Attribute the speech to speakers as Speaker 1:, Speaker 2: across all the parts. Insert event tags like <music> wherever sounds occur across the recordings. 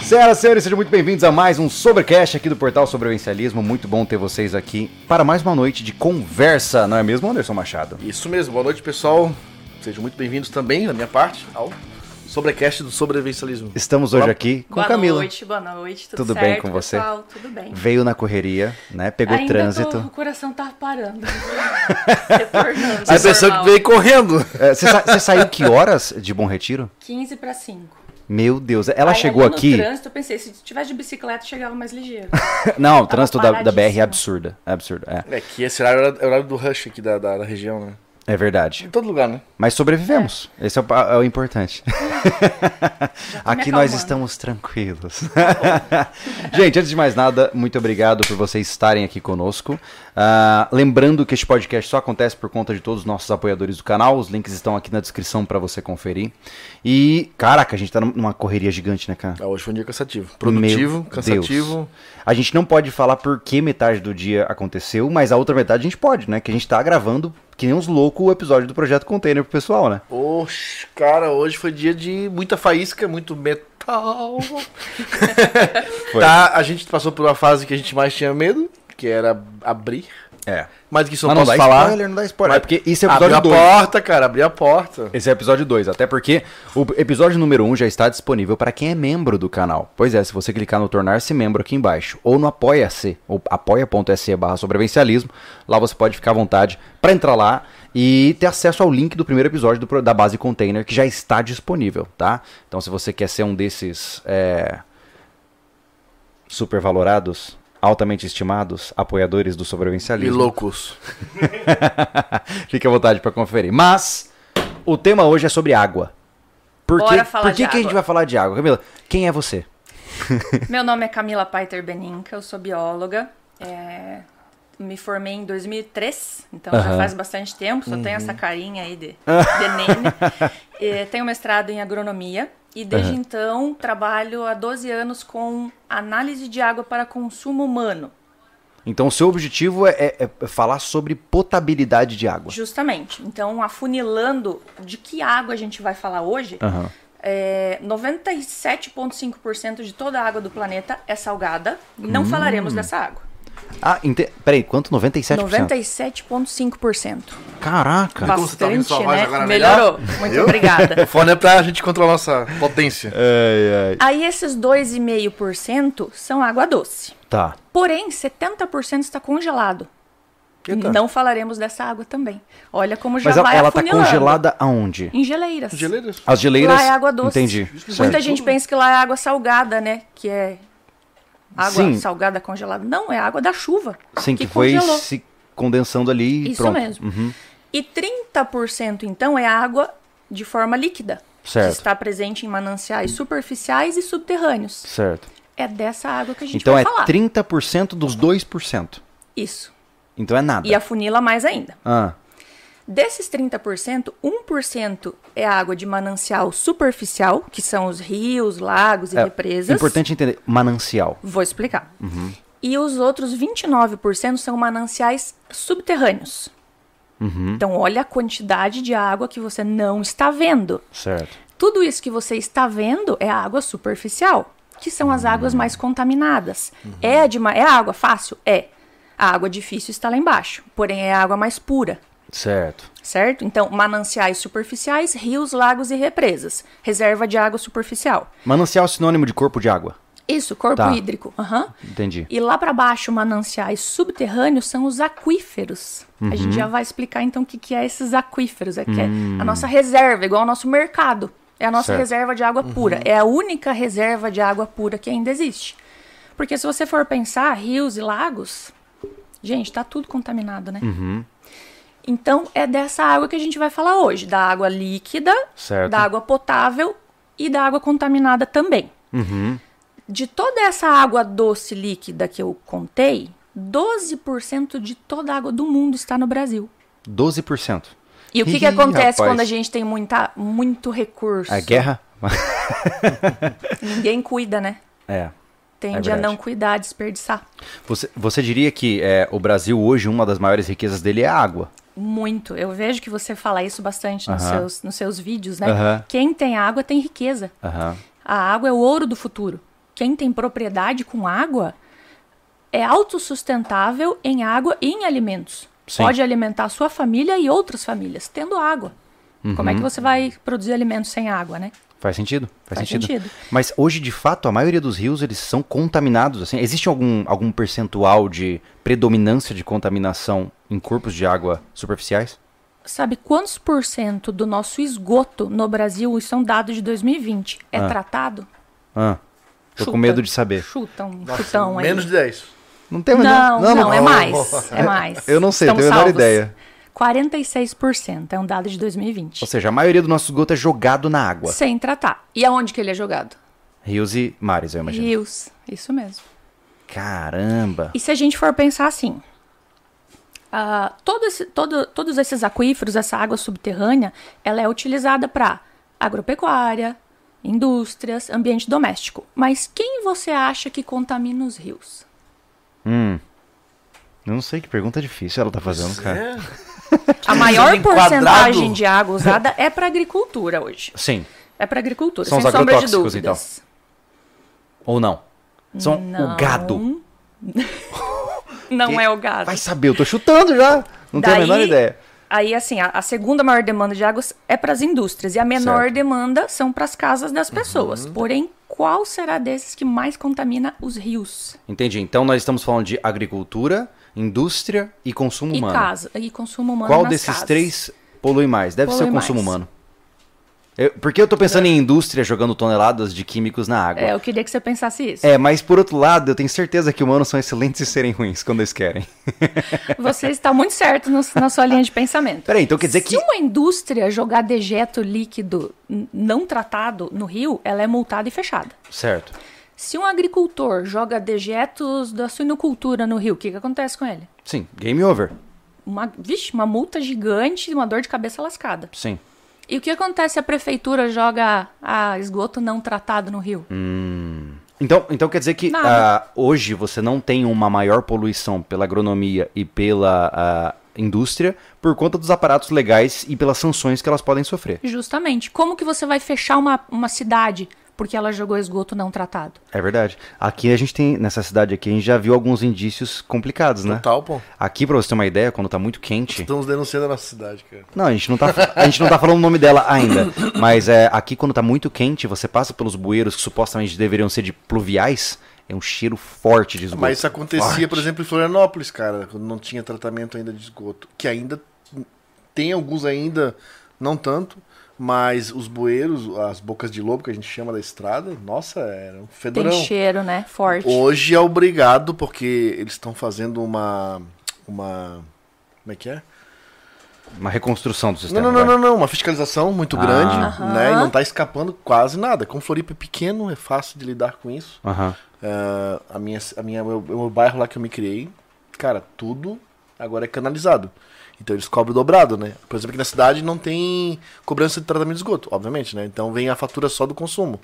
Speaker 1: Senhoras e senhores, sejam muito bem-vindos a mais um Sobrecast aqui do Portal Sobrevivencialismo. Muito bom ter vocês aqui para mais uma noite de conversa, não é mesmo, Anderson Machado?
Speaker 2: Isso mesmo, boa noite pessoal. Sejam muito bem-vindos também, da minha parte, ao Sobrecast do Sobrevivencialismo.
Speaker 1: Estamos hoje aqui com
Speaker 3: boa
Speaker 1: o Camilo.
Speaker 3: noite, boa noite. Tudo,
Speaker 1: Tudo
Speaker 3: certo,
Speaker 1: bem com você?
Speaker 3: Pessoal? Tudo bem.
Speaker 1: Veio na correria, né? Pegou
Speaker 3: Ainda tô-
Speaker 1: trânsito.
Speaker 3: o coração tá parando. <laughs> Retornando.
Speaker 2: A pessoa que
Speaker 3: normal.
Speaker 2: veio correndo.
Speaker 1: É, Você sa- você saiu que horas de Bom Retiro?
Speaker 3: 15 para 5.
Speaker 1: Meu Deus, ela
Speaker 3: Aí,
Speaker 1: chegou
Speaker 3: ali no
Speaker 1: aqui.
Speaker 3: trânsito, eu pensei, se tivesse de bicicleta, chegava mais ligeiro.
Speaker 1: Não, o trânsito da, da BR é
Speaker 3: paradíssima.
Speaker 1: absurdo. É absurdo. É,
Speaker 2: É que esse horário era- é o horário do rush aqui da, da- da região, né?
Speaker 1: é verdade.
Speaker 2: Em todo lugar, né?
Speaker 1: Mas sobrevivemos. Esse é o, pa- é o
Speaker 3: <laughs>
Speaker 1: importante.
Speaker 3: tô me
Speaker 1: Aqui nós
Speaker 3: acalmando.
Speaker 1: estamos tranquilos. <laughs> Gente, antes de mais nada, muito obrigado por vocês estarem aqui conosco. Ah, lembrando que este podcast só acontece por conta de todos os nossos apoiadores do canal. Os links estão aqui na descrição para você conferir. E, caraca, a gente tá num- numa correria gigante, né, cara?
Speaker 2: Ah, hoje foi um dia cansativo. Produtivo,
Speaker 1: Meu
Speaker 2: cansativo.
Speaker 1: A gente não pode falar por que metade do dia aconteceu, mas a outra metade a gente pode, né? Que a gente tá gravando que nem uns loucos o episódio do Projeto Container pro pessoal, né?
Speaker 2: Oxe, cara, hoje foi dia de muita faísca,
Speaker 1: <laughs>
Speaker 2: muito metal. <laughs>
Speaker 1: Foi.
Speaker 2: tá, a gente passou por uma fase que a gente mais tinha medo, que era abrir.
Speaker 1: É.
Speaker 2: Mas que isso eu
Speaker 1: Mas
Speaker 2: não
Speaker 1: não
Speaker 2: posso
Speaker 1: dá
Speaker 2: falar.
Speaker 1: spoiler, não dá spoiler.
Speaker 2: Mas
Speaker 1: É porque esse é o
Speaker 2: Abriu
Speaker 1: episódio
Speaker 2: a
Speaker 1: 2.
Speaker 2: porta, cara, abri a porta.
Speaker 1: Esse é o episódio 2, até porque o episódio número 1 um já está disponível para quem é membro do canal. Pois é, se você clicar no tornar-se membro aqui embaixo, ou no apoia-se, ou apoia.se barra sobrevivencialismo, lá você pode ficar à vontade para entrar lá e ter acesso ao link do primeiro episódio do pro- da base container, que já está disponível, tá? Então se você quer ser um desses é, supervalorados, altamente estimados, apoiadores do
Speaker 2: E
Speaker 1: sobrevivencialismo...
Speaker 2: loucos.
Speaker 1: <laughs> Fique à vontade para conferir. Mas o tema hoje é sobre água. Por que,
Speaker 3: Bora falar
Speaker 1: por que,
Speaker 3: de
Speaker 1: que a gente
Speaker 3: água.
Speaker 1: vai falar de água? Camila, quem é você?
Speaker 3: Meu nome é Camila Paiter Beninca, eu sou bióloga. é, me formei em 2003, então já
Speaker 1: Aham. Uhum.
Speaker 3: faz bastante tempo, só tenho essa carinha aí de,
Speaker 1: <laughs>
Speaker 3: de nene. É, tenho mestrado em agronomia e desde
Speaker 1: Aham.
Speaker 3: então trabalho há 12 anos com análise de água para consumo humano,
Speaker 1: Então, o seu objetivo é, é- é falar sobre potabilidade de água.
Speaker 3: justamente. Então, afunilando de que água a gente vai falar hoje,
Speaker 1: Aham.
Speaker 3: É, 97,5% de toda a água do planeta é salgada.
Speaker 1: Hum.
Speaker 3: Não falaremos dessa água.
Speaker 1: Ah, ente... peraí, quanto? 97%?
Speaker 3: 97,5%.
Speaker 1: Caraca!
Speaker 2: como você tá ouvindo
Speaker 3: Bastante,
Speaker 2: sua voz
Speaker 3: né?
Speaker 2: agora,
Speaker 3: Melhorou. Muito obrigada.
Speaker 1: <laughs>
Speaker 2: O fone é pra gente controlar a nossa potência.
Speaker 1: É. Ai, ai.
Speaker 3: Aí esses 2,5% são água doce.
Speaker 1: Tá.
Speaker 3: Porém, 70% está congelado.
Speaker 2: Eita.
Speaker 3: Não falaremos dessa água também. Olha como já
Speaker 1: Mas ela,
Speaker 3: vai
Speaker 1: ela tá
Speaker 3: afunilando.
Speaker 1: congelada aonde?
Speaker 3: Em geleiras.
Speaker 2: Geleiras?
Speaker 1: As geleiras.
Speaker 3: Lá é água doce.
Speaker 1: Entendi.
Speaker 3: Muita
Speaker 1: Certo.
Speaker 3: gente pensa que lá é água salgada, né? Que é água
Speaker 1: Sim.
Speaker 3: salgada congelada. Não, é água da chuva.
Speaker 1: Sim, que, foi
Speaker 3: congelou.
Speaker 1: se condensando ali e
Speaker 3: Isso
Speaker 1: pronto. Uhum.
Speaker 3: mesmo. E 30% então é água de forma líquida.
Speaker 1: Certo.
Speaker 3: Que está presente em mananciais superficiais e subterrâneos.
Speaker 1: Certo.
Speaker 3: É dessa água que a gente
Speaker 1: Então
Speaker 3: vai
Speaker 1: é
Speaker 3: falar.
Speaker 1: 30% dos 2%.
Speaker 3: Isso.
Speaker 1: Então é nada.
Speaker 3: E afunila mais ainda.
Speaker 1: Ah,
Speaker 3: Desses 30%, 1% é água de manancial superficial, que são os rios, lagos e
Speaker 1: É,
Speaker 3: represas.
Speaker 1: Importante Uhum. entender, manancial.
Speaker 3: Vou explicar. E os outros 29% são mananciais subterrâneos.
Speaker 1: Uhum.
Speaker 3: Então, olha a quantidade de água que você não está vendo.
Speaker 1: Certo.
Speaker 3: Tudo isso que você está vendo é água superficial, que são as águas mais contaminadas. É, a de ma- é a água fácil? É. A água difícil está lá embaixo, porém é a água mais pura,
Speaker 1: Certo.
Speaker 3: certo? Então, mananciais superficiais, rios, lagos e represas. Reserva de água superficial.
Speaker 1: Manancial é sinônimo de corpo de água.
Speaker 3: Isso, corpo
Speaker 1: Tá.
Speaker 3: hídrico. Aham.
Speaker 1: Entendi.
Speaker 3: E lá para baixo, mananciais subterrâneos são os aquíferos. A
Speaker 1: Uhum.
Speaker 3: gente já vai explicar então o que, que é esses aquíferos. É que é a nossa reserva, igual ao nosso mercado. É a nossa
Speaker 1: Hum. Certo. Uhum.
Speaker 3: reserva de água pura. É a única reserva de água pura que ainda existe. Porque se você for pensar, rios e lagos, gente, tá tudo contaminado, né?
Speaker 1: Uhum.
Speaker 3: Então é dessa água que a gente vai falar hoje, da água líquida,
Speaker 1: Certo.
Speaker 3: da água potável e da água contaminada também.
Speaker 1: Uhum.
Speaker 3: De toda essa água doce líquida que eu contei, 12% de toda a água do mundo está no Brasil.
Speaker 1: 12%.
Speaker 3: E o que,
Speaker 1: Ih,
Speaker 3: que acontece
Speaker 1: rapaz.
Speaker 3: quando a gente tem muita, muito recurso?
Speaker 1: A guerra?
Speaker 3: Ninguém cuida, né?
Speaker 1: <laughs> É.
Speaker 3: Tende a
Speaker 1: verdade.
Speaker 3: não cuidar, a desperdiçar.
Speaker 1: Você, você diria que é, o Brasil hoje, uma das maiores riquezas dele é a água.
Speaker 3: Muito. Eu vejo que você fala isso bastante nos,
Speaker 1: Aham.
Speaker 3: seus, nos seus vídeos, né?
Speaker 1: Aham.
Speaker 3: Quem tem água tem riqueza.
Speaker 1: Aham.
Speaker 3: A água é o ouro do futuro. quem tem propriedade com água é autossustentável em água e em alimentos.
Speaker 1: Sim.
Speaker 3: Pode alimentar sua família e outras famílias, tendo água. Como
Speaker 1: Uhum.
Speaker 3: é que você vai produzir alimentos sem água, né?
Speaker 1: Faz sentido, faz,
Speaker 3: Faz
Speaker 1: sentido.
Speaker 3: sentido.
Speaker 1: Mas hoje, de fato, a maioria dos rios eles são contaminados. Assim, existe algum, algum percentual de predominância de contaminação em corpos de água superficiais?
Speaker 3: Sabe quantos por cento do nosso esgoto no Brasil, isso é um dado de 2020, é tratado?
Speaker 1: Ah, tô
Speaker 3: Chuta.
Speaker 1: com medo de saber.
Speaker 3: Chuta um
Speaker 2: Nossa,
Speaker 3: chutão aí.
Speaker 2: menos de 10.
Speaker 1: Não tem
Speaker 3: Não, não, é
Speaker 2: não.
Speaker 3: mais. É mais.
Speaker 1: Eu não sei,
Speaker 3: Estão
Speaker 1: tenho a menor
Speaker 3: salvos.
Speaker 1: ideia.
Speaker 3: 46%, é um dado de 2020.
Speaker 1: Ou seja, a maioria do nosso esgoto é jogado na água.
Speaker 3: Sem tratar. E aonde que ele é jogado?
Speaker 1: Rios e mares, eu imagino.
Speaker 3: Rios. Isso mesmo.
Speaker 1: Caramba.
Speaker 3: E se a gente for pensar assim, ah, todo esse- todo- todos esses aquíferos, essa água subterrânea, ela é utilizada para agropecuária, indústrias, ambiente doméstico. Mas quem você acha que contamina os rios?
Speaker 1: Eu não sei que pergunta difícil ela tá fazendo, cara.
Speaker 2: É.
Speaker 3: A maior
Speaker 2: enquadrado.
Speaker 3: porcentagem de
Speaker 1: <laughs>
Speaker 3: água usada é para agricultura hoje.
Speaker 1: Sim.
Speaker 3: É para agricultura,
Speaker 1: São
Speaker 3: sem
Speaker 1: os
Speaker 3: sombra de
Speaker 1: agrotóxicos, então.
Speaker 3: dúvidas.
Speaker 1: Ou não? São o gado.
Speaker 3: Não é o gado.
Speaker 1: Vai saber, eu tô chutando já. Não tenho a menor
Speaker 3: Daí-
Speaker 1: ideia.
Speaker 3: Aí, assim, a, a segunda maior demanda de águas é para as indústrias e a menor
Speaker 1: Certo. Uhum.
Speaker 3: demanda são para as casas das pessoas. Porém, qual será desses que mais contamina os rios
Speaker 1: Entendi. Então nós estamos falando de agricultura, indústria e consumo
Speaker 3: e
Speaker 1: humano.
Speaker 3: casa e consumo humano?
Speaker 1: Qual
Speaker 3: nas
Speaker 1: desses
Speaker 3: casas?
Speaker 1: três polui mais? Deve ser
Speaker 3: Polui
Speaker 1: o consumo
Speaker 3: mais.
Speaker 1: humano. Eu, porque eu tô pensando em indústria jogando toneladas de químicos na água.
Speaker 3: É, eu queria que você pensasse isso.
Speaker 1: É, mas por outro lado, eu tenho certeza que humanos são excelentes em serem ruins quando eles querem.
Speaker 3: Você está muito certo no- na sua linha de pensamento.
Speaker 1: Peraí, então quer dizer que-
Speaker 3: Se uma indústria jogar dejeto líquido n- não tratado no rio, ela é multada e fechada.
Speaker 1: Certo.
Speaker 3: Se um agricultor joga dejetos da suinocultura no rio, o que, que acontece com ele?
Speaker 1: Sim, game over.
Speaker 3: Uma, vixe, uma multa gigante e uma dor de cabeça lascada.
Speaker 1: Sim.
Speaker 3: E o que acontece se a prefeitura joga ah, esgoto não tratado no rio?
Speaker 1: Então, então quer dizer que
Speaker 3: Nada.
Speaker 1: ah, hoje você não tem uma maior poluição pela agronomia e pela ah, indústria por conta dos aparatos legais e pelas sanções que elas podem sofrer.
Speaker 3: Justamente. Como que você vai fechar uma, uma cidade porque ela jogou esgoto não tratado?
Speaker 1: É verdade. Aqui a gente tem, nessa cidade aqui, a gente já viu alguns indícios complicados, né?
Speaker 2: Total, pô.
Speaker 1: Aqui, pra você ter uma ideia, quando tá muito quente.
Speaker 2: Estamos denunciando a nossa cidade, cara.
Speaker 1: Não, a gente não tá, a gente não tá falando o nome dela ainda. Mas é, aqui, quando tá muito quente, você passa pelos bueiros que supostamente deveriam ser de pluviais. É um cheiro forte de esgoto.
Speaker 2: Mas isso acontecia,
Speaker 1: Forte.
Speaker 2: por exemplo, em Florianópolis, cara, quando não tinha tratamento ainda de esgoto. Que ainda tem alguns ainda, não tanto, mas os bueiros, as bocas de lobo que a gente chama da estrada, nossa, era um
Speaker 3: Tem
Speaker 2: fedorão.
Speaker 3: cheiro, né? Forte.
Speaker 2: Hoje é obrigado, porque eles estão fazendo uma. Uma. Como é que é?
Speaker 1: Uma reconstrução do sistema. né?
Speaker 2: Não, não, não,
Speaker 1: vai.
Speaker 2: não, não. Uma fiscalização muito
Speaker 1: Ah.
Speaker 2: grande,
Speaker 3: Aham.
Speaker 2: né? E não tá escapando quase nada. Com Floripa é pequeno, é fácil de lidar com isso.
Speaker 1: Aham.
Speaker 2: Ah, a minha, a minha, meu, meu bairro lá que eu me criei, cara, tudo agora é canalizado. Então eles cobram dobrado, né? Por exemplo, aqui na cidade não tem cobrança de tratamento de esgoto, obviamente, né? Então vem a fatura só do consumo.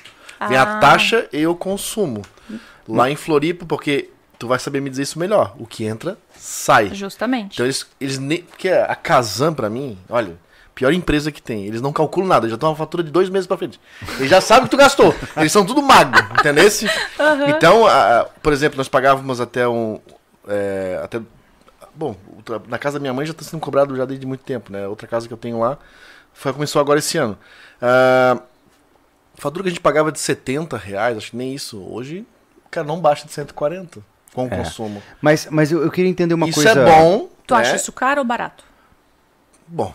Speaker 2: Vem
Speaker 3: Ah. Hum.
Speaker 2: a taxa e o consumo. Lá em Floripa, porque tu vai saber me dizer isso melhor. O que entra, sai.
Speaker 3: Justamente.
Speaker 2: Então eles, eles nem. Porque a Kazan, pra mim, olha, pior empresa que tem. Eles não calculam nada, eles já estão uma fatura de dois meses pra frente. Eles já sabem que tu gastou. Eles são tudo mago, entendeu? Então, a- a- por exemplo, nós pagávamos até um. é, até. Bom, o tra- na casa da minha mãe já está sendo cobrado já desde muito tempo, né? Outra casa que eu tenho lá foi, começou agora esse ano. Ah, fatura que a gente pagava de 70 reais, acho que nem isso. Hoje, cara, não baixa de 140 com o
Speaker 1: É.
Speaker 2: consumo.
Speaker 1: Mas, mas eu, eu queria entender uma
Speaker 2: isso
Speaker 1: coisa.
Speaker 2: é bom.
Speaker 3: Tu acha
Speaker 2: né?
Speaker 3: isso caro ou barato?
Speaker 2: Bom,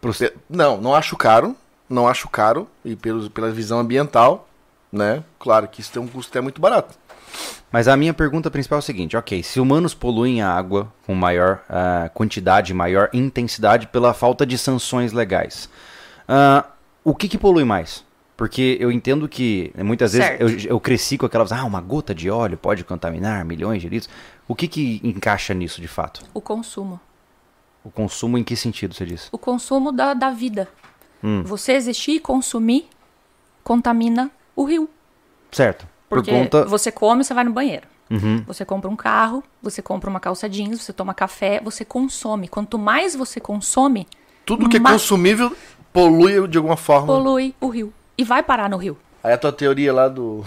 Speaker 1: pro-
Speaker 2: Pe- Não, não acho caro. Não acho caro. E pelo, pela visão ambiental, né? Claro que isso tem um custo até muito barato.
Speaker 1: Mas a minha pergunta principal é o seguinte: ok, se humanos poluem a água com maior ah, quantidade, maior intensidade pela falta de sanções legais, ah, o que, que polui mais? Porque eu entendo que né, muitas
Speaker 3: Certo.
Speaker 1: vezes eu, eu cresci com aquela visão, ah, uma gota de óleo pode contaminar milhões de litros. O que, que encaixa nisso de fato?
Speaker 3: O consumo.
Speaker 1: O consumo em que sentido você diz?
Speaker 3: O consumo da, da vida. Você existir e consumir contamina o rio.
Speaker 1: Certo.
Speaker 3: Porque
Speaker 1: Por conta. Uhum.
Speaker 3: você come, você vai no banheiro. Você compra um carro, você compra uma calça jeans, você toma café, você consome. Quanto mais você consome,
Speaker 2: Tudo que é
Speaker 3: Ma-
Speaker 2: consumível
Speaker 1: Uhum.
Speaker 2: polui de alguma forma.
Speaker 3: polui o rio. E vai parar no rio.
Speaker 2: Aí a tua teoria lá do.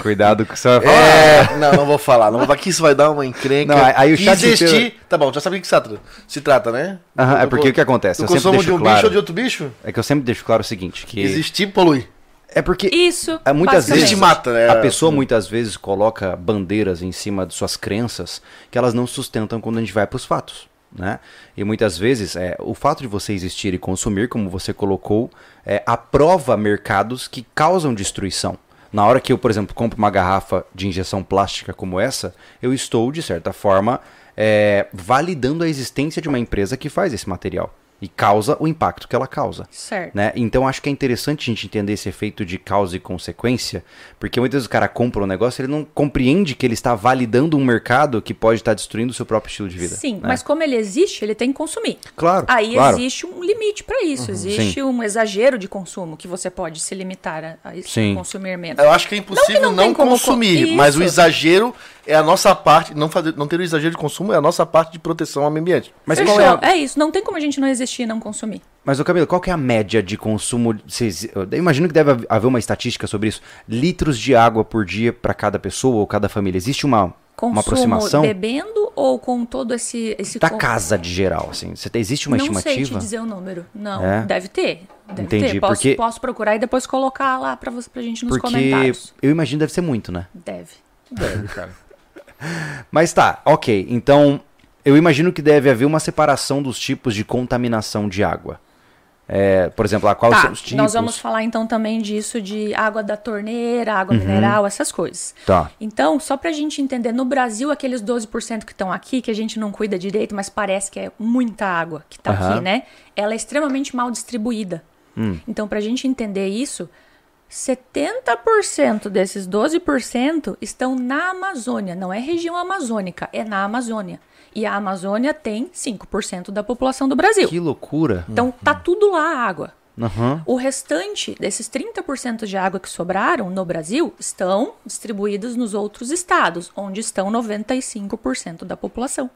Speaker 1: Cuidado com o que você vai falar.
Speaker 2: É, <laughs> não, não vou falar. Não vou falar que isso vai dar uma encrenca.
Speaker 1: Não, aí- aí o
Speaker 2: que
Speaker 1: chat
Speaker 2: existir.
Speaker 1: inteiro-
Speaker 2: Tá bom, já sabe do que se trata, se trata né?
Speaker 1: Aham, é
Speaker 2: Do- do-
Speaker 1: porque o que acontece?
Speaker 2: Do
Speaker 1: Eu sempre
Speaker 2: consumo de
Speaker 1: deixo
Speaker 2: um
Speaker 1: claro.
Speaker 2: bicho ou de outro bicho?
Speaker 1: É que eu sempre deixo claro o seguinte, que
Speaker 2: Existir polui.
Speaker 1: é porque
Speaker 3: Isso.
Speaker 1: É, muitas
Speaker 3: basicamente.
Speaker 1: vezes
Speaker 2: Existe mata, né?
Speaker 1: a pessoa muitas vezes coloca bandeiras em cima de suas crenças que elas não sustentam quando a gente vai para os fatos, né? E muitas vezes é, o fato de você existir e consumir, como você colocou, é, aprova mercados que causam destruição. Na hora que eu, por exemplo, compro uma garrafa de injeção plástica como essa, eu estou de certa forma é, validando a existência de uma empresa que faz esse material e causa o impacto que ela causa
Speaker 3: Certo.
Speaker 1: né? Então acho que é interessante a gente entender esse efeito de causa e consequência, porque muitas vezes o cara compra um negócio, ele não compreende que ele está validando um mercado que pode estar destruindo o seu próprio estilo de vida.
Speaker 3: Sim,
Speaker 1: né?
Speaker 3: mas como ele existe, ele tem que consumir.
Speaker 1: Claro,
Speaker 3: Aí
Speaker 1: claro. Uhum,
Speaker 3: existe um limite para isso. existe
Speaker 1: sim.
Speaker 3: um exagero de consumo que você pode se limitar a, a isso,
Speaker 1: Sim.
Speaker 3: consumir menos.
Speaker 2: Eu acho que é impossível
Speaker 3: não
Speaker 2: não,
Speaker 3: tem como
Speaker 2: consumir,
Speaker 3: co-
Speaker 2: mas o
Speaker 3: Isso.
Speaker 2: exagero é a nossa parte. Não, fazer, não ter o exagero de consumo é a nossa parte de proteção ao meio ambiente.
Speaker 1: Mas
Speaker 3: Fechou.
Speaker 1: qual é a-
Speaker 3: é isso, não tem como a gente não existir e não consumir.
Speaker 1: Mas, ô Camilo, qual que é a média de consumo? Vocês- eu imagino que deve haver uma estatística sobre isso. Litros de água por dia para cada pessoa ou cada família. Existe uma,
Speaker 3: Consumo
Speaker 1: uma aproximação Tá
Speaker 3: bebendo ou com todo esse. esse
Speaker 1: da
Speaker 3: con-
Speaker 1: casa de geral, assim? Você tem, existe uma
Speaker 3: não sei te
Speaker 1: estimativa?
Speaker 3: dizer o número. Não,
Speaker 1: É?
Speaker 3: deve ter. Deve
Speaker 1: Entendi,
Speaker 3: ter. Posso,
Speaker 1: porque-
Speaker 3: posso procurar e depois colocar lá pra, você, pra gente nos
Speaker 1: Porque
Speaker 3: comentários.
Speaker 1: eu imagino deve ser muito, né?
Speaker 3: Deve.
Speaker 1: Mas tá, ok. Então, eu imagino que deve haver uma separação dos tipos de contaminação de água. É, por exemplo, a qual
Speaker 3: Tá,
Speaker 1: são os tipos? Uhum.
Speaker 3: nós vamos falar então também disso de água da torneira, água mineral, essas coisas.
Speaker 1: Tá.
Speaker 3: Então, só pra gente entender, no Brasil, aqueles 12% que estão aqui, que a gente não cuida direito, mas parece que é muita água que tá
Speaker 1: Aham. Hum.
Speaker 3: aqui, né? Ela é extremamente mal distribuída. Então, pra gente entender isso, 70% desses 12% estão na Amazônia. Não é região amazônica, é na Amazônia. E a Amazônia tem 5% da população do Brasil.
Speaker 1: Que Uhum. loucura.
Speaker 3: Então, tá tudo lá a água.
Speaker 1: Aham.
Speaker 3: O restante desses 30% de água que sobraram no Brasil estão distribuídos nos outros estados, onde estão 95% da população.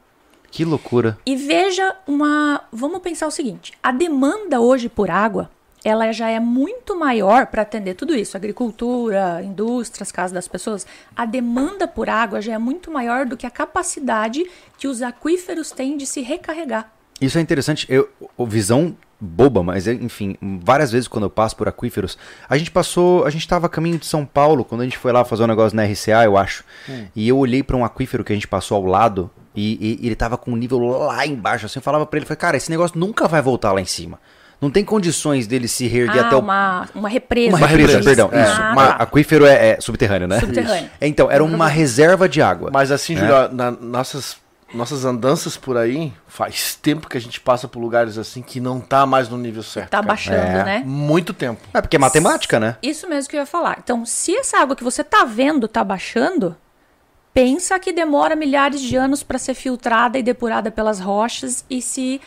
Speaker 1: Que loucura.
Speaker 3: E veja uma, vamos pensar o seguinte, a demanda hoje por água, ela já é muito maior para atender tudo isso, agricultura, indústrias, casa das pessoas. A demanda por água já é muito maior do que a capacidade que os aquíferos têm de se recarregar.
Speaker 1: Isso é interessante. Eu, o- visão boba, mas é, enfim, várias vezes quando eu passo por aquíferos, a gente passou, a gente tava a caminho de São Paulo quando a gente foi lá fazer um negócio na RCA, eu acho.
Speaker 2: Hum.
Speaker 1: E eu olhei pra um aquífero que a gente passou ao lado e, e ele tava com um nível lá embaixo, assim, eu falava pra ele, falei, cara, esse negócio nunca vai voltar lá em cima. Não tem condições dele se reerguer
Speaker 3: Ah,
Speaker 1: até o
Speaker 3: uma, uma represa.
Speaker 1: uma represa,
Speaker 2: represa,
Speaker 1: perdão.
Speaker 2: é.
Speaker 1: Isso.
Speaker 3: Ah,
Speaker 1: Uma-
Speaker 3: tá.
Speaker 1: aquífero é, é subterrâneo, né?
Speaker 3: Subterrâneo.
Speaker 1: Isso. Então, era uma reserva de água.
Speaker 2: Mas assim,
Speaker 3: É.
Speaker 1: né?
Speaker 2: Júlio, na- nossas, nossas andanças por aí, faz tempo que a gente passa por lugares assim que não tá mais no nível certo.
Speaker 3: Tá
Speaker 2: cara.
Speaker 3: baixando,
Speaker 1: É.
Speaker 3: né?
Speaker 2: Muito tempo.
Speaker 1: É porque é matemática, né?
Speaker 3: Isso mesmo que eu ia falar. Então, se essa água que você tá vendo tá baixando, pensa que demora milhares de anos para ser filtrada e depurada pelas rochas e se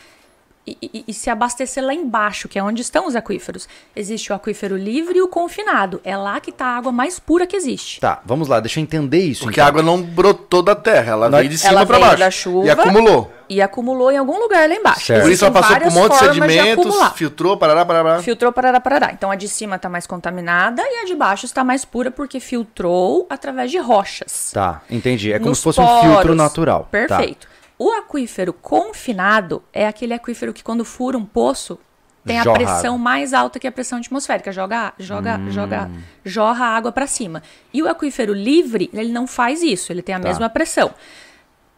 Speaker 3: e, e- e se abastecer lá embaixo, que é onde estão os aquíferos. Existe o aquífero livre e o confinado. É lá que tá a água mais pura que existe.
Speaker 1: Tá, vamos lá, deixa eu entender isso. então.
Speaker 2: Porque a água não brotou da terra, ela
Speaker 1: Nós-
Speaker 2: veio de cima
Speaker 3: Ela
Speaker 2: pra
Speaker 3: veio
Speaker 2: baixo.
Speaker 3: da chuva.
Speaker 2: e acumulou.
Speaker 3: E acumulou em algum lugar lá embaixo.
Speaker 1: Certo.
Speaker 2: Por isso ela
Speaker 3: Existem
Speaker 2: passou por um
Speaker 3: várias
Speaker 2: monte de
Speaker 3: formas
Speaker 2: sedimentos,
Speaker 3: acumular.
Speaker 2: filtrou, parará, parará.
Speaker 3: Filtrou, parará, parará. Então a de cima tá mais contaminada e a de baixo está mais pura porque filtrou através de rochas.
Speaker 1: Tá, entendi. É como
Speaker 3: nos
Speaker 1: se fosse um
Speaker 3: poros.
Speaker 1: filtro natural. Tá.
Speaker 3: Perfeito. O aquífero confinado é aquele aquífero que quando fura um poço tem
Speaker 1: Jorra
Speaker 3: a pressão
Speaker 1: água. Hum.
Speaker 3: mais alta que a pressão atmosférica, joga, joga, joga, jorra a água para cima. E o aquífero livre, ele não faz isso, ele tem
Speaker 1: Tá.
Speaker 3: a mesma pressão.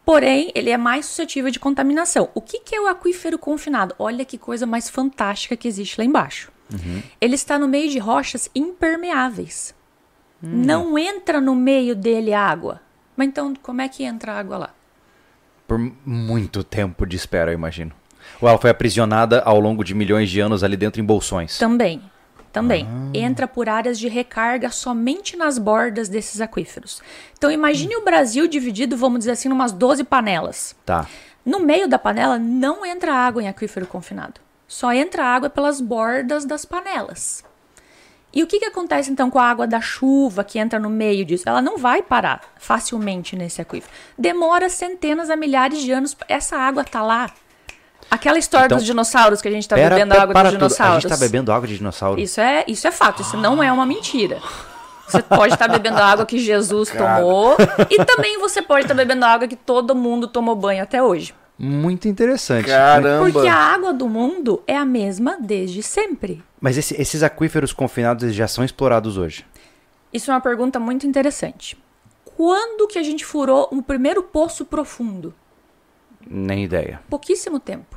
Speaker 3: Porém, ele é mais suscetível de contaminação. O que, que é o aquífero confinado? Olha que coisa mais fantástica que existe lá embaixo.
Speaker 1: Uhum.
Speaker 3: Ele está no meio de rochas impermeáveis.
Speaker 1: Hum.
Speaker 3: Não entra no meio dele água. Mas então, como é que entra água lá?
Speaker 1: Por muito tempo de espera, eu imagino. Ou ela foi aprisionada ao longo de milhões de anos ali dentro em bolsões.
Speaker 3: Também. Também.
Speaker 1: Ah.
Speaker 3: Entra por áreas de recarga somente nas bordas desses aquíferos. Então imagine o Brasil dividido, vamos dizer assim, numas 12 panelas.
Speaker 1: Tá.
Speaker 3: No meio da panela não entra água em aquífero confinado. Só entra água pelas bordas das panelas. E o que, que acontece então com a água da chuva que entra no meio disso? Ela não vai parar facilmente nesse aquífero. Demora centenas a milhares de anos. Essa água tá lá. Aquela história
Speaker 1: Então,
Speaker 3: dos dinossauros que a gente tá
Speaker 1: Pera,
Speaker 3: bebendo
Speaker 1: pe-
Speaker 3: água
Speaker 1: para
Speaker 3: dos
Speaker 1: tudo. A
Speaker 3: dinossauros.
Speaker 1: gente tá bebendo água de dinossauro.
Speaker 3: Isso é, isso é fato, isso não é uma mentira. Você pode estar bebendo a água que Jesus tomou. E também você pode estar bebendo a água que todo mundo tomou banho até hoje.
Speaker 1: Muito interessante.
Speaker 2: Caramba.
Speaker 3: Porque a água do mundo é a mesma desde sempre.
Speaker 1: Mas esse- esses aquíferos confinados eles já são explorados hoje.
Speaker 3: Isso é uma pergunta muito interessante. Quando que a gente furou o primeiro poço profundo?
Speaker 1: Nem ideia.
Speaker 3: Pouquíssimo tempo.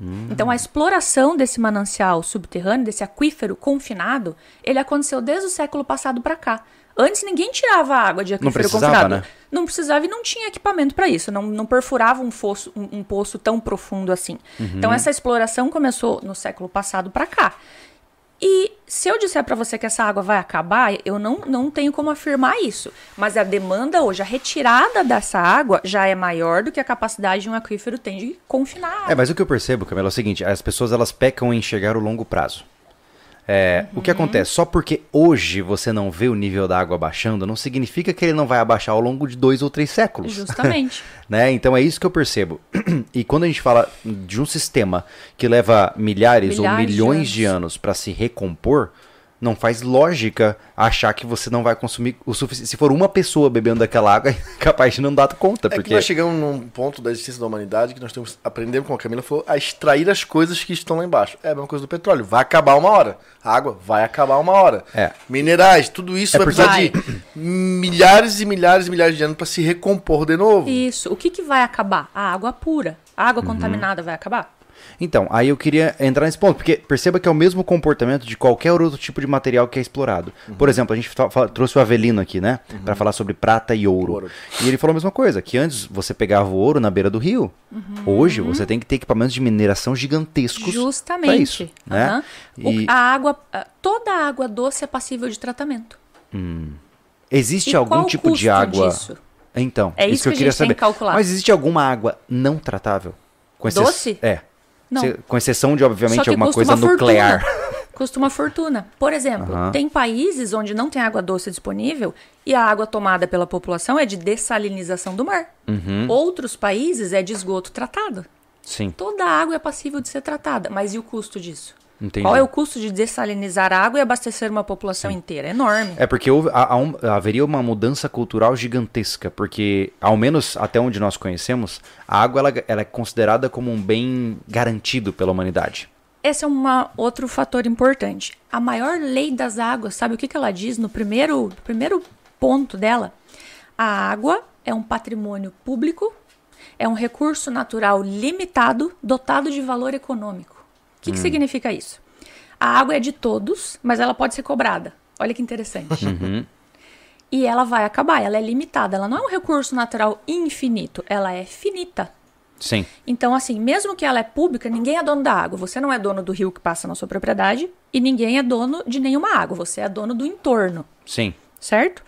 Speaker 1: Hum.
Speaker 3: Então a exploração desse manancial subterrâneo, desse aquífero confinado, ele aconteceu desde o século passado para cá. Antes ninguém tirava água de aquífero
Speaker 1: precisava,
Speaker 3: confinado.
Speaker 1: né?
Speaker 3: Não precisava e não tinha equipamento para isso. Não, não perfurava um, fosso, um, um poço tão profundo assim.
Speaker 1: Uhum.
Speaker 3: Então essa exploração começou no século passado para cá. E se eu disser para você que essa água vai acabar, eu não, não tenho como afirmar isso. Mas a demanda hoje, a retirada dessa água já é maior do que a capacidade de um aquífero tem de confinar a água.
Speaker 1: É, mas o que eu percebo, Camila, é o seguinte: as pessoas elas pecam em enxergar o longo prazo. É, O
Speaker 3: Uhum.
Speaker 1: que acontece? Só porque hoje você não vê o nível da água baixando, não significa que ele não vai abaixar ao longo de dois ou três séculos. <laughs>
Speaker 3: Justamente.
Speaker 1: Né? Então é isso que eu percebo. <clears throat> E quando a gente fala de um sistema que leva milhares, ou
Speaker 3: Milhares de
Speaker 1: milhões de
Speaker 3: anos.
Speaker 1: anos para se recompor, não faz lógica achar que você não vai consumir o suficiente. Se for uma pessoa bebendo daquela água, <laughs> é capaz de não dar conta,
Speaker 2: É que
Speaker 1: porque
Speaker 2: nós chegamos num ponto da existência da humanidade que nós temos aprendemos, como a Camila falou, a extrair as coisas que estão lá embaixo. É a mesma coisa do petróleo, vai acabar uma hora. A água vai acabar uma hora.
Speaker 1: É.
Speaker 2: Minerais, tudo isso
Speaker 1: É
Speaker 2: vai
Speaker 1: porque-
Speaker 2: precisar de milhares e milhares e milhares de anos para se recompor de novo.
Speaker 3: Isso. O que, que vai acabar? A água pura. A água
Speaker 1: Uhum.
Speaker 3: contaminada vai acabar?
Speaker 1: Então, aí eu queria entrar nesse ponto, porque perceba que é o mesmo comportamento de qualquer outro tipo de material que é explorado. Por exemplo, a gente fa- fa- trouxe o Avelino aqui, né? Pra falar sobre prata e ouro.
Speaker 2: Ouro.
Speaker 1: E ele falou a mesma coisa, que antes você pegava o ouro na beira do rio. Hoje você tem que ter equipamentos de mineração gigantescos. Pra
Speaker 3: Justamente.
Speaker 1: isso, né?
Speaker 3: Aham. O-
Speaker 1: E
Speaker 3: A água, a- toda a água doce é passível de tratamento.
Speaker 1: existe
Speaker 3: e
Speaker 1: algum
Speaker 3: qual o
Speaker 1: tipo de
Speaker 3: custo
Speaker 1: água.
Speaker 3: disso?
Speaker 1: Então,
Speaker 3: É isso
Speaker 1: que eu
Speaker 3: que a
Speaker 1: queria
Speaker 3: gente tem
Speaker 1: saber.
Speaker 3: que calcular.
Speaker 1: Mas existe alguma água não tratável? Com exce-
Speaker 3: Doce?
Speaker 1: É.
Speaker 3: Não.
Speaker 1: Se- Com exceção de,
Speaker 3: Só
Speaker 1: obviamente,
Speaker 3: que
Speaker 1: alguma
Speaker 3: custa
Speaker 1: coisa
Speaker 3: uma
Speaker 1: nuclear.
Speaker 3: Fortuna. <laughs> Custa uma fortuna. Por exemplo,
Speaker 1: Aham.
Speaker 3: tem países onde não tem água doce disponível e a água tomada pela população é de dessalinização do mar.
Speaker 1: Uhum.
Speaker 3: Outros países é de esgoto tratado.
Speaker 1: Sim.
Speaker 3: Toda a água é passível de ser tratada, mas e o custo disso?
Speaker 1: Entendi.
Speaker 3: Qual é o custo de dessalinizar a água e abastecer uma população inteira? É enorme.
Speaker 1: É porque houve, há- há um- haveria uma mudança cultural gigantesca, porque, ao menos até onde nós conhecemos, a água ela, ela é considerada como um bem garantido pela humanidade.
Speaker 3: Esse é um outro fator importante. A maior lei das águas, sabe o que, que ela diz no primeiro, primeiro ponto dela? A água é um patrimônio público, é um recurso natural limitado, dotado de valor econômico. O que, que significa isso? A água é de todos, mas ela pode ser cobrada. Olha que interessante. E ela vai acabar, ela é limitada, ela não é um recurso natural infinito, ela é finita.
Speaker 1: Sim.
Speaker 3: Então, assim, mesmo que ela é pública, ninguém é dono da água. Você não é dono do rio que passa na sua propriedade e ninguém é dono de nenhuma água. Você é dono do entorno,
Speaker 1: Sim.
Speaker 3: certo?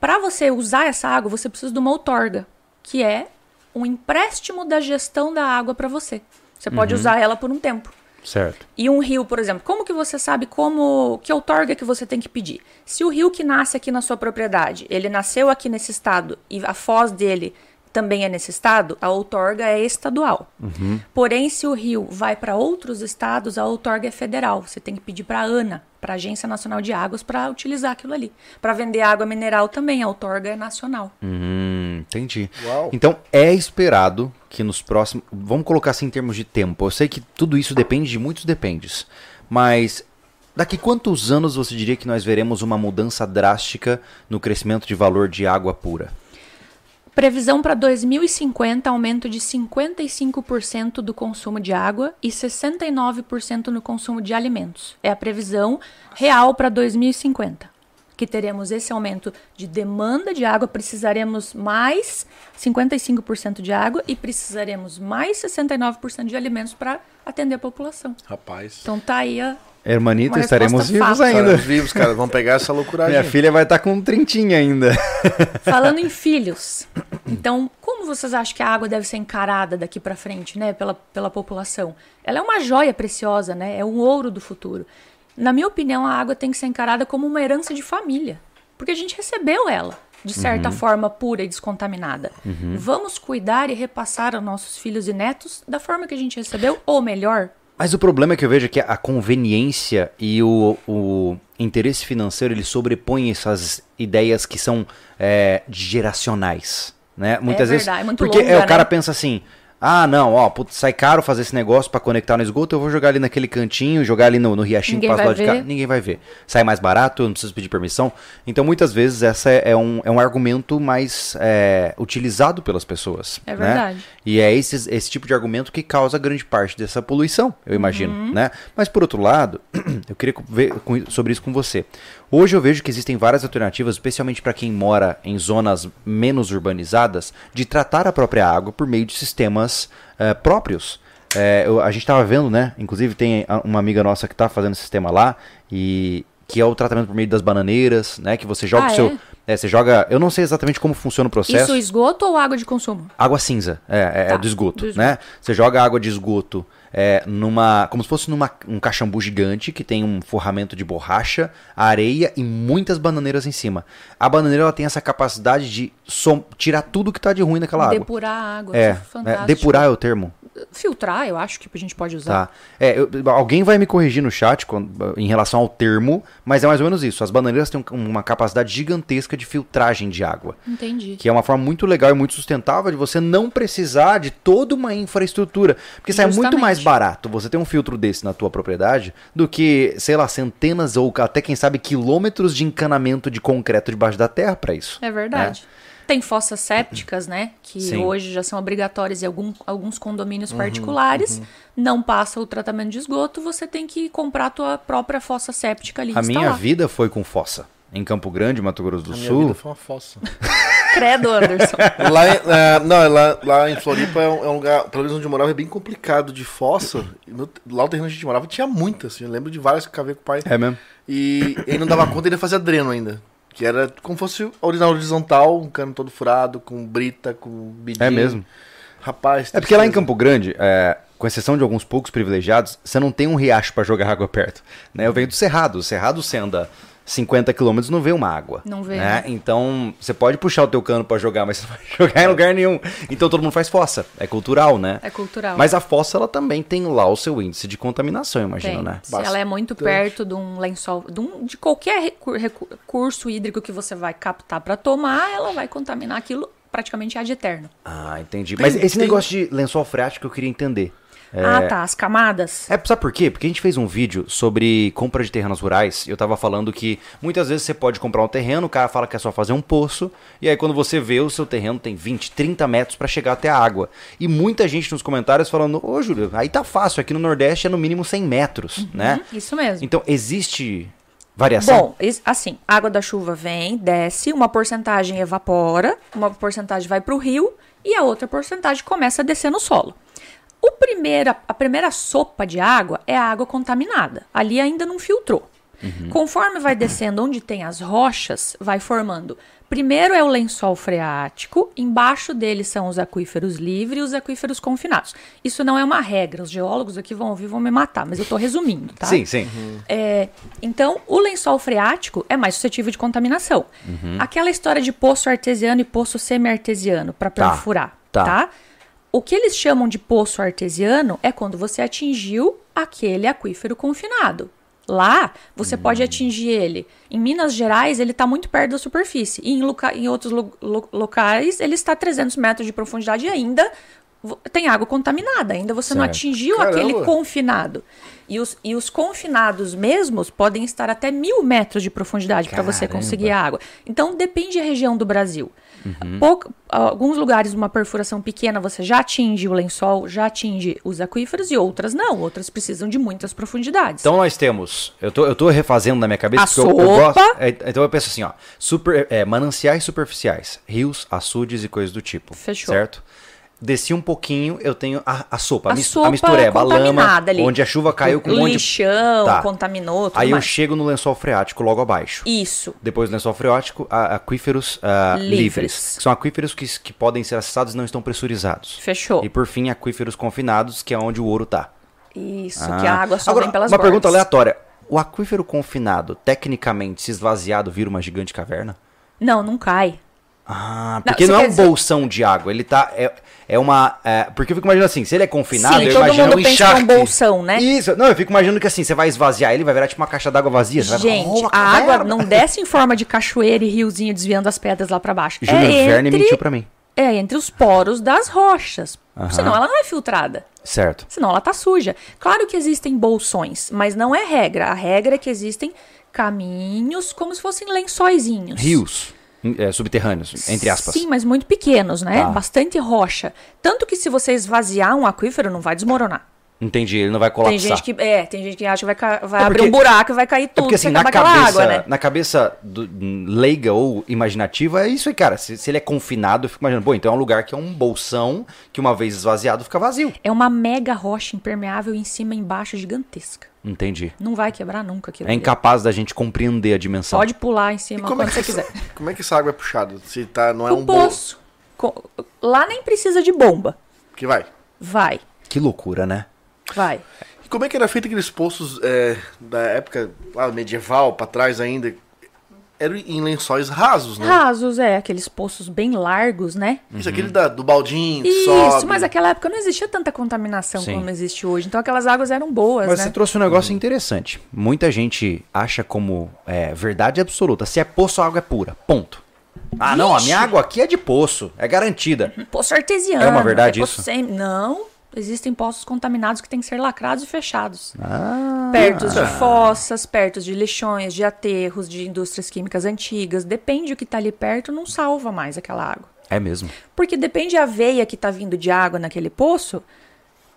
Speaker 3: Para você usar essa água, você precisa de uma outorga, que é um empréstimo da gestão da água para você. Você pode usar ela por um tempo.
Speaker 1: Certo.
Speaker 3: E um rio, por exemplo, como que você sabe como que outorga que você tem que pedir? Se o rio que nasce aqui na sua propriedade, ele nasceu aqui nesse estado e a foz dele também é nesse estado, a outorga é estadual. Porém, se o rio vai para outros estados, a outorga é federal. Você tem que pedir para a ANA, para a Agência Nacional de Águas, para utilizar aquilo ali. Para vender água mineral também, a outorga é nacional.
Speaker 1: Hum, entendi.
Speaker 2: Uau.
Speaker 1: Então é esperado que nos próximos. Vamos colocar assim em termos de tempo. Eu sei que tudo isso depende de muitos dependes. Mas daqui quantos anos você diria que nós veremos uma mudança drástica no crescimento de valor de água pura?
Speaker 3: Previsão para 2050, aumento de 55% do consumo de água e 69% no consumo de alimentos. É a previsão real para 2050. Que teremos esse aumento de demanda de água, precisaremos mais 55% de água e precisaremos mais 69% de alimentos para atender a população.
Speaker 2: Rapaz.
Speaker 3: Então tá aí a.
Speaker 1: Hermanita,
Speaker 3: Uma
Speaker 1: estaremos
Speaker 3: resposta
Speaker 1: vivos
Speaker 3: fácil.
Speaker 1: ainda.
Speaker 2: Estaremos vivos, cara. Vamos pegar essa loucura
Speaker 1: Minha filha vai estar com um trintinho ainda.
Speaker 3: Falando em filhos, então como vocês acham que a água deve ser encarada daqui pra frente, né, pela, pela população? Ela é uma joia preciosa, né? É um ouro do futuro. Na minha opinião, a água tem que ser encarada como uma herança de família, porque a gente recebeu ela de certa
Speaker 1: Uhum.
Speaker 3: forma pura e descontaminada. Vamos cuidar e repassar aos nossos filhos e netos da forma que a gente recebeu, ou melhor,
Speaker 1: Mas o problema que eu vejo é que a conveniência e o, o interesse financeiro ele sobrepõe essas ideias que são é, geracionais, né? Muitas vezes
Speaker 3: verdade, muito
Speaker 1: porque
Speaker 3: longa,
Speaker 1: é, o cara
Speaker 3: né?
Speaker 1: pensa assim. Ah, não, ó, putz, sai caro fazer esse negócio pra conectar no esgoto, eu vou jogar ali naquele cantinho, jogar ali no, no riachinho que
Speaker 3: Ninguém
Speaker 1: passa do lado
Speaker 3: vai
Speaker 1: de cá,
Speaker 3: ver.
Speaker 1: ninguém vai ver. Sai mais barato, eu não preciso pedir permissão. Então, muitas vezes, essa é, é um, é um argumento mais é, utilizado pelas pessoas.
Speaker 3: É
Speaker 1: né?
Speaker 3: verdade.
Speaker 1: E é esse, esse tipo de argumento que causa grande parte dessa poluição, eu imagino,
Speaker 3: Uhum.
Speaker 1: né? Mas por outro lado, <clears throat> eu queria co- ver com- sobre isso com você. Hoje eu vejo que existem várias alternativas, especialmente para quem mora em zonas menos urbanizadas, de tratar a própria água por meio de sistemas eh, próprios. Eh, eu- a gente estava vendo, né? Inclusive tem a- uma amiga nossa que está fazendo esse sistema lá e que é o tratamento por meio das bananeiras, né? Que você joga
Speaker 3: Ah,
Speaker 1: o seu, é, você joga. Eu não sei exatamente como funciona o processo.
Speaker 3: Isso é esgoto ou água de consumo?
Speaker 1: Água cinza, é, é,
Speaker 3: Tá,
Speaker 1: do, esgoto,
Speaker 3: do esgoto.
Speaker 1: né? Você joga água de esgoto é, numa. como se fosse numa, um caxambu gigante que tem um forramento de borracha, areia e muitas bananeiras em cima. A bananeira ela tem essa capacidade de som- tirar tudo que tá de ruim naquela água.
Speaker 3: Depurar a água.
Speaker 1: É,
Speaker 3: isso
Speaker 1: é,
Speaker 3: fantástico.
Speaker 1: depurar é o termo.
Speaker 3: Filtrar, eu acho que a gente pode usar.
Speaker 1: Tá. É, eu- alguém vai me corrigir no chat quando- em relação ao termo, mas é mais ou menos isso. As bananeiras têm um- uma capacidade gigantesca de filtragem de água.
Speaker 3: Entendi.
Speaker 1: Que é uma forma muito legal e muito sustentável de você não precisar de toda uma infraestrutura. Porque sai muito
Speaker 3: Justamente.
Speaker 1: mais barato você ter um filtro desse na tua propriedade do que, sei lá, centenas ou até quem sabe quilômetros de encanamento de concreto debaixo da terra pra isso.
Speaker 3: É verdade. Tem fossas sépticas, né? Que
Speaker 1: Sim. Uhum,
Speaker 3: hoje já são obrigatórias em algum- alguns condomínios particulares. Não passa o tratamento de esgoto, você tem que comprar a tua própria fossa séptica ali. e
Speaker 1: A minha
Speaker 3: instalar.
Speaker 1: vida foi com fossa. Em Campo Grande, Mato Grosso do
Speaker 2: A minha
Speaker 1: Sul.
Speaker 2: vida foi uma fossa.
Speaker 3: Credo, Anderson.
Speaker 2: lá, em, é, não, lá, lá em Floripa é um, é um lugar, pelo menos onde eu morava, é bem complicado de fossa. E no- lá o terreno onde a gente morava tinha muitas. Assim, eu lembro de várias que eu cavei com o pai.
Speaker 1: É mesmo?
Speaker 2: E ele não dava conta, ele fazia dreno ainda. Que era como fosse na horizontal, um cano todo furado, com brita, com bidinho.
Speaker 1: É mesmo.
Speaker 2: Rapaz.
Speaker 1: É porque lá em
Speaker 2: tristeza.
Speaker 1: Campo Grande, é, com exceção de alguns poucos privilegiados, você não tem um riacho pra jogar água perto. né? Eu venho do Cerrado. O Cerrado você anda 50 quilômetros não vê uma água.
Speaker 3: Não vê,
Speaker 1: né?
Speaker 3: né?
Speaker 1: Então, você pode puxar o teu cano pra jogar, mas você não <laughs> vai jogar em lugar nenhum. Então todo mundo faz fossa. É cultural, né?
Speaker 3: É cultural.
Speaker 1: Mas a fossa, ela também tem lá o seu índice de contaminação, eu <laughs> imagino,
Speaker 3: Tem.
Speaker 1: né?
Speaker 3: Se ela é muito perto de um lençol, de, um- de qualquer recu- recu- recurso hídrico que você vai captar pra tomar, ela vai contaminar aquilo praticamente ad eterno.
Speaker 1: Ah, entendi. mas esse
Speaker 2: tem-
Speaker 1: negócio de lençol freático eu queria entender.
Speaker 3: Ah, tá. As camadas.
Speaker 1: É, sabe por quê? Porque a gente fez um vídeo sobre compra de terrenos rurais. e Eu tava falando que muitas vezes você pode comprar um terreno, o cara fala que é só fazer um poço, e aí quando você vê, o seu terreno tem 20, 30 metros pra chegar até a água. E muita gente nos comentários falando: Ô, Júlio, aí tá fácil, aqui no Nordeste é no mínimo 100 metros, né?
Speaker 3: Uhum, Isso mesmo.
Speaker 1: Então existe variação?
Speaker 3: Bom, es- assim, a água da chuva vem, desce, uma porcentagem evapora, uma porcentagem vai para o rio e a outra porcentagem começa a descer no solo. O primeira, a primeira sopa de água é a água contaminada. Ali ainda não filtrou.
Speaker 1: Uhum.
Speaker 3: Conforme vai descendo onde tem as rochas, vai formando. Primeiro é o lençol freático, embaixo dele são os aquíferos livres e os aquíferos confinados. Isso não é uma regra, os geólogos aqui vão ouvir e vão me matar, mas eu estou resumindo, tá?
Speaker 1: Sim, sim.
Speaker 3: É, então, o lençol freático é mais suscetível de contaminação.
Speaker 1: Uhum.
Speaker 3: Aquela história de poço artesiano e poço semi-artesiano para
Speaker 1: Tá,
Speaker 3: perfurar,
Speaker 1: tá.
Speaker 3: tá. O que eles chamam de poço artesiano é quando você atingiu aquele aquífero confinado. Lá, você pode
Speaker 1: Hum.
Speaker 3: atingir ele. Em Minas Gerais, ele está muito perto da superfície. E em, loca- em outros lo- lo- locais, ele está a 300 metros de profundidade e ainda vo- tem água contaminada. Ainda você não
Speaker 1: Certo.
Speaker 3: atingiu
Speaker 2: Caramba.
Speaker 3: aquele confinado. E os, e os confinados mesmos podem estar até mil metros de profundidade para você
Speaker 1: Caramba.
Speaker 3: conseguir a água. Então depende da região do Brasil.
Speaker 1: Uhum.
Speaker 3: Pouca- alguns lugares, uma perfuração pequena, você já atinge o lençol, já atinge os aquíferos, e outras não. Outras precisam de muitas profundidades.
Speaker 1: Então nós temos. Eu tô, eu tô refazendo na minha cabeça
Speaker 3: A
Speaker 1: porque eu, eu
Speaker 3: sopa.
Speaker 1: gosto. é, então eu penso assim, ó. Super, é, mananciais superficiais, rios, açudes e coisas do tipo.
Speaker 3: Fechou.
Speaker 1: Certo? Desci um pouquinho, eu tenho a, a sopa, a,
Speaker 3: A
Speaker 1: mis- a
Speaker 3: sopa
Speaker 1: mistureba, a lama,
Speaker 3: contaminada ali.
Speaker 1: onde a chuva caiu com um monte de-
Speaker 3: Lixão,
Speaker 1: Tá.
Speaker 3: contaminou, tudo
Speaker 1: Aí eu
Speaker 3: mais.
Speaker 1: chego no lençol freático logo abaixo.
Speaker 3: Isso.
Speaker 1: Depois do lençol freático, a- aquíferos ah, livres.
Speaker 3: Livres.
Speaker 1: que são aquíferos que, que podem ser acessados e não estão pressurizados.
Speaker 3: Fechou.
Speaker 1: E por fim, aquíferos confinados, que é onde o ouro tá.
Speaker 3: Isso,
Speaker 1: Ah.
Speaker 3: que a água só
Speaker 1: Agora,
Speaker 3: vem pelas
Speaker 1: Uma pergunta
Speaker 3: bordas.
Speaker 1: aleatória. O aquífero confinado, tecnicamente, se esvaziado, vira uma gigante caverna?
Speaker 3: Não, não cai.
Speaker 1: Ah, porque
Speaker 3: você
Speaker 1: não, é
Speaker 3: quer
Speaker 1: um
Speaker 3: dizer-
Speaker 1: bolsão de água, ele tá. É, é uma. é, porque eu fico imaginando assim, se ele é confinado,
Speaker 3: Sim,
Speaker 1: eu
Speaker 3: todo
Speaker 1: imagino
Speaker 3: mundo
Speaker 1: um
Speaker 3: pensa que é um
Speaker 1: encharque.
Speaker 3: bolsão, né?
Speaker 1: Isso, não, eu fico imaginando que assim, você vai esvaziar ele, vai virar tipo uma caixa d'água vazia. Você vai
Speaker 3: Gente,
Speaker 1: falar, "Oh,
Speaker 3: a
Speaker 1: merda."
Speaker 3: água não desce em forma de cachoeira e riozinho desviando as pedras lá pra baixo.
Speaker 1: Júlia
Speaker 3: é
Speaker 1: Verne
Speaker 3: entre,
Speaker 1: mentiu pra mim.
Speaker 3: É entre os poros das rochas.
Speaker 1: Aham.
Speaker 3: Senão ela não é filtrada.
Speaker 1: Certo.
Speaker 3: Senão ela tá suja. Claro que existem bolsões, mas não é regra. A regra é que existem caminhos como se fossem lençóizinhos.
Speaker 1: Rios é, subterrâneos, entre aspas.
Speaker 3: Sim, mas muito pequenos, né?
Speaker 1: Tá.
Speaker 3: Bastante rocha. Tanto que se você esvaziar um aquífero, não vai desmoronar.
Speaker 1: Entendi, ele não vai colapsar.
Speaker 3: Tem gente que, é, tem gente que acha que vai, ca- vai
Speaker 1: É
Speaker 3: abrir
Speaker 1: porque-
Speaker 3: um buraco e vai cair
Speaker 1: É
Speaker 3: tudo,
Speaker 1: porque assim,
Speaker 3: vai
Speaker 1: na
Speaker 3: acabar com aquela
Speaker 1: cabeça,
Speaker 3: água, né?
Speaker 1: na cabeça do- hum, leiga ou imaginativa, é isso aí, cara. Se, se ele é confinado, eu fico imaginando, pô, então é um lugar que é um bolsão que uma vez esvaziado fica vazio.
Speaker 3: É uma mega rocha impermeável em cima e embaixo gigantesca.
Speaker 1: Entendi.
Speaker 3: Não vai quebrar nunca aquilo.
Speaker 1: É
Speaker 3: ali.
Speaker 1: incapaz da gente compreender a dimensão.
Speaker 3: Pode pular em cima
Speaker 2: Como é,
Speaker 3: quando
Speaker 2: que
Speaker 3: você
Speaker 2: essa,
Speaker 3: quiser.
Speaker 2: como é que essa água é puxada? Se tá, não é
Speaker 3: o
Speaker 2: um bolso.
Speaker 3: poço. co- Lá nem precisa de bomba.
Speaker 2: Que vai.
Speaker 3: Vai,
Speaker 1: Que loucura, né?
Speaker 3: vai.
Speaker 2: E como é que era feito aqueles poços é, da época lá, medieval, pra trás ainda? Eram em lençóis rasos, né?
Speaker 3: Rasos, é, aqueles poços bem largos, né?
Speaker 2: Isso, aquele da- do baldinho, que
Speaker 3: Isso,
Speaker 2: sobe.
Speaker 3: mas é naquela época não existia tanta contaminação
Speaker 1: Sim.
Speaker 3: como existe hoje. Então aquelas águas eram boas,
Speaker 1: Mas
Speaker 3: né?
Speaker 1: você trouxe um negócio interessante. Muita gente acha como é, verdade absoluta. Se é poço, a água é pura. Ponto. Ah, não, a minha
Speaker 3: Ixi.
Speaker 1: água aqui é de poço. É garantida.
Speaker 3: Poço artesiano.
Speaker 1: É uma verdade
Speaker 3: poço
Speaker 1: isso?
Speaker 3: né? sem- Não, existem poços contaminados que têm que ser lacrados e fechados.
Speaker 1: Ah,
Speaker 3: Perto de fossas, perto de lixões, de aterros, de indústrias químicas antigas. Depende o que está ali perto, não salva mais aquela água.
Speaker 1: é mesmo.
Speaker 3: Porque depende a veia que está vindo de água naquele poço,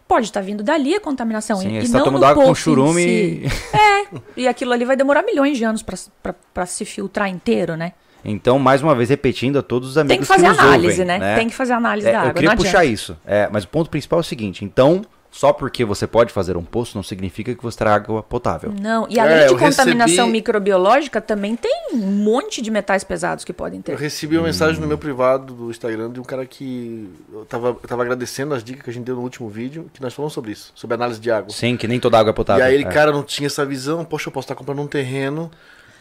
Speaker 3: pode estar vindo dali a contaminação.
Speaker 1: Sim,
Speaker 3: e,
Speaker 1: aí
Speaker 3: e
Speaker 1: você tá
Speaker 3: não
Speaker 1: tomando
Speaker 3: no
Speaker 1: água com
Speaker 3: poço em
Speaker 1: churume
Speaker 3: si. É, e aquilo ali vai demorar milhões de anos para se filtrar inteiro, né?
Speaker 1: Então, mais uma vez, repetindo a todos os amigos
Speaker 3: Tem que fazer
Speaker 1: nos
Speaker 3: análise,
Speaker 1: ouvem,
Speaker 3: né? Tem que fazer análise
Speaker 1: É,
Speaker 3: da
Speaker 1: Eu
Speaker 3: água.
Speaker 1: queria
Speaker 3: não
Speaker 1: puxar
Speaker 3: adianta.
Speaker 1: isso. É, mas o ponto principal é o seguinte. Então, só porque você pode fazer um poço, não significa que você terá água potável.
Speaker 3: Não, e além
Speaker 2: É,
Speaker 3: de
Speaker 2: eu
Speaker 3: contaminação
Speaker 2: recebi-
Speaker 3: microbiológica, também tem um monte de metais pesados que podem
Speaker 2: Eu
Speaker 3: ter.
Speaker 2: recebi uma mensagem no meu privado do Instagram de um cara que eu tava, eu tava agradecendo as dicas que a gente deu no último vídeo, que nós falamos sobre isso, sobre análise de água.
Speaker 1: Sim, que nem toda água é potável.
Speaker 2: e aí ele,
Speaker 1: É.
Speaker 2: cara, não tinha essa visão, poxa, eu posso estar comprando um terreno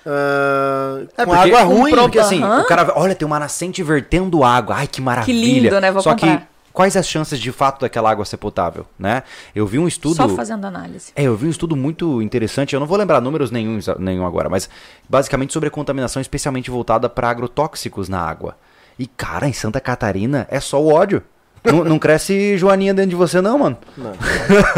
Speaker 2: ah,
Speaker 1: É
Speaker 2: com
Speaker 1: porque,
Speaker 2: água ruim.
Speaker 1: Porque assim,
Speaker 3: Aham.
Speaker 1: o cara, olha, tem uma nascente vertendo água. Ai, que maravilha.
Speaker 3: lindo, né? Vou
Speaker 1: Só
Speaker 3: comprar.
Speaker 1: que quais as chances de fato daquela água ser potável, né? Eu vi um estudo
Speaker 3: Só
Speaker 1: <laughs>
Speaker 3: fazendo análise.
Speaker 1: é, eu vi um estudo muito interessante, eu não vou lembrar números nenhum, nenhum agora, mas basicamente sobre a contaminação especialmente voltada para agrotóxicos na água. E cara, em Santa Catarina é só o ódio. não, não cresce joaninha dentro de você não, mano. <laughs>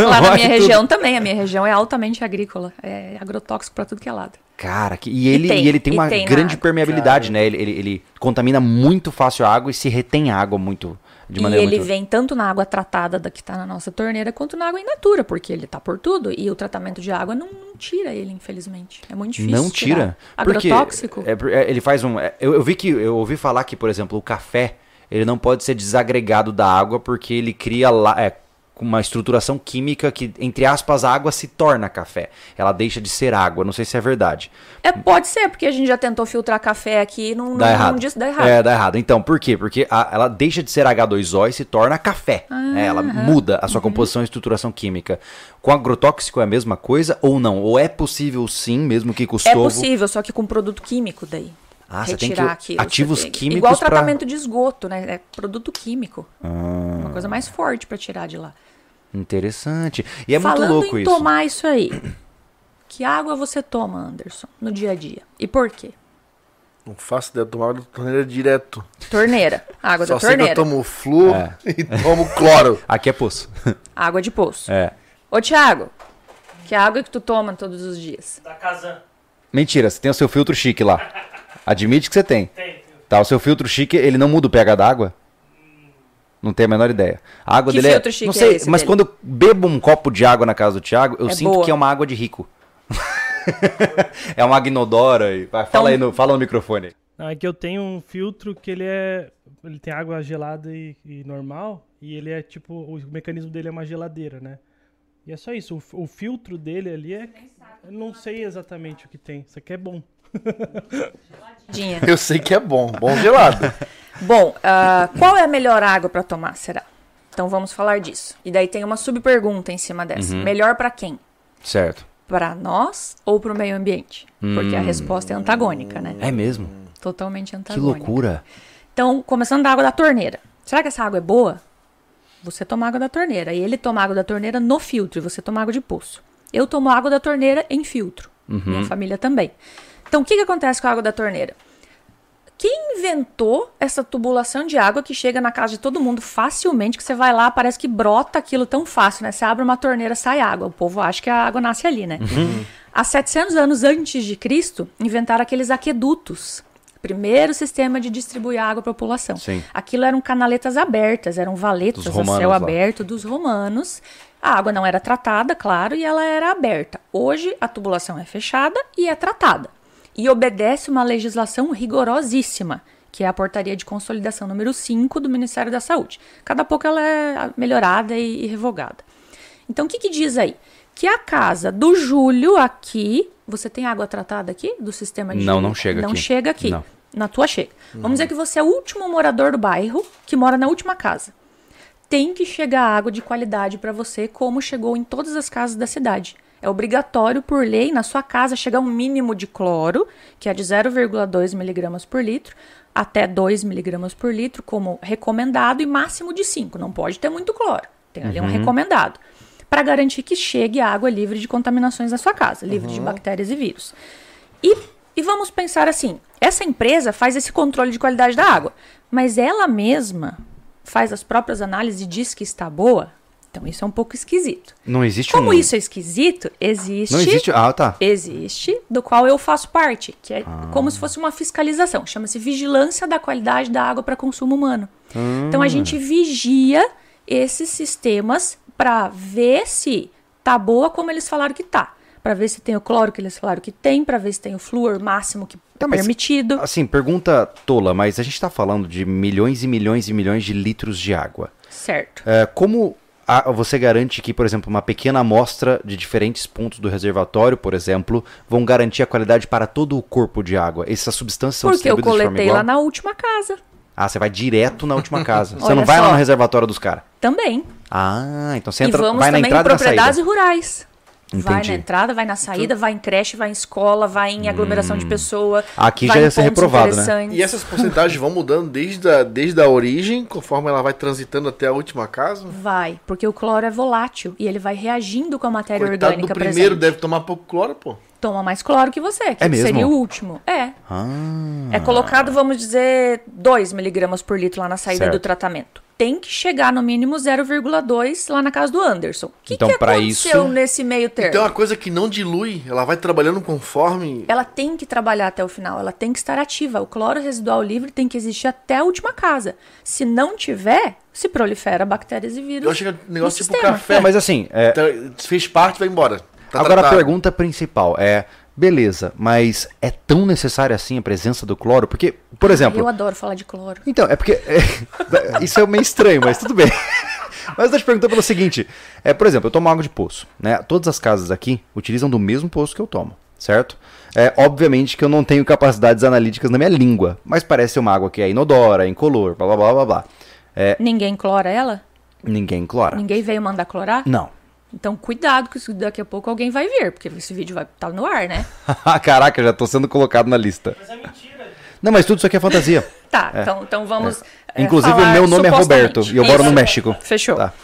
Speaker 3: Lá na
Speaker 1: Olha
Speaker 3: minha
Speaker 1: tudo.
Speaker 3: região também. A minha região é altamente agrícola. É agrotóxico pra tudo que é lado.
Speaker 1: Cara, que, e, ele, e,
Speaker 3: tem,
Speaker 1: ele tem
Speaker 3: e
Speaker 1: uma
Speaker 3: tem na
Speaker 1: grande
Speaker 3: água.
Speaker 1: permeabilidade, né? Ele, ele, ele contamina muito fácil a água e se retém a água muito, de
Speaker 3: e
Speaker 1: maneira
Speaker 3: ele
Speaker 1: muito...
Speaker 3: vem tanto na água tratada da que tá na nossa torneira, quanto na água in natura, porque ele tá por tudo. E o tratamento de água não, não tira ele, infelizmente. É muito difícil.
Speaker 1: Não tira.
Speaker 3: Tirar.
Speaker 1: Porque
Speaker 3: Agrotóxico?
Speaker 1: é por- é, ele faz um. é, Eu, eu vi que eu ouvi falar que, por exemplo, o café ele não pode ser desagregado da água porque ele cria lá é, uma estruturação química que, entre aspas, a água se torna café. Ela deixa de ser água. Não sei se é verdade.
Speaker 3: É, pode ser, porque a gente já tentou filtrar café aqui e não,
Speaker 1: Dá
Speaker 3: não,
Speaker 1: errado.
Speaker 3: não diz dá errado.
Speaker 1: É, dá errado. Então, por quê? Porque a- ela deixa de ser H2O e se torna café. né?
Speaker 3: Ah,
Speaker 1: Ela muda a
Speaker 3: uhum.
Speaker 1: sua composição e estruturação química. Com agrotóxico é a mesma coisa ou não? Ou é possível sim, mesmo que
Speaker 3: É
Speaker 1: custoso?
Speaker 3: possível, só que com produto químico daí.
Speaker 1: Ah, você
Speaker 3: retirar
Speaker 1: tem que-
Speaker 3: aquilo,
Speaker 1: ativos
Speaker 3: tem que-
Speaker 1: químicos
Speaker 3: Igual
Speaker 1: pra- Ah.
Speaker 3: tratamento de esgoto, né? É produto químico. Uma coisa mais forte pra tirar de lá.
Speaker 1: Interessante. E é
Speaker 3: Falando
Speaker 1: muito louco
Speaker 3: em
Speaker 1: isso.
Speaker 3: tomar isso aí. <clears throat> Que água você toma, Anderson, no dia a dia? E por quê?
Speaker 2: Não faço ideia, eu tomava torneira direto.
Speaker 3: Torneira. Água
Speaker 2: Só
Speaker 3: da
Speaker 2: sei que eu
Speaker 3: é torneira.
Speaker 2: tomo flu
Speaker 1: É.
Speaker 2: <laughs> e tomo cloro.
Speaker 1: Aqui é poço. <laughs>
Speaker 3: Água de poço.
Speaker 1: É.
Speaker 3: Ô, Thiago, que é água que tu toma todos os dias?
Speaker 4: Da Kazan.
Speaker 1: Mentira, você tem o seu filtro chique lá. Admite que você tem.
Speaker 4: Tem, tem.
Speaker 1: Tá, o seu filtro chique, ele não muda o pH da água? Não tenho a menor ideia. A água
Speaker 3: Que
Speaker 1: dele é.
Speaker 3: filtro chique
Speaker 1: Não sei,
Speaker 3: é esse
Speaker 1: mas
Speaker 3: dele?
Speaker 1: quando eu bebo um copo de água na casa do Thiago, eu
Speaker 3: É
Speaker 1: sinto
Speaker 3: boa.
Speaker 1: que é uma água de rico. <laughs> é uma agnodora. E... Vai, fala aí
Speaker 3: Então-
Speaker 1: no, fala no microfone.
Speaker 4: Não, é que eu tenho um filtro que ele é. Ele tem água gelada e, e normal. E ele é tipo. O mecanismo dele é uma geladeira, né? E é só isso. O, f- o filtro dele ali é. Eu não sei exatamente o que tem. Isso aqui é bom.
Speaker 3: Dinha.
Speaker 2: Eu sei que é bom, bom
Speaker 3: <laughs>
Speaker 2: gelado.
Speaker 3: Bom, ah, qual é a melhor água pra tomar, será? Então vamos falar disso. E daí tem uma subpergunta em cima dessa.
Speaker 1: Uhum.
Speaker 3: Melhor pra quem?
Speaker 1: Certo.
Speaker 3: Pra nós ou pro meio ambiente? Porque a resposta é antagônica, né?
Speaker 1: Hum. É mesmo?
Speaker 3: Totalmente
Speaker 1: Que
Speaker 3: antagônica.
Speaker 1: loucura.
Speaker 3: Tá Então, começando da água da torneira. Será que essa água é boa? Você toma água da torneira. E ele toma água da torneira no filtro e você toma água de poço. Eu tomo água da torneira em filtro. Minha família também. Então, o que, que acontece com a água da torneira? Quem inventou essa tubulação de água que chega na casa de todo mundo facilmente, que você vai lá, parece que brota aquilo tão fácil, né? Você abre uma torneira, sai água. O povo acha que a água nasce ali, né? Há 700 anos antes de Cristo, inventaram aqueles aquedutos. Primeiro sistema de distribuir água para a população.
Speaker 1: Sim.
Speaker 3: Aquilo eram canaletas abertas, eram valetas
Speaker 1: Dos
Speaker 3: a céu
Speaker 1: romanos lá.
Speaker 3: aberto dos romanos. A água não era tratada, claro, e ela era aberta. Hoje a tubulação é fechada e é tratada. E obedece uma legislação rigorosíssima, que é a portaria de consolidação número 5 do Ministério da Saúde. Cada pouco ela é melhorada e, e revogada. Então o que, que diz aí? Que a casa do Júlio aqui, você tem água tratada aqui do sistema de
Speaker 1: Não, não chega
Speaker 3: não
Speaker 1: aqui.
Speaker 3: chega aqui.
Speaker 1: Não.
Speaker 3: Na tua chega. Vamos dizer que você é o último morador do bairro que mora na última casa. Tem que chegar água de qualidade para você, como chegou em todas as casas da cidade. É obrigatório, por lei, na sua casa chegar um mínimo de cloro, que é de 0,2 miligramas por litro, até 2 miligramas por litro, como recomendado, e máximo de 5. Não pode ter muito cloro. Tem ali
Speaker 1: Uhum.
Speaker 3: um recomendado. Para garantir que chegue a água livre de contaminações na sua casa, livre
Speaker 1: Uhum.
Speaker 3: de bactérias e vírus. E, e vamos pensar assim: essa empresa faz esse controle de qualidade da água, mas ela mesma faz as próprias análises e diz que está boa? Então isso é um pouco esquisito.
Speaker 1: Não existe
Speaker 3: Como
Speaker 1: um...
Speaker 3: isso é esquisito, existe.
Speaker 1: Não existe... Ah, tá.
Speaker 3: Existe, do qual eu faço parte, que é
Speaker 1: Ah.
Speaker 3: como se fosse uma fiscalização. Chama-se vigilância da qualidade da água para consumo humano. Então
Speaker 1: Ah.
Speaker 3: a gente vigia esses sistemas para ver se tá boa como eles falaram que tá. Para ver se tem o cloro que eles falaram que tem, para ver se tem o flúor máximo que
Speaker 1: Tá, mas-
Speaker 3: permitido.
Speaker 1: Assim, pergunta tola, mas a gente tá falando de milhões e milhões e milhões de litros de água.
Speaker 3: Certo.
Speaker 1: É, como a- você garante que, por exemplo, uma pequena amostra de diferentes pontos do reservatório, por exemplo, vão garantir a qualidade para todo o corpo de água? Essas substâncias são
Speaker 3: Porque eu
Speaker 1: distribuídas de forma
Speaker 3: coletei
Speaker 1: igual?
Speaker 3: lá na última casa.
Speaker 1: Ah, você vai direto na
Speaker 3: <laughs>
Speaker 1: última casa. você
Speaker 3: Olha
Speaker 1: não vai lá
Speaker 3: só.
Speaker 1: no reservatório dos caras.
Speaker 3: Também.
Speaker 1: Ah, então você
Speaker 3: E
Speaker 1: entra,
Speaker 3: vamos
Speaker 1: vai na
Speaker 3: também em
Speaker 1: entrada e na
Speaker 3: propriedades
Speaker 1: saída.
Speaker 3: rurais. Vai
Speaker 1: Entendi.
Speaker 3: na entrada, vai na saída, vai em creche, vai em escola, vai em aglomeração de pessoa.
Speaker 1: Hum. Aqui
Speaker 3: vai
Speaker 1: já
Speaker 3: em
Speaker 1: ia ser
Speaker 3: pontos
Speaker 1: reprovado, né?
Speaker 3: interessantes.
Speaker 2: E essas porcentagens vão mudando desde a, desde a origem, conforme ela vai transitando até a última casa.
Speaker 3: Vai, porque o cloro é volátil e ele vai reagindo com a matéria
Speaker 2: Coitado do
Speaker 3: orgânica
Speaker 2: primeiro
Speaker 3: presente.
Speaker 2: deve tomar pouco cloro, pô.
Speaker 3: Toma mais cloro que você, que
Speaker 1: É mesmo?
Speaker 3: seria o último. É.
Speaker 1: Ah,
Speaker 3: É colocado, vamos dizer, 2 miligramas por litro lá na saída
Speaker 1: Certo.
Speaker 3: do tratamento. Tem que chegar no mínimo 0,2 lá na casa do Anderson. O que,
Speaker 1: Então,
Speaker 3: que
Speaker 1: pra
Speaker 3: aconteceu
Speaker 1: isso-
Speaker 3: nesse meio termo?
Speaker 2: Então é uma coisa que não dilui, ela vai trabalhando conforme.
Speaker 3: Ela tem que trabalhar até o final, ela tem que estar ativa. O cloro residual livre tem que existir até a última casa. Se não tiver, se prolifera bactérias e vírus.
Speaker 2: Eu acho que é um
Speaker 3: no
Speaker 2: negócio tipo
Speaker 3: sistema.
Speaker 2: café.
Speaker 1: mas assim, é,
Speaker 2: Então, Fez parte, vai embora. Tá
Speaker 1: Agora a
Speaker 2: tratado.
Speaker 1: pergunta principal é, beleza, mas é tão necessária assim a presença do cloro? Porque, por exemplo,
Speaker 3: Ah, Eu adoro falar de cloro.
Speaker 1: então, é porque <laughs> é, isso é meio estranho, mas tudo bem. <laughs> Mas eu tô te perguntando pelo seguinte, é, por exemplo, eu tomo água de poço, né? Todas as casas aqui utilizam do mesmo poço que eu tomo, certo? É, obviamente que eu não tenho capacidades analíticas na minha língua, mas parece ser uma água que é inodora, incolor, blá blá blá blá blá. É.
Speaker 3: Ninguém clora ela?
Speaker 1: Ninguém clora.
Speaker 3: Ninguém veio mandar clorar?
Speaker 1: Não. <laughs>
Speaker 3: Então cuidado, que isso daqui a pouco alguém vai ver, porque esse vídeo vai estar no ar, né?
Speaker 1: Caraca, já tô sendo colocado na lista.
Speaker 4: Mas é mentira.
Speaker 1: Não, mas tudo isso aqui é fantasia.
Speaker 3: Tá, então, então vamos. é,
Speaker 1: Inclusive,
Speaker 3: falar
Speaker 1: o meu nome é
Speaker 3: supostamente.
Speaker 1: Roberto e eu moro no
Speaker 3: Isso.
Speaker 1: México.
Speaker 3: Fechou.
Speaker 1: Tá.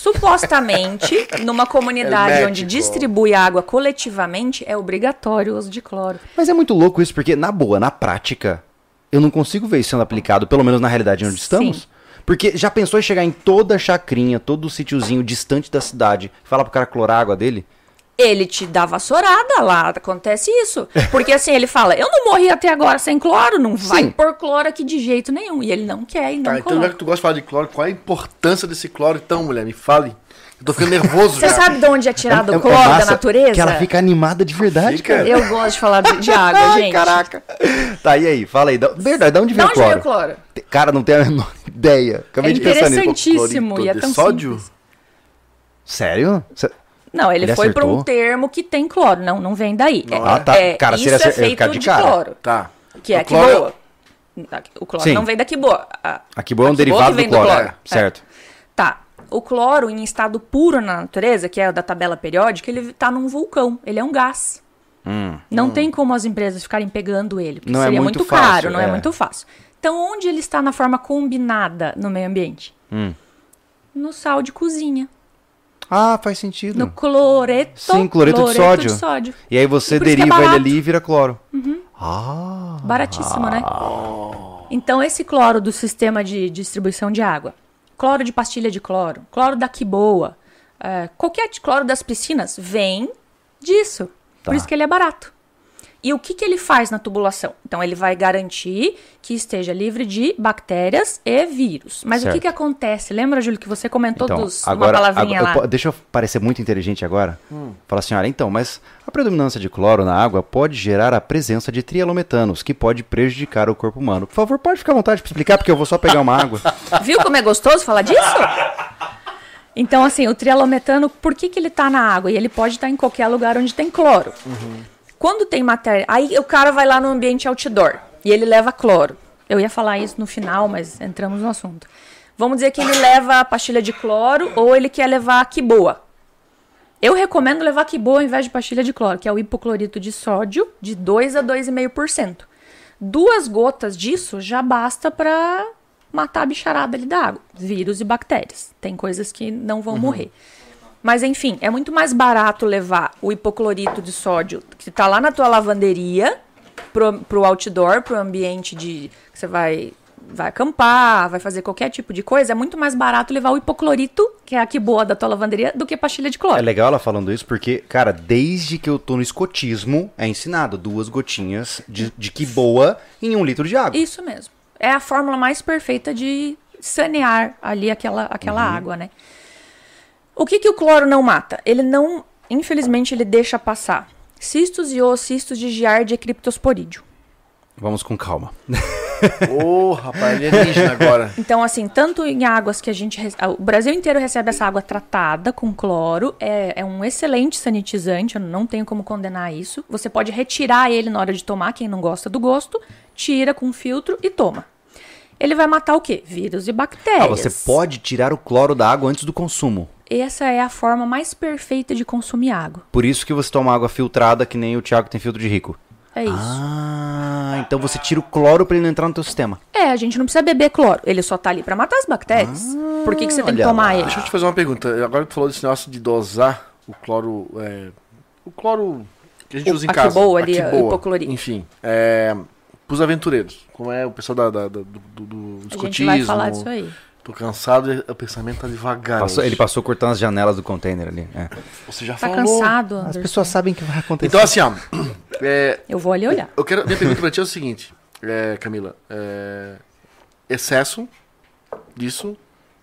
Speaker 1: <laughs>
Speaker 3: Supostamente, numa comunidade
Speaker 2: É
Speaker 3: onde
Speaker 2: médico.
Speaker 3: distribui água coletivamente, é obrigatório o uso de cloro.
Speaker 1: Mas é muito louco isso, porque na boa, na prática, eu não consigo ver isso sendo aplicado, pelo menos na realidade onde
Speaker 3: Sim.
Speaker 1: estamos. Porque já pensou em chegar em toda chacrinha, todo sítiozinho distante da cidade, falar pro cara clorar a água dele?
Speaker 3: Ele te dá vassourada lá, acontece
Speaker 1: <laughs>
Speaker 3: isso. Porque assim, ele fala, eu não morri até agora sem cloro, não vai
Speaker 1: Sim.
Speaker 3: pôr cloro aqui de jeito nenhum. E ele não quer e não
Speaker 2: Tá,
Speaker 3: coloca.
Speaker 2: então já que tu gosta de falar de cloro, qual é a importância desse cloro então, mulher? Me fale. Eu tô ficando nervoso
Speaker 3: Você
Speaker 2: já.
Speaker 3: sabe de onde é tirado
Speaker 1: É- é-
Speaker 3: o cloro
Speaker 1: é massa
Speaker 3: da natureza?
Speaker 1: Que ela fica animada de verdade,
Speaker 2: Fica.
Speaker 1: cara.
Speaker 3: <laughs> Eu gosto de falar
Speaker 1: <laughs>
Speaker 3: de, de água, gente.
Speaker 1: Caraca. Tá, e aí? Fala aí. Da, verdade, da onde
Speaker 3: De
Speaker 1: vem o
Speaker 3: onde
Speaker 1: cloro?
Speaker 3: veio o cloro?
Speaker 1: Te- Cara, não tenho a menor <laughs> ideia. Acabei
Speaker 3: É
Speaker 1: de pensar nisso.
Speaker 3: interessantíssimo e é
Speaker 2: de
Speaker 3: tão
Speaker 2: sódio?
Speaker 3: simples. É.
Speaker 1: Sério? Cê-
Speaker 3: Não, ele,
Speaker 1: Ele
Speaker 3: foi para
Speaker 1: acertou?
Speaker 3: um termo que tem cloro, não, não vem daí. É,
Speaker 1: Ah, tá.
Speaker 3: é,
Speaker 1: Cara, se
Speaker 3: isso
Speaker 1: ele
Speaker 3: é
Speaker 1: acer- eu ia
Speaker 3: feito
Speaker 1: ficar de
Speaker 3: de,
Speaker 1: cara.
Speaker 3: cloro,
Speaker 2: Tá.
Speaker 3: que é
Speaker 2: O
Speaker 3: a
Speaker 2: cloro-
Speaker 3: quiboa. O cloro
Speaker 1: Sim.
Speaker 3: não vem da quiboa. A,
Speaker 1: Aqui bom é um
Speaker 3: a quiboa
Speaker 1: derivado
Speaker 3: que vem
Speaker 1: do cloro. é.
Speaker 3: É.
Speaker 1: Certo.
Speaker 3: Tá. O cloro, em estado puro na natureza, que é o da tabela periódica, ele tá num vulcão. Ele é um gás. Não tem como as empresas ficarem pegando ele, porque
Speaker 1: Hum. Não é
Speaker 3: seria
Speaker 1: muito
Speaker 3: muito,
Speaker 1: fácil,
Speaker 3: caro, não é.
Speaker 1: é.
Speaker 3: muito fácil. Então, onde ele está na forma combinada no meio ambiente?
Speaker 1: Hum.
Speaker 3: No sal de cozinha,
Speaker 1: Ah, faz sentido.
Speaker 3: no cloreto,
Speaker 1: Sim, cloreto de sódio.
Speaker 3: sódio.
Speaker 1: E aí você
Speaker 3: E por isso que é
Speaker 1: deriva ele
Speaker 3: barato.
Speaker 1: ali e vira cloro. Ah.
Speaker 3: Baratíssimo, né? Então, esse cloro do sistema de distribuição de água, cloro de pastilha de cloro, cloro da quiboa, eh, qualquer de cloro das piscinas, vem disso.
Speaker 1: Tá.
Speaker 3: Por isso que ele é barato. E o que, que ele faz na tubulação? Então, ele vai garantir que esteja livre de bactérias e vírus. Mas o
Speaker 1: Certo.
Speaker 3: que, que acontece? Lembra, Júlio, que você comentou
Speaker 1: Então,
Speaker 3: dos,
Speaker 1: agora,
Speaker 3: uma palavrinha
Speaker 1: agora- eu
Speaker 3: lá?
Speaker 1: po- deixa eu parecer muito inteligente agora. Fala, senhora, então, mas a predominância de cloro na água pode gerar a presença de trialometanos, que pode prejudicar o corpo humano. Por favor, pode ficar à vontade para explicar, porque eu vou só pegar uma água.
Speaker 3: Viu como é gostoso falar disso? Então, assim, o trialometano, por que, que ele tá na água? E ele pode estar em qualquer lugar onde tem cloro. Quando tem matéria. Aí o cara vai lá no ambiente outdoor e ele leva cloro. Eu ia falar isso no final, mas entramos no assunto. Vamos dizer que ele leva a pastilha de cloro ou ele quer levar a quiboa. Eu recomendo levar quiboa ao invés de pastilha de cloro, que é o hipoclorito de sódio de 2 a 2,5%. Duas gotas disso já basta para matar a bicharada ali da água, vírus e bactérias. Tem coisas que não vão morrer. Mas enfim, é muito mais barato levar o hipoclorito de sódio que tá lá na tua lavanderia pro, pro outdoor, pro ambiente de que você vai vai acampar, vai fazer qualquer tipo de coisa, é muito mais barato levar o hipoclorito, que é a que boa da tua lavanderia, do que pastilha de
Speaker 1: É
Speaker 3: cloro.
Speaker 1: legal ela falando isso porque, cara, desde que eu tô no escotismo, é ensinado duas gotinhas de, de que boa em um litro de água.
Speaker 3: Isso mesmo. É a fórmula mais perfeita de sanear ali aquela, aquela
Speaker 1: Uhum.
Speaker 3: água, né? O que, que o cloro não mata? Ele não, infelizmente, ele deixa passar cistos e oocistos de giardia e criptosporídeo.
Speaker 1: Vamos com calma.
Speaker 2: é Ô, rapaz, ele é ninja agora.
Speaker 3: Então, assim, tanto em águas que a gente. re- O Brasil inteiro recebe essa água tratada com cloro. É, é um excelente sanitizante, eu não tenho como condenar isso. Você pode retirar ele na hora de tomar, quem não gosta do gosto, tira com filtro e toma. Ele vai matar o quê? Vírus e bactérias.
Speaker 1: Ah, você pode tirar o cloro da água antes do consumo.
Speaker 3: Essa é a forma mais perfeita de consumir água.
Speaker 1: Por isso que você toma água filtrada, que nem o Thiago tem filtro de rico.
Speaker 3: É isso.
Speaker 1: Ah, então você tira o cloro pra ele não entrar no teu sistema.
Speaker 3: É, a gente não precisa beber cloro. Ele só tá ali pra matar as bactérias.
Speaker 2: Ah,
Speaker 3: Por que, que você tem que
Speaker 1: olha
Speaker 3: tomar
Speaker 1: lá.
Speaker 3: ele?
Speaker 2: Deixa eu te fazer uma pergunta. Agora que tu falou desse negócio de dosar o cloro. é, o cloro que a gente
Speaker 3: O-
Speaker 2: usa em
Speaker 3: a
Speaker 2: casa.
Speaker 3: quiboa ali,
Speaker 2: a
Speaker 3: o
Speaker 2: quiboa,
Speaker 3: hipoclorito.
Speaker 2: Enfim. É, pros aventureiros. Como é o pessoal da, da- da- do, do, do
Speaker 3: A
Speaker 2: escotismo.
Speaker 3: gente vai falar disso aí.
Speaker 2: Tô cansado e o pensamento tá devagar.
Speaker 1: Passou-
Speaker 2: hoje.
Speaker 1: ele passou cortando as janelas do container ali. é.
Speaker 2: Você já
Speaker 3: Tá
Speaker 2: falou.
Speaker 3: cansado,
Speaker 1: As
Speaker 3: Anderson?
Speaker 1: pessoas sabem que vai acontecer.
Speaker 2: Então, assim, ó. <clears throat> é,
Speaker 3: Eu vou ali olhar.
Speaker 2: Eu quero, minha pergunta pra ti é o seguinte, é, Camila. é, excesso disso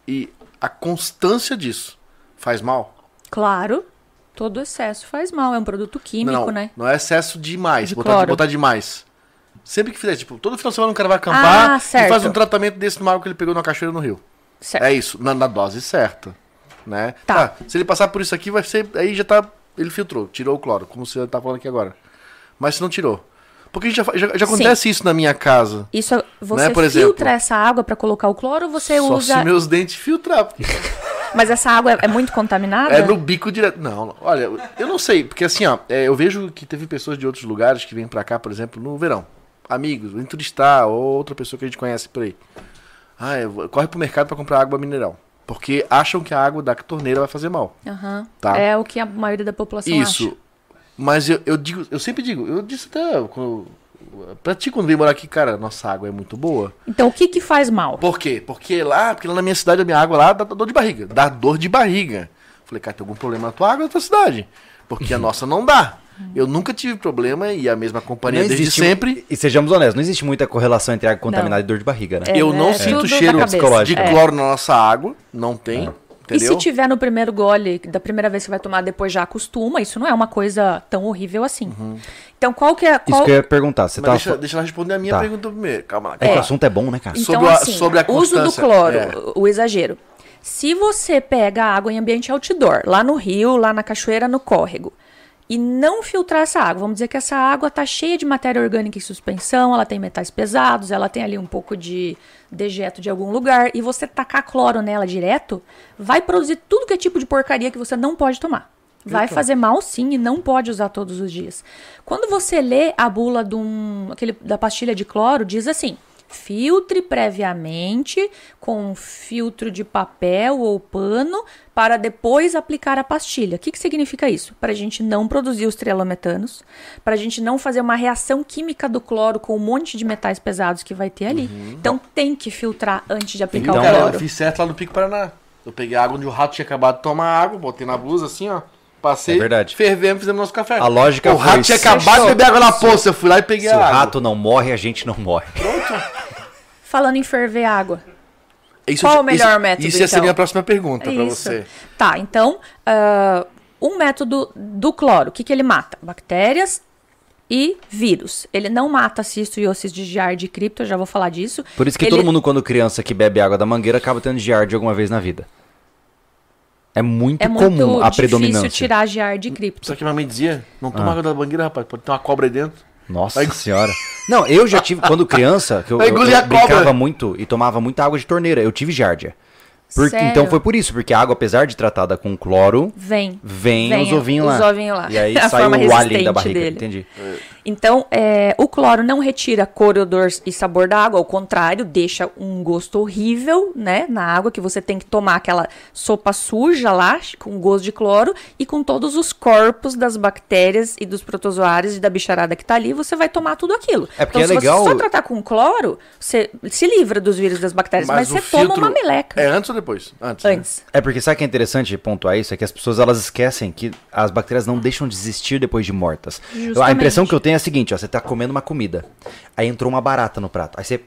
Speaker 2: e a constância disso faz mal?
Speaker 3: Claro, todo excesso faz mal. É um produto químico,
Speaker 2: não,
Speaker 3: né?
Speaker 2: não é excesso demais.
Speaker 3: De
Speaker 2: botar,
Speaker 3: cloro.
Speaker 2: botar demais. Sempre que fizer, tipo, todo final de semana um cara vai acampar
Speaker 3: Ah,
Speaker 2: e faz
Speaker 3: certo.
Speaker 2: um tratamento desse no água que ele pegou na cachoeira no rio.
Speaker 3: Certo.
Speaker 2: É isso, na, na dose certa. Né?
Speaker 3: Tá.
Speaker 2: Se ele passar por isso aqui, vai ser. Aí já tá. Ele filtrou, tirou o cloro, como você tá falando aqui agora. Mas se não tirou. Porque já, já, já acontece isso na minha casa.
Speaker 3: Isso é- você
Speaker 2: Né, por exemplo?
Speaker 3: filtra essa água pra colocar o cloro ou você
Speaker 2: Só
Speaker 3: usa.
Speaker 2: se meus dentes filtrar. porque
Speaker 3: Mas essa água é, é muito contaminada?
Speaker 2: É no bico direto. Não, não. olha, eu não sei, porque assim, ó, é, eu vejo que teve pessoas de outros lugares que vêm pra cá, por exemplo, no verão. Amigos, vem turistar, ou outra pessoa que a gente conhece por aí. Ah, eu vou- corre pro mercado pra comprar água mineral. Porque acham que a água da torneira vai fazer mal.
Speaker 3: Aham.
Speaker 2: Tá.
Speaker 3: É o que a maioria da população
Speaker 2: Isso.
Speaker 3: acha.
Speaker 2: Mas eu, eu digo, eu sempre digo, eu disse até quando, pra ti quando vim morar aqui, cara, nossa água é muito boa.
Speaker 3: Então o que que faz mal?
Speaker 2: Por quê? Porque lá, porque lá na minha cidade, a minha água lá dá dor de barriga. Dá dor de barriga. Falei, cara, tem algum problema na tua água na tua cidade?
Speaker 1: <laughs>
Speaker 2: Porque a nossa não dá. Eu nunca tive problema e a mesma companhia desde
Speaker 1: um-
Speaker 2: sempre.
Speaker 1: E sejamos honestos, não existe muita correlação entre água contaminada e dor de barriga, né?
Speaker 3: É,
Speaker 2: eu
Speaker 3: né?
Speaker 2: não
Speaker 3: É.
Speaker 2: sinto
Speaker 3: Tudo
Speaker 2: cheiro
Speaker 3: na
Speaker 2: de
Speaker 3: cabeça. É.
Speaker 2: cloro na nossa água. Não
Speaker 1: É.
Speaker 2: tem.
Speaker 3: E
Speaker 2: Entendeu?
Speaker 3: se tiver no primeiro gole, da primeira vez que vai tomar, depois já acostuma, isso não é uma coisa tão horrível assim.
Speaker 2: Uhum.
Speaker 3: Então qual que é.
Speaker 1: Isso
Speaker 3: Qual...
Speaker 1: que eu ia perguntar. Você
Speaker 2: Mas
Speaker 1: tava
Speaker 2: deixa,
Speaker 1: fa-
Speaker 2: deixa ela responder a minha
Speaker 1: Tá.
Speaker 2: pergunta primeiro. Calma lá.
Speaker 1: É
Speaker 2: Calma
Speaker 1: que o
Speaker 2: lá.
Speaker 1: assunto é bom, né, cara?
Speaker 3: Então,
Speaker 2: Sobre a-
Speaker 3: assim,
Speaker 2: sobre a
Speaker 3: uso do
Speaker 2: constância,
Speaker 3: cloro,
Speaker 2: é.
Speaker 3: o o exagero. Se você pega a água em ambiente outdoor, lá no rio, lá na cachoeira, no córrego, e não filtrar essa água, vamos dizer que essa água tá cheia de matéria orgânica em suspensão, ela tem metais pesados, ela tem ali um pouco de dejeto de algum lugar, e você tacar cloro nela direto, vai produzir tudo que é tipo de porcaria que você não pode tomar.
Speaker 2: Então.
Speaker 3: Vai fazer mal sim e não pode usar todos os dias. Quando você lê a bula de um- aquele, da pastilha de cloro, diz assim: filtre previamente com um filtro de papel ou pano para depois aplicar a pastilha. O que, que significa isso? Para a gente não produzir os trelometanos, para a gente não fazer uma reação química do cloro com um monte de metais pesados que vai ter ali. Então tem que filtrar antes de aplicar
Speaker 2: Uhum.
Speaker 1: é um
Speaker 2: Então,
Speaker 3: o
Speaker 2: cara,
Speaker 3: cloro.
Speaker 2: eu fiz certo lá no Pico Paraná. Eu peguei a água onde o rato tinha acabado de tomar água, botei na blusa assim, ó. Passei,
Speaker 1: É verdade.
Speaker 2: fervemos, fizemos nosso café.
Speaker 1: A lógica
Speaker 2: O rato
Speaker 1: foi
Speaker 2: tinha
Speaker 1: se-
Speaker 2: acabado de beber água na poça, eu fui lá e peguei
Speaker 1: Se o
Speaker 2: a água.
Speaker 1: rato não morre, a gente não morre.
Speaker 3: Falando em ferver água.
Speaker 2: Isso
Speaker 3: Qual
Speaker 2: eu-
Speaker 3: o melhor
Speaker 2: isso-
Speaker 3: método,
Speaker 2: Isso ia ser
Speaker 3: então?
Speaker 2: minha próxima pergunta pra
Speaker 3: Isso.
Speaker 2: você.
Speaker 3: Tá, então, ah, um método do cloro, o que, que ele mata? Bactérias e vírus. Ele não mata cisto e ossis de giardia e cripto, eu já vou falar disso.
Speaker 1: Por isso que
Speaker 3: Ele-
Speaker 1: todo mundo, quando criança que bebe água da mangueira, acaba tendo giardia alguma vez na vida. É muito
Speaker 3: é muito
Speaker 1: comum a predominância.
Speaker 3: difícil tirar giardia e cripto.
Speaker 2: Só que minha mãe dizia, não
Speaker 1: Ah.
Speaker 2: toma água da bangueira, rapaz, pode ter uma cobra aí dentro.
Speaker 1: Nossa senhora. Não, eu já tive, quando criança, que eu,
Speaker 2: Vai
Speaker 1: eu-
Speaker 2: engolir
Speaker 1: eu
Speaker 2: a cobra.
Speaker 1: brincava muito e tomava muita água de torneira. Eu tive giardia. Por-
Speaker 3: Sério?
Speaker 1: então foi por isso, porque a água, apesar de tratada com cloro,
Speaker 3: Vem.
Speaker 1: vem,
Speaker 3: Vem
Speaker 1: os ovinhos lá.
Speaker 3: os ovinhos lá.
Speaker 1: E aí
Speaker 3: <laughs> A
Speaker 1: sai
Speaker 3: forma
Speaker 1: o alien da
Speaker 3: resistente
Speaker 1: barriga.
Speaker 3: dele.
Speaker 1: Entendi.
Speaker 3: Então, é, o cloro não retira cor, odor e sabor da água, ao contrário, deixa um gosto horrível, né, na água, que você tem que tomar aquela sopa suja lá, com gosto de cloro, e com todos os corpos das bactérias e dos protozoários e da bicharada que tá ali, você vai tomar tudo aquilo.
Speaker 1: É porque
Speaker 3: então,
Speaker 1: é
Speaker 3: se
Speaker 1: legal-
Speaker 3: você só tratar com cloro, você se livra dos vírus e das bactérias, mas, você
Speaker 2: o
Speaker 3: toma
Speaker 2: um filtro-
Speaker 3: uma meleca
Speaker 2: É antes ou depois? Antes. né?
Speaker 3: antes.
Speaker 1: É porque sabe o que é interessante pontuar isso? É que as pessoas elas esquecem que as bactérias não deixam de existir depois de mortas. A
Speaker 3: Justamente.
Speaker 1: impressão que eu tenho é a seguinte, ó, você tá comendo uma comida, aí entrou uma barata no prato, aí você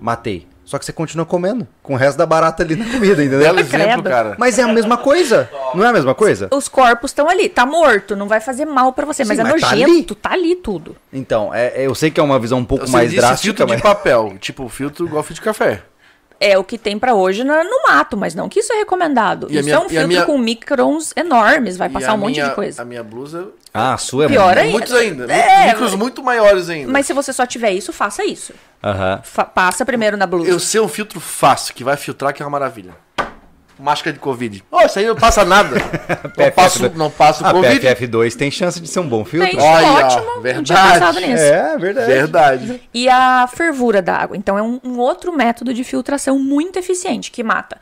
Speaker 1: matei. Só que você continua comendo com o resto da barata ali na comida,
Speaker 3: <laughs>
Speaker 1: entendeu?
Speaker 2: Belo exemplo,
Speaker 3: Credo.
Speaker 2: cara.
Speaker 1: Mas é a mesma coisa, não é a mesma coisa?
Speaker 3: Os corpos estão ali, tá morto, não vai fazer mal pra você,
Speaker 1: Sim,
Speaker 3: mas é
Speaker 1: mas tá ali.
Speaker 3: nojento, tá ali tudo.
Speaker 1: Então, é- é- eu sei que é uma visão um pouco
Speaker 2: Você
Speaker 1: mais
Speaker 2: disse
Speaker 1: drástica,
Speaker 2: filtro
Speaker 1: mas...
Speaker 2: de papel, tipo filtro igual filtro de café.
Speaker 3: É o que tem pra hoje na- no mato, mas não que isso é recomendado.
Speaker 2: E a
Speaker 3: isso
Speaker 2: minha- e
Speaker 3: é
Speaker 2: a
Speaker 3: um filtro
Speaker 2: minha-
Speaker 3: com microns enormes, vai
Speaker 2: E
Speaker 3: passar
Speaker 2: a
Speaker 3: um monte
Speaker 2: minha-
Speaker 3: de coisa.
Speaker 2: A minha blusa,
Speaker 1: Ah, a sua é
Speaker 3: Pior
Speaker 1: muito-
Speaker 3: Aí-
Speaker 2: muitos ainda.
Speaker 3: É,
Speaker 2: micros muito maiores ainda.
Speaker 3: Mas se você só tiver isso, faça isso.
Speaker 1: Aham.
Speaker 3: Fa- passa primeiro na blusa.
Speaker 2: Eu sei um filtro fácil que vai filtrar, que é uma maravilha. Máscara de Covid. Ó, isso aí não passa
Speaker 1: <laughs>
Speaker 2: nada. não
Speaker 1: PFF
Speaker 2: passo,
Speaker 1: do- Ah,
Speaker 2: não passo
Speaker 1: A
Speaker 2: Covid.
Speaker 1: PFF2 tem chance de ser um bom
Speaker 3: Tem,
Speaker 1: filtro?
Speaker 2: é. Olha,
Speaker 3: ótimo, não tinha
Speaker 2: verdade.
Speaker 3: pensado nisso.
Speaker 1: É, verdade.
Speaker 2: Verdade.
Speaker 3: E a fervura da água. Então é um, um outro método de filtração muito eficiente que mata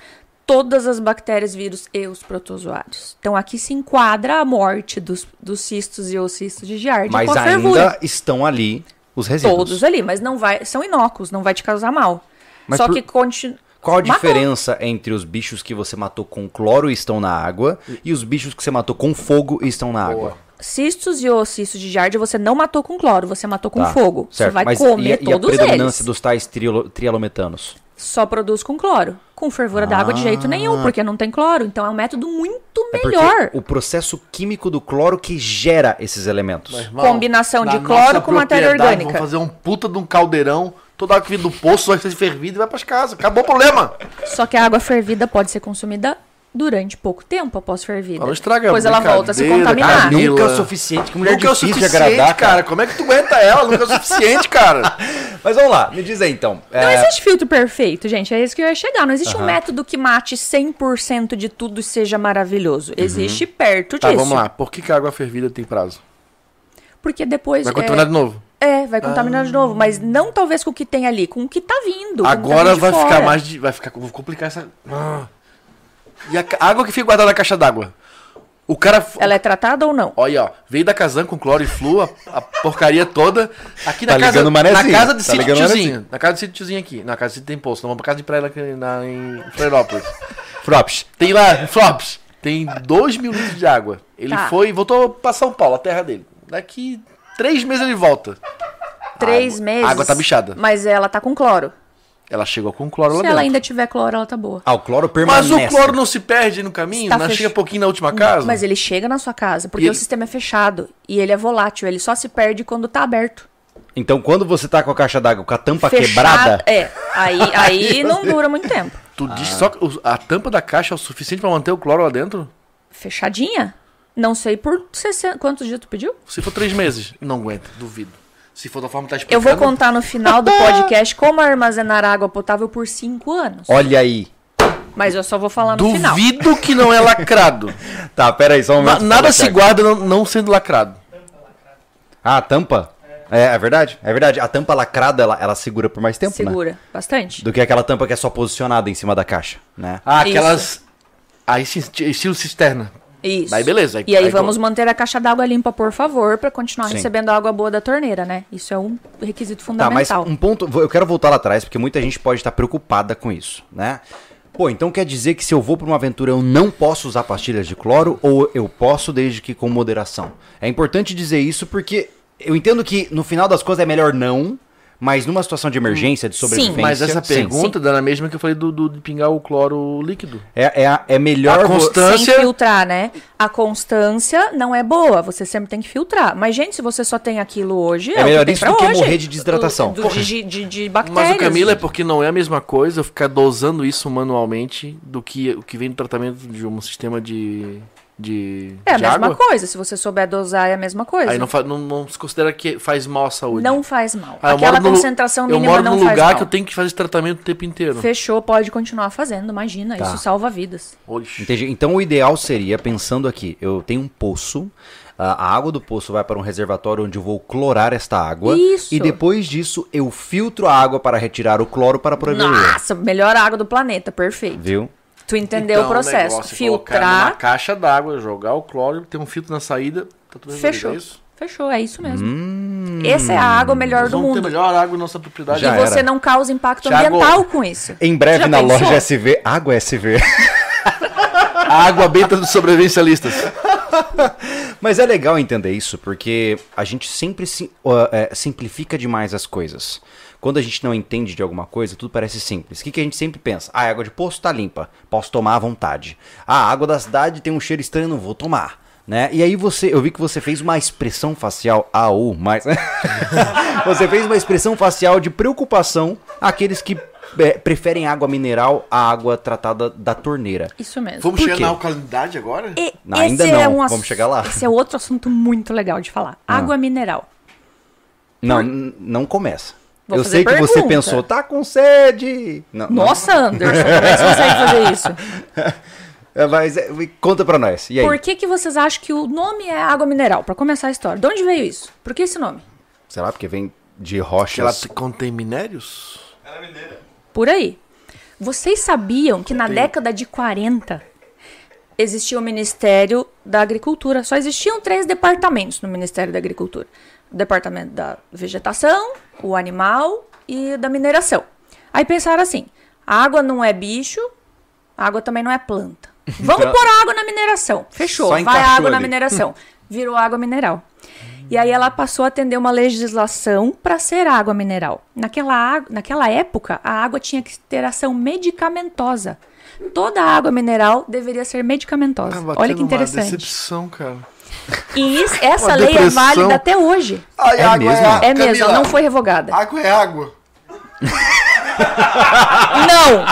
Speaker 3: todas as bactérias, vírus e os protozoários. Então aqui se enquadra a morte dos, dos cistos e os cistos de giardia
Speaker 1: Mas
Speaker 3: com a
Speaker 1: ainda
Speaker 3: fervura.
Speaker 1: estão ali os resíduos.
Speaker 3: Todos é- ali, mas não vai, são inócuos, não vai te causar mal.
Speaker 1: Mas
Speaker 3: Só
Speaker 1: por-
Speaker 3: que continua
Speaker 1: Qual a diferença entre os bichos que você matou com cloro e estão na água e os bichos que você matou com fogo e estão na água?
Speaker 3: Cistos e ocistos de giardia você não matou com cloro, você matou com
Speaker 1: Tá,
Speaker 3: fogo.
Speaker 1: certo.
Speaker 3: Você vai
Speaker 1: Mas e, a-
Speaker 3: comer
Speaker 1: e a
Speaker 3: todos
Speaker 1: predominância
Speaker 3: eles.
Speaker 1: dos tais triolo- trialometanos?
Speaker 3: Só produz com cloro. Com fervura da água de jeito nenhum, porque não tem cloro. Então é um método muito
Speaker 1: Ah. Porque
Speaker 3: melhor.
Speaker 1: o processo químico do cloro que gera esses elementos.
Speaker 2: Irmão,
Speaker 3: Combinação de
Speaker 2: na
Speaker 3: cloro
Speaker 2: nossa
Speaker 3: com matéria
Speaker 2: propriedade,
Speaker 3: orgânica.
Speaker 2: Vamos fazer um puta de um caldeirão. Toda água que vem do poço vai ser fervida e vai pras casas. Acabou o problema.
Speaker 3: Só que a água fervida pode ser consumida durante pouco tempo após fervida.
Speaker 2: Ela estraga a
Speaker 3: Pois ela volta a se
Speaker 2: brincadeira,
Speaker 3: contaminar.
Speaker 2: cara, Mila.
Speaker 1: é suficiente, que
Speaker 2: Ah. Nunca é o
Speaker 1: difícil
Speaker 2: suficiente, cara. Como é que tu aguenta ela? Nunca é o suficiente, cara.
Speaker 1: Mas vamos lá, me diz aí então. é,
Speaker 3: Não existe filtro perfeito, gente. É isso que eu ia chegar. Não existe um método que mate 100% de tudo e seja maravilhoso. Existe perto disso.
Speaker 2: <laughs> Uhum. Tá, vamos lá. Por que, que a água fervida tem prazo?
Speaker 3: Porque depois.
Speaker 2: Vai
Speaker 3: é,
Speaker 2: contaminar de Ah. novo.
Speaker 3: É, vai contaminar de novo, mas não talvez com o que tem ali, com o que tá vindo. com o que tá
Speaker 2: Agora
Speaker 3: vindo de
Speaker 2: vai
Speaker 3: fora.
Speaker 2: ficar mais. De, vai ficar. Vou complicar essa. Ah. E a ca- a água que fica guardada na caixa d'água? O cara.
Speaker 3: Ela é tratada ou não?
Speaker 2: Olha, ó, veio da Kazan com cloro e flu, a, a porcaria toda. Aqui na
Speaker 1: Tá
Speaker 2: casa.
Speaker 1: ligando o
Speaker 2: na
Speaker 1: manezinho,
Speaker 2: casa de
Speaker 1: tá
Speaker 2: sítio
Speaker 1: ligando o
Speaker 2: tiozinho. Na casa de sítio tiozinho aqui. Na casa de sítio tem poço. Não vamos pra casa de praia lá que- na, em Florianópolis.
Speaker 1: Frops.
Speaker 2: Tem lá, Flops, tem 2 mil litros de água. Ele
Speaker 3: Tá.
Speaker 2: foi e voltou pra São Paulo, a terra dele. Daqui três meses ele volta.
Speaker 3: Três
Speaker 2: água-
Speaker 3: meses.
Speaker 2: a água tá bichada.
Speaker 3: Mas ela tá com cloro.
Speaker 2: Ela chegou com cloro lá
Speaker 3: Se
Speaker 2: dentro.
Speaker 3: ela ainda tiver cloro, ela tá boa.
Speaker 1: Ah, o cloro
Speaker 2: Mas
Speaker 1: permanece.
Speaker 2: o cloro não se perde no caminho?
Speaker 3: Está
Speaker 2: não
Speaker 3: fech-
Speaker 2: chega pouquinho na última Ah, casa?
Speaker 3: Mas é- ele chega na sua casa, porque
Speaker 2: E
Speaker 3: o
Speaker 2: ele-
Speaker 3: sistema é fechado e ele é volátil, ele só se perde quando tá aberto.
Speaker 1: Então quando você tá com a caixa d'água com a tampa
Speaker 3: Fechado-
Speaker 1: quebrada,
Speaker 3: É, aí, aí não dura muito tempo.
Speaker 2: Tu diz
Speaker 1: Ah.
Speaker 2: só que o- a tampa da caixa é o suficiente pra manter o cloro lá dentro?
Speaker 3: Fechadinha? Não sei por 60... quantos dias tu pediu?
Speaker 2: Se for três meses, não aguento, duvido. Se for da forma que tá explicando...
Speaker 3: Eu vou contar no final do podcast como armazenar água potável por cinco anos.
Speaker 1: olha aí.
Speaker 3: Mas eu só vou falar no final.
Speaker 2: Duvido que não é lacrado.
Speaker 1: Tá, pera aí, só um
Speaker 2: Na-
Speaker 1: momento.
Speaker 2: nada se guarda não, não sendo lacrado.
Speaker 1: Ah, a tampa? É, é verdade, é verdade. A tampa lacrada, ela, ela segura por mais tempo, né?
Speaker 3: Então, Segura, bastante.
Speaker 1: Do que aquela tampa que é só posicionada em cima da caixa, né?
Speaker 2: Ah,
Speaker 3: Isso.
Speaker 2: aquelas. Aí sim, estilo cisterna.
Speaker 3: Isso.
Speaker 2: Aí beleza, aí-
Speaker 3: e aí,
Speaker 2: aí
Speaker 3: vamos
Speaker 2: co-
Speaker 3: manter a caixa d'água limpa, por favor, pra continuar
Speaker 1: Sim.
Speaker 3: recebendo a água boa da torneira, né? Isso é um requisito
Speaker 1: Tá, mas
Speaker 3: fundamental.
Speaker 1: um ponto. vou- Eu quero voltar lá atrás, porque muita gente pode estar preocupada com isso, né? Pô, então quer dizer que se eu vou pra uma aventura eu não posso usar pastilhas de cloro ou eu posso desde que com moderação? É importante dizer isso porque eu entendo que no final das coisas é melhor não, mas numa situação de emergência, de sobrevivência.
Speaker 2: Mas essa
Speaker 1: sim.
Speaker 2: pergunta dá na mesma que eu falei do, do- de pingar o cloro líquido.
Speaker 1: É, é, a- é melhor.
Speaker 2: A
Speaker 1: vo-
Speaker 2: constância-
Speaker 3: Sem
Speaker 2: Distância-
Speaker 3: filtrar, né? A constância não é boa, você sempre tem que filtrar. Mas, gente, se você só tem aquilo hoje, é,
Speaker 1: É melhor
Speaker 3: o que tem
Speaker 1: isso
Speaker 3: pra
Speaker 1: do que
Speaker 3: hoje.
Speaker 1: morrer de desidratação.
Speaker 3: Do- do- de, de, de bactérias.
Speaker 2: Mas o Camila é porque não é a mesma coisa eu ficar dosando isso manualmente do que o que vem do tratamento de um sistema de. de,
Speaker 3: É a
Speaker 2: de
Speaker 3: mesma
Speaker 2: água.
Speaker 3: coisa, se você souber dosar é a mesma coisa.
Speaker 2: Aí não, fa- não, não se considera que faz mal à saúde.
Speaker 3: Não faz mal.
Speaker 2: Ah, eu moro
Speaker 3: Aquela
Speaker 2: num lu-
Speaker 3: concentração
Speaker 2: Eu
Speaker 3: mínima
Speaker 2: moro
Speaker 3: não
Speaker 2: num
Speaker 3: faz
Speaker 2: lugar
Speaker 3: mal.
Speaker 2: que eu tenho que fazer esse tratamento o tempo inteiro.
Speaker 3: Fechou, pode continuar fazendo, imagina,
Speaker 1: Tá.
Speaker 3: isso salva vidas.
Speaker 2: Oxe.
Speaker 1: Entendi. Então o ideal seria, pensando aqui, eu tenho um poço, a a água do poço vai para um reservatório onde eu vou clorar esta água.
Speaker 3: Isso.
Speaker 1: E depois disso eu filtro a água para retirar o cloro para proibir o erro.
Speaker 3: Nossa, melhor água do planeta, perfeito.
Speaker 1: Viu?
Speaker 3: Tu entendeu
Speaker 2: Então,
Speaker 3: o processo?
Speaker 2: negócio é colocar Numa
Speaker 3: Filtrar,
Speaker 2: caixa d'água, jogar o cloro, ter um filtro na saída, tá tudo resolvido,
Speaker 3: Fechou.
Speaker 2: é isso?
Speaker 3: fechou, é isso mesmo.
Speaker 1: Hum.
Speaker 3: Essa é a água melhor
Speaker 2: Hum. Nós
Speaker 3: do
Speaker 2: vamos ter
Speaker 3: mundo.
Speaker 2: melhor água na nossa propriedade.
Speaker 3: E
Speaker 1: Já
Speaker 3: você
Speaker 1: era.
Speaker 3: não causa impacto
Speaker 2: Thiago,
Speaker 3: ambiental com isso.
Speaker 1: Em breve
Speaker 3: Já
Speaker 1: na
Speaker 3: pensou?
Speaker 1: loja SV, água SV.
Speaker 2: <laughs> A água benta dos sobrevivencialistas.
Speaker 1: Mas é legal entender isso, porque a gente sempre sim- ó, é, simplifica demais as coisas. Quando a gente não entende de alguma coisa, tudo parece simples. O que, que a gente sempre pensa? Ah, a água de poço tá limpa, posso tomar à vontade. Ah, a água da cidade tem um cheiro estranho, não vou tomar. Né? E aí você, eu vi que você fez uma expressão facial, AU, mas... <laughs> você fez uma expressão facial de preocupação àqueles que é, preferem água mineral à água tratada da torneira.
Speaker 3: Isso mesmo.
Speaker 2: Vamos
Speaker 1: Por
Speaker 2: chegar
Speaker 1: quê?
Speaker 2: na alcalinidade agora?
Speaker 3: E
Speaker 1: Não, ainda
Speaker 3: esse
Speaker 1: não,
Speaker 3: é um
Speaker 1: vamos
Speaker 3: assu-
Speaker 1: chegar lá.
Speaker 3: Esse é outro assunto muito legal de falar.
Speaker 2: Ah.
Speaker 3: Água mineral.
Speaker 1: Não, n- não começa.
Speaker 3: Vou
Speaker 1: eu
Speaker 3: fazer
Speaker 1: sei que você
Speaker 3: pergunta.
Speaker 1: pensou, tá com sede. Não, não.
Speaker 3: Nossa, Anderson, como é que você consegue fazer isso?
Speaker 1: É, Mas é, conta pra nós. E aí?
Speaker 3: Por que, que vocês acham que o nome é água mineral? Pra começar a história. De onde veio isso? Por que esse nome?
Speaker 1: Sei lá, porque vem de
Speaker 2: Que ela
Speaker 1: rochas.
Speaker 2: te- contém minérios?
Speaker 3: Por aí. Vocês sabiam que na década de 40 existia o Ministério da Agricultura? Só existiam três departamentos no Ministério da Agricultura: o Departamento da Vegetação, o Animal e da Mineração. Aí pensaram assim: a água não é bicho, a água também não é planta.
Speaker 1: <laughs>
Speaker 3: Vamos
Speaker 1: Então-
Speaker 3: pôr água na mineração. Fechou,
Speaker 1: Só
Speaker 3: vai
Speaker 1: encaixou
Speaker 3: água na
Speaker 1: ali.
Speaker 3: mineração. Virou água mineral. E aí ela passou a atender uma legislação para ser água mineral. Naquela, água- naquela época, a água tinha que ter ação medicamentosa. Toda água mineral deveria ser medicamentosa.
Speaker 2: Tá batendo
Speaker 3: Olha que
Speaker 2: Uma
Speaker 3: interessante.
Speaker 2: decepção, cara.
Speaker 3: E isso- essa
Speaker 2: <laughs> uma
Speaker 3: lei é
Speaker 2: depressão. Ah,
Speaker 3: válida até hoje.
Speaker 2: Ai,
Speaker 1: É água é mesmo? água.
Speaker 3: É mesmo, ela não foi revogada.
Speaker 2: Água é água.
Speaker 3: Não!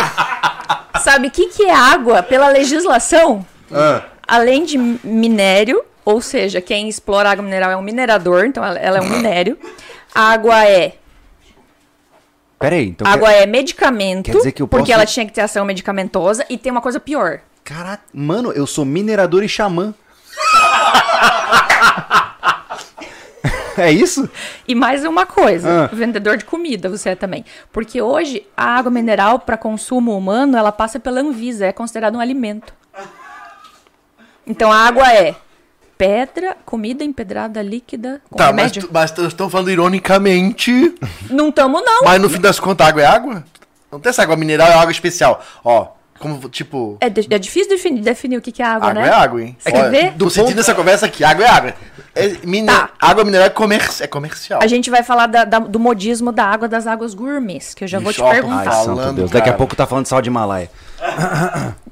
Speaker 2: <laughs>
Speaker 3: Sabe o que, que é água pela legislação?
Speaker 1: Ah,
Speaker 3: Além de minério, ou seja, quem explora água mineral é um minerador, então ela, ela é um minério. A água é.
Speaker 1: Pera aí, então.
Speaker 3: água é medicamento,
Speaker 1: quer dizer que eu
Speaker 3: porque
Speaker 1: posso-
Speaker 3: ela tinha que ter ação medicamentosa e tem uma coisa pior.
Speaker 1: Caraca, mano, eu sou minerador e xamã. <laughs> é isso?
Speaker 3: E mais uma coisa,
Speaker 1: Ah.
Speaker 3: vendedor de comida você é também. Porque hoje a água mineral para consumo humano, ela passa pela Anvisa, é considerada um alimento. Então a água é pedra, comida empedrada líquida, com
Speaker 2: Tá, mas,
Speaker 3: remédio.
Speaker 2: tu- mas nós estamos falando ironicamente,
Speaker 3: Não tamo não.
Speaker 2: mas no fim das contas a água é água? Não tem essa água mineral, é água especial. Ó, como tipo...
Speaker 3: É, de- é difícil defini- definir o que que é água,
Speaker 2: água
Speaker 3: né?
Speaker 2: é água, hein?
Speaker 3: Você quer ver?
Speaker 2: Do sentido dessa conversa aqui, água é água. É mine-
Speaker 3: Tá.
Speaker 2: Água mineral é, comer- é comercial.
Speaker 3: A gente vai falar da- da- do modismo da água das águas gourmets, que eu já vou
Speaker 2: Ixi,
Speaker 3: te
Speaker 2: ó,
Speaker 1: Ai,
Speaker 3: perguntar.
Speaker 2: Falando,
Speaker 1: santo Deus. Daqui a
Speaker 2: cara.
Speaker 1: pouco tá falando de sal de Himalaia.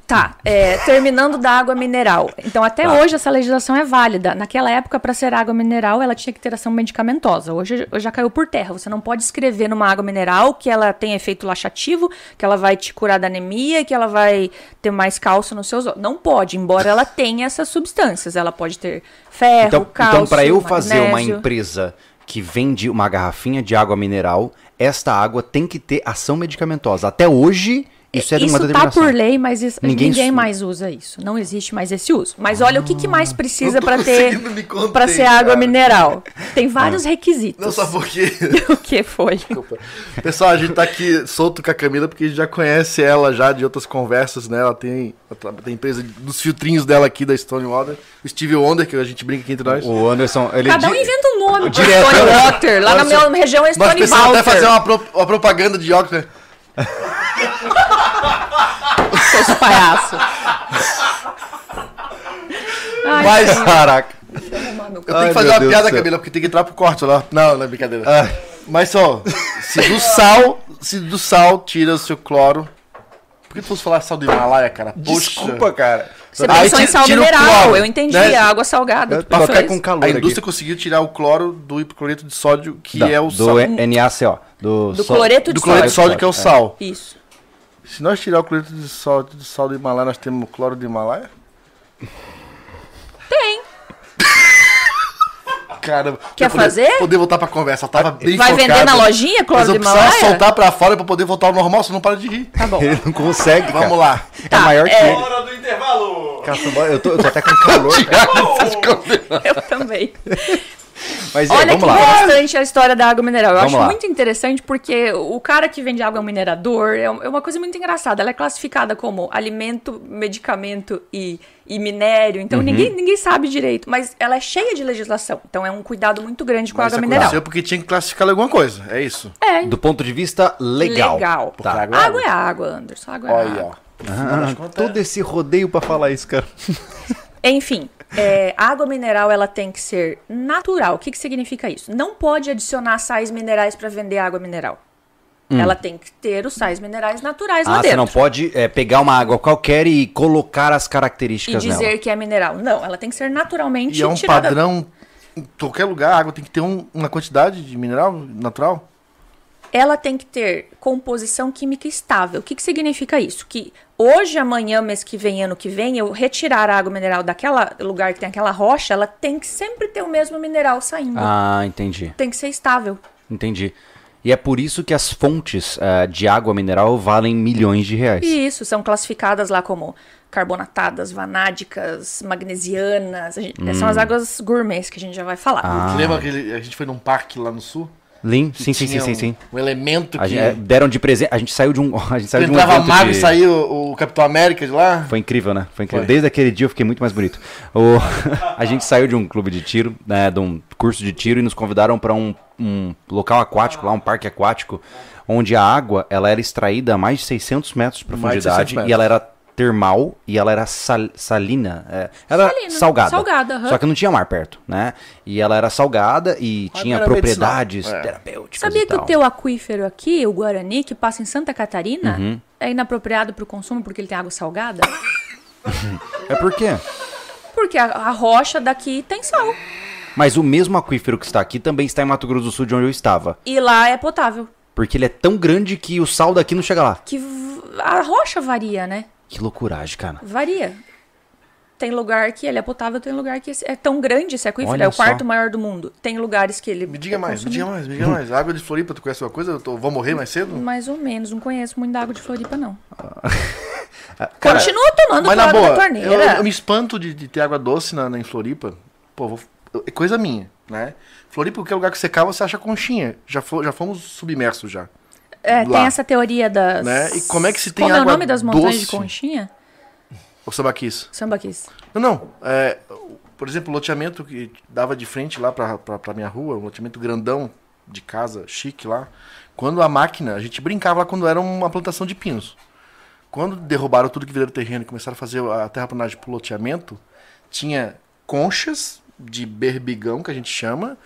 Speaker 3: Tá, é, terminando da água mineral. Então, até
Speaker 1: Tá.
Speaker 3: hoje, essa legislação é válida. Naquela época, para ser água mineral, ela tinha que ter ação medicamentosa. Hoje hoje já caiu por terra. Você não pode escrever numa água mineral que ela tem efeito laxativo, que ela vai te curar da anemia, que ela vai ter mais cálcio nos seus ossos. Não pode, embora ela tenha essas substâncias. Ela pode ter ferro,
Speaker 1: Então,
Speaker 3: cálcio,
Speaker 1: então para eu fazer uma
Speaker 3: magnésio.
Speaker 1: empresa que vende uma garrafinha de água mineral, esta água tem que ter ação medicamentosa. Até hoje Isso é de uma
Speaker 3: isso tá
Speaker 1: determinação.
Speaker 3: por lei, mas isso-
Speaker 1: Ninguém
Speaker 3: ninguém,
Speaker 1: su-
Speaker 3: mais usa isso. Não existe mais esse uso. Mas olha o que, que mais
Speaker 2: Ah,
Speaker 3: precisa
Speaker 2: eu tô
Speaker 3: para ter
Speaker 2: conseguindo me conter,
Speaker 3: para ser água
Speaker 2: cara. Ah.
Speaker 3: mineral. Tem vários requisitos.
Speaker 2: Não, só porque.
Speaker 3: <laughs> O que foi?
Speaker 2: <laughs> Pessoal, a gente tá aqui solto com a Camila porque a gente já conhece ela já de outras conversas, né? Ela tem a empresa dos filtrinhos dela aqui da Stone Water, o Steve Wonder, que a gente brinca aqui entre nós.
Speaker 1: O Anderson, ele é
Speaker 3: Cada um
Speaker 1: di-
Speaker 3: inventa um nome.
Speaker 1: Direto.
Speaker 3: Stone Water. Lá na
Speaker 2: Nossa,
Speaker 3: minha região é
Speaker 2: Mas o
Speaker 3: Stone
Speaker 2: pessoal até
Speaker 3: Walter.
Speaker 2: fazer uma, pro- uma propaganda de óculos, né?
Speaker 3: Seus palhaços. Ai,
Speaker 2: Mas, caraca.
Speaker 3: meu
Speaker 2: Eu tenho
Speaker 1: Ai,
Speaker 2: que fazer
Speaker 1: meu Deus
Speaker 2: uma
Speaker 1: do
Speaker 2: piada,
Speaker 1: céu.
Speaker 2: Camila, porque tem que entrar pro corte lá. Não, não é brincadeira.
Speaker 1: Ah,
Speaker 2: Mas só, se do sal, se do sal tira o seu cloro. Por que tu fosse falar sal do Himalaia, cara? Poxa.
Speaker 1: Desculpa, cara.
Speaker 3: Você
Speaker 2: Aí
Speaker 3: pensou em
Speaker 2: tira-
Speaker 3: sal
Speaker 2: tira o
Speaker 3: mineral.
Speaker 2: cloro,
Speaker 3: eu entendi.
Speaker 2: né?
Speaker 3: A água salgada. que tu
Speaker 1: Pra ficar
Speaker 3: fez.
Speaker 1: com calor
Speaker 2: A
Speaker 1: aqui.
Speaker 2: indústria conseguiu tirar o cloro do hipocloreto de sódio, que
Speaker 1: Não,
Speaker 2: é o
Speaker 1: do
Speaker 2: sal.
Speaker 1: NaCO. Do,
Speaker 3: Do cloreto de
Speaker 2: Do cloreto de
Speaker 3: sódio.
Speaker 2: sódio, que é o sal.
Speaker 3: Isso.
Speaker 2: Se nós tirar o cloreto de sódio do sal do Himalaia, nós temos o cloro do Himalaia?
Speaker 3: Tem.
Speaker 2: Caramba. Pra
Speaker 3: Quer
Speaker 2: poder-
Speaker 3: fazer?
Speaker 2: Poder voltar pra conversa. Ela tava bem
Speaker 3: Vai
Speaker 2: focada.
Speaker 3: vender na lojinha,
Speaker 2: Mas
Speaker 3: Cloro de
Speaker 2: eu precisava
Speaker 3: Himalaia?
Speaker 2: soltar pra fora pra poder voltar ao normal, senão não para de rir.
Speaker 3: Tá bom.
Speaker 1: É. Ele não consegue, cara.
Speaker 2: Vamos lá.
Speaker 1: É maior que
Speaker 3: é.
Speaker 1: ele.
Speaker 5: Hora do intervalo!
Speaker 1: Caçamba, eu, tô, eu tô até com calor.
Speaker 3: <laughs>
Speaker 1: cara.
Speaker 2: <laughs>
Speaker 3: Eu também.
Speaker 1: Mas é,
Speaker 3: Olha
Speaker 1: vamos
Speaker 3: que
Speaker 1: lá.
Speaker 3: interessante a história da água mineral. Eu
Speaker 1: Vamos
Speaker 3: acho
Speaker 1: lá.
Speaker 3: muito interessante porque o cara que vende água ao minerador é um- é uma coisa muito engraçada. Ela é classificada como alimento, medicamento e, e minério.
Speaker 1: Uhum.
Speaker 3: Então ninguém, ninguém sabe direito, mas ela é cheia de legislação. Então é um cuidado muito grande com a
Speaker 1: é
Speaker 3: água
Speaker 2: isso
Speaker 3: mineral.
Speaker 2: é aconteceu porque tinha que classificar alguma coisa. É isso.
Speaker 3: É.
Speaker 1: Do ponto de vista legal.
Speaker 3: Legal.
Speaker 1: Tá.
Speaker 2: Porque água é
Speaker 3: Água é água, Anderson. Água é
Speaker 2: Olha,
Speaker 3: água.
Speaker 2: ó.
Speaker 1: Ah,
Speaker 2: é
Speaker 1: todo esse rodeio pra falar isso, cara.
Speaker 3: Enfim, é, a água mineral ela tem que ser natural. O que, que significa isso? Não pode adicionar sais minerais para vender água mineral. Ela tem que ter os sais minerais naturais lá
Speaker 1: Hum. Ah, você
Speaker 3: dentro.
Speaker 1: não pode é, pegar uma água qualquer e colocar as
Speaker 3: e
Speaker 1: características
Speaker 3: dizer
Speaker 1: nela.
Speaker 3: que é mineral. Não, ela tem que ser naturalmente
Speaker 2: E é um
Speaker 3: tirada.
Speaker 2: padrão. Em qualquer lugar, a água tem que ter um- uma quantidade de mineral natural.
Speaker 3: Ela tem que ter composição química estável. O que, que significa isso? Que hoje, amanhã, mês que vem, ano que vem, eu retirar a água mineral daquela lugar que tem aquela rocha, ela tem que sempre ter o mesmo mineral saindo.
Speaker 1: Ah, entendi.
Speaker 3: Tem que ser estável.
Speaker 1: Entendi. E é por isso que as fontes eh, de água mineral valem milhões de reais.
Speaker 3: E Isso, são classificadas lá como carbonatadas, vanádicas, magnesianas. a gente- São
Speaker 2: Hum.
Speaker 3: as águas gourmets que a gente já vai falar.
Speaker 2: Lembra que ele- a gente foi num parque lá no sul?
Speaker 1: Lin? Ah. Sim,
Speaker 2: E
Speaker 1: sim, sim,
Speaker 2: tinha
Speaker 1: sim,
Speaker 2: um-
Speaker 1: sim.
Speaker 2: Um elemento
Speaker 1: A
Speaker 2: que.
Speaker 1: gente, eh, deram de presente. A gente saiu de um. <laughs> A gente saiu de um
Speaker 2: entrava
Speaker 1: evento
Speaker 2: magro
Speaker 1: de-
Speaker 2: e saiu o o Capitão América de lá.
Speaker 1: Foi incrível, né? Foi incrível.
Speaker 2: Foi.
Speaker 1: Desde aquele dia eu fiquei muito mais bonito. O- <laughs> a gente saiu de um clube de tiro, né, de um curso de tiro e nos convidaram para um, um local aquático lá, um parque aquático, onde a água ela era extraída a mais de 600 metros de
Speaker 2: Mais de 600
Speaker 1: profundidade
Speaker 2: metros.
Speaker 1: e ela era termal e ela era sal- salina, é, ela era
Speaker 3: Salina,
Speaker 1: salgada.
Speaker 3: salgada, aham.
Speaker 1: Só que não tinha mar perto, né? E ela era salgada e
Speaker 2: Mas
Speaker 1: tinha
Speaker 2: era
Speaker 1: propriedades
Speaker 2: medicinal. É.
Speaker 1: terapêuticas e
Speaker 3: Sabia que
Speaker 1: Tipo tal.
Speaker 3: o teu aquífero aqui, o Guarani, que passa em Santa Catarina,
Speaker 1: Uhum.
Speaker 3: é inapropriado para o consumo porque ele tem água salgada?
Speaker 1: É por quê?
Speaker 3: Porque a, a rocha daqui tem sal.
Speaker 1: Mas o mesmo aquífero que está aqui também está em Mato Grosso do Sul, de onde eu estava.
Speaker 3: E lá é potável.
Speaker 1: Porque ele é tão grande que o sal daqui não chega lá.
Speaker 3: Que v- a rocha varia, né?
Speaker 1: Que loucuragem, cara.
Speaker 3: Varia. Tem lugar que ele é potável, tem lugar que é tão grande esse aquífero,
Speaker 1: Olha
Speaker 3: é o
Speaker 1: só.
Speaker 3: quarto maior do mundo. Tem lugares que ele.
Speaker 2: Me diga
Speaker 3: é
Speaker 2: mais, me
Speaker 3: consumido.
Speaker 2: diga mais, me diga mais. Água de Floripa, tu conhece uma coisa? Eu tô- vou morrer mais cedo?
Speaker 3: Mais ou menos, não conheço muito da água de Floripa, não.
Speaker 2: <laughs>
Speaker 1: Cara,
Speaker 3: Continua tomando
Speaker 2: Ah. Mas
Speaker 3: do
Speaker 2: na
Speaker 3: lado
Speaker 2: boa,
Speaker 3: da torneira.
Speaker 2: eu, eu me espanto de, de ter água doce na, na- em Floripa. Pô, vou- eu- é coisa minha, né? Floripa, qualquer lugar que você cava, você acha conchinha. Já, fo- já fomos submersos já.
Speaker 3: É,
Speaker 2: lá.
Speaker 3: tem essa teoria das.
Speaker 2: Né? E como é que se tem
Speaker 3: Como é
Speaker 2: água
Speaker 3: o nome das montanhas de
Speaker 2: doce?
Speaker 3: conchinha?
Speaker 2: O sambaquis.
Speaker 3: Sambaquis.
Speaker 2: Não, não. é, por exemplo, o loteamento que dava de frente lá pra, pra, pra minha rua, um loteamento grandão de casa, chique lá. Quando a máquina, a gente brincava lá quando era uma plantação de pinos. Quando derrubaram tudo que virou terreno e começaram a fazer a terraplanagem pro loteamento, tinha conchas de berbigão, que a gente chama,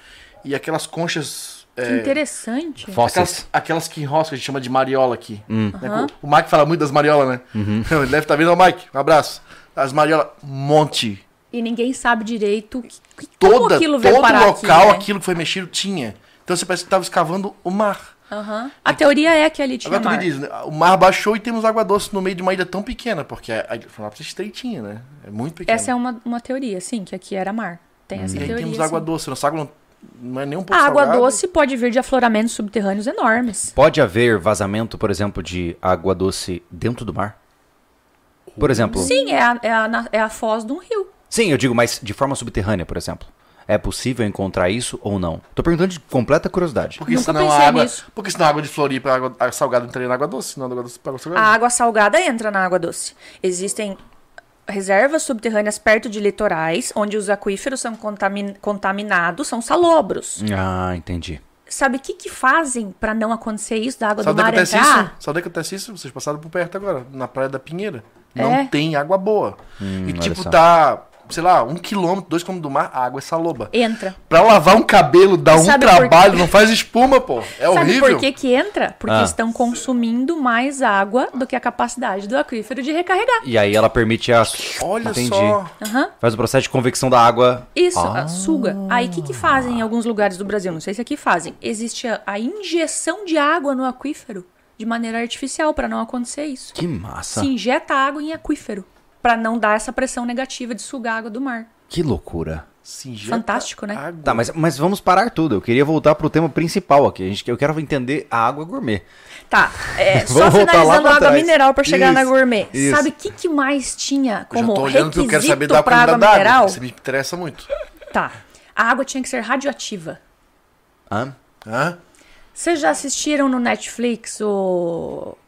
Speaker 2: e aquelas conchas. é,
Speaker 3: Que interessante.
Speaker 1: Fósseis.
Speaker 2: Aquelas, aquelas que enroscam, a gente chama de mariola aqui. Né?
Speaker 3: Aham.
Speaker 2: O Mike fala muito das mariolas, né? Ele <laughs> deve estar vendo, ó, Mike. Um abraço. As mariolas, monte.
Speaker 3: E ninguém sabe direito que, que- como
Speaker 2: Toda,
Speaker 3: aquilo veio
Speaker 2: todo
Speaker 3: parar
Speaker 2: local,
Speaker 3: aqui. né?
Speaker 2: aquilo que foi mexido, tinha. Então você parece que estava escavando o mar.
Speaker 3: Aham. A teoria é que ali tinha
Speaker 2: Agora tu me
Speaker 3: mar.
Speaker 2: diz, né? o mar baixou e temos água doce no meio de uma ilha tão pequena, porque a a ilha Florianópolis é estreitinha, né? É muito pequena.
Speaker 3: Essa é uma, uma teoria, sim, que aqui era mar. Tem essa
Speaker 2: Hum. E aí
Speaker 3: teoria.
Speaker 2: temos água
Speaker 3: sim.
Speaker 2: doce, nossa água não- não é nem um pouco
Speaker 3: A água
Speaker 2: salgado.
Speaker 3: doce pode vir de afloramentos subterrâneos enormes.
Speaker 1: Pode haver vazamento, por exemplo, de água doce dentro do mar? Por exemplo.
Speaker 3: Sim, é a, é a na- é a foz de um rio.
Speaker 1: Sim, eu digo, mas de forma subterrânea, por exemplo. É possível encontrar isso ou não? Tô perguntando de completa curiosidade.
Speaker 2: Porque
Speaker 3: Nunca
Speaker 2: senão a
Speaker 3: pensei
Speaker 2: água.
Speaker 3: nisso.
Speaker 2: Porque senão a água de Floripa, a água a salgada entraria na água doce, senão a água doce para água salgada.
Speaker 3: A água salgada entra na água doce. Existem reservas subterrâneas perto de litorais, onde os aquíferos são contamin- contaminados, são salobros.
Speaker 1: Ah, entendi.
Speaker 3: Sabe o que, que fazem pra não acontecer isso, da água
Speaker 2: Sabe onde
Speaker 3: do
Speaker 2: é
Speaker 3: mar
Speaker 2: acontece
Speaker 3: entrar?
Speaker 2: isso? Sabe onde é acontece isso? Vocês passaram por perto agora, na Praia da Pinheira.
Speaker 3: É.
Speaker 2: Não tem água boa. e
Speaker 1: Hum, olha
Speaker 2: tipo,
Speaker 1: só.
Speaker 2: tá, sei lá, um quilômetro, dois quilômetros do mar, a água é saloba.
Speaker 3: Entra.
Speaker 2: Pra lavar um cabelo dá um
Speaker 3: Sabe por quê?
Speaker 2: trabalho, não faz espuma, pô. É
Speaker 3: Sabe
Speaker 2: horrível.
Speaker 3: por que, que entra? Porque
Speaker 1: Ah.
Speaker 3: estão consumindo mais água do que a capacidade do aquífero de recarregar.
Speaker 1: E aí ela permite a.
Speaker 2: Olha
Speaker 1: entendi.
Speaker 2: só.
Speaker 3: Aham.
Speaker 1: Faz o processo de convecção da água.
Speaker 3: Isso,
Speaker 1: Ah.
Speaker 3: a- suga. Aí o que, que fazem em alguns lugares do Brasil? Não sei se aqui fazem. Existe a, a injeção de água no aquífero de maneira artificial pra não acontecer isso.
Speaker 1: Que massa.
Speaker 2: Tá.
Speaker 3: Se injeta água em aquífero pra não dar essa pressão negativa de sugar água do mar.
Speaker 1: Que loucura.
Speaker 2: Sim,
Speaker 3: Fantástico, né?
Speaker 2: Água.
Speaker 1: Tá, mas, mas vamos parar tudo. Eu queria voltar pro tema principal aqui. A gente, eu quero entender a água gourmet.
Speaker 3: Tá,
Speaker 2: <laughs>
Speaker 3: é, só
Speaker 1: Vamos voltar lá
Speaker 3: finalizando
Speaker 1: pra
Speaker 3: a água
Speaker 1: trás.
Speaker 3: mineral pra chegar na
Speaker 1: Isso,
Speaker 3: gourmet.
Speaker 1: isso.
Speaker 3: Sabe o que, que mais tinha
Speaker 2: Eu já
Speaker 3: como
Speaker 2: tô olhando porque
Speaker 3: requisito
Speaker 2: eu quero saber da
Speaker 3: pra água
Speaker 2: quantidade da
Speaker 3: mineral?
Speaker 2: água. Isso me interessa muito.
Speaker 3: Tá, a água tinha que ser radioativa.
Speaker 1: Hã?
Speaker 2: Hã?
Speaker 3: Vocês já assistiram no Netflix o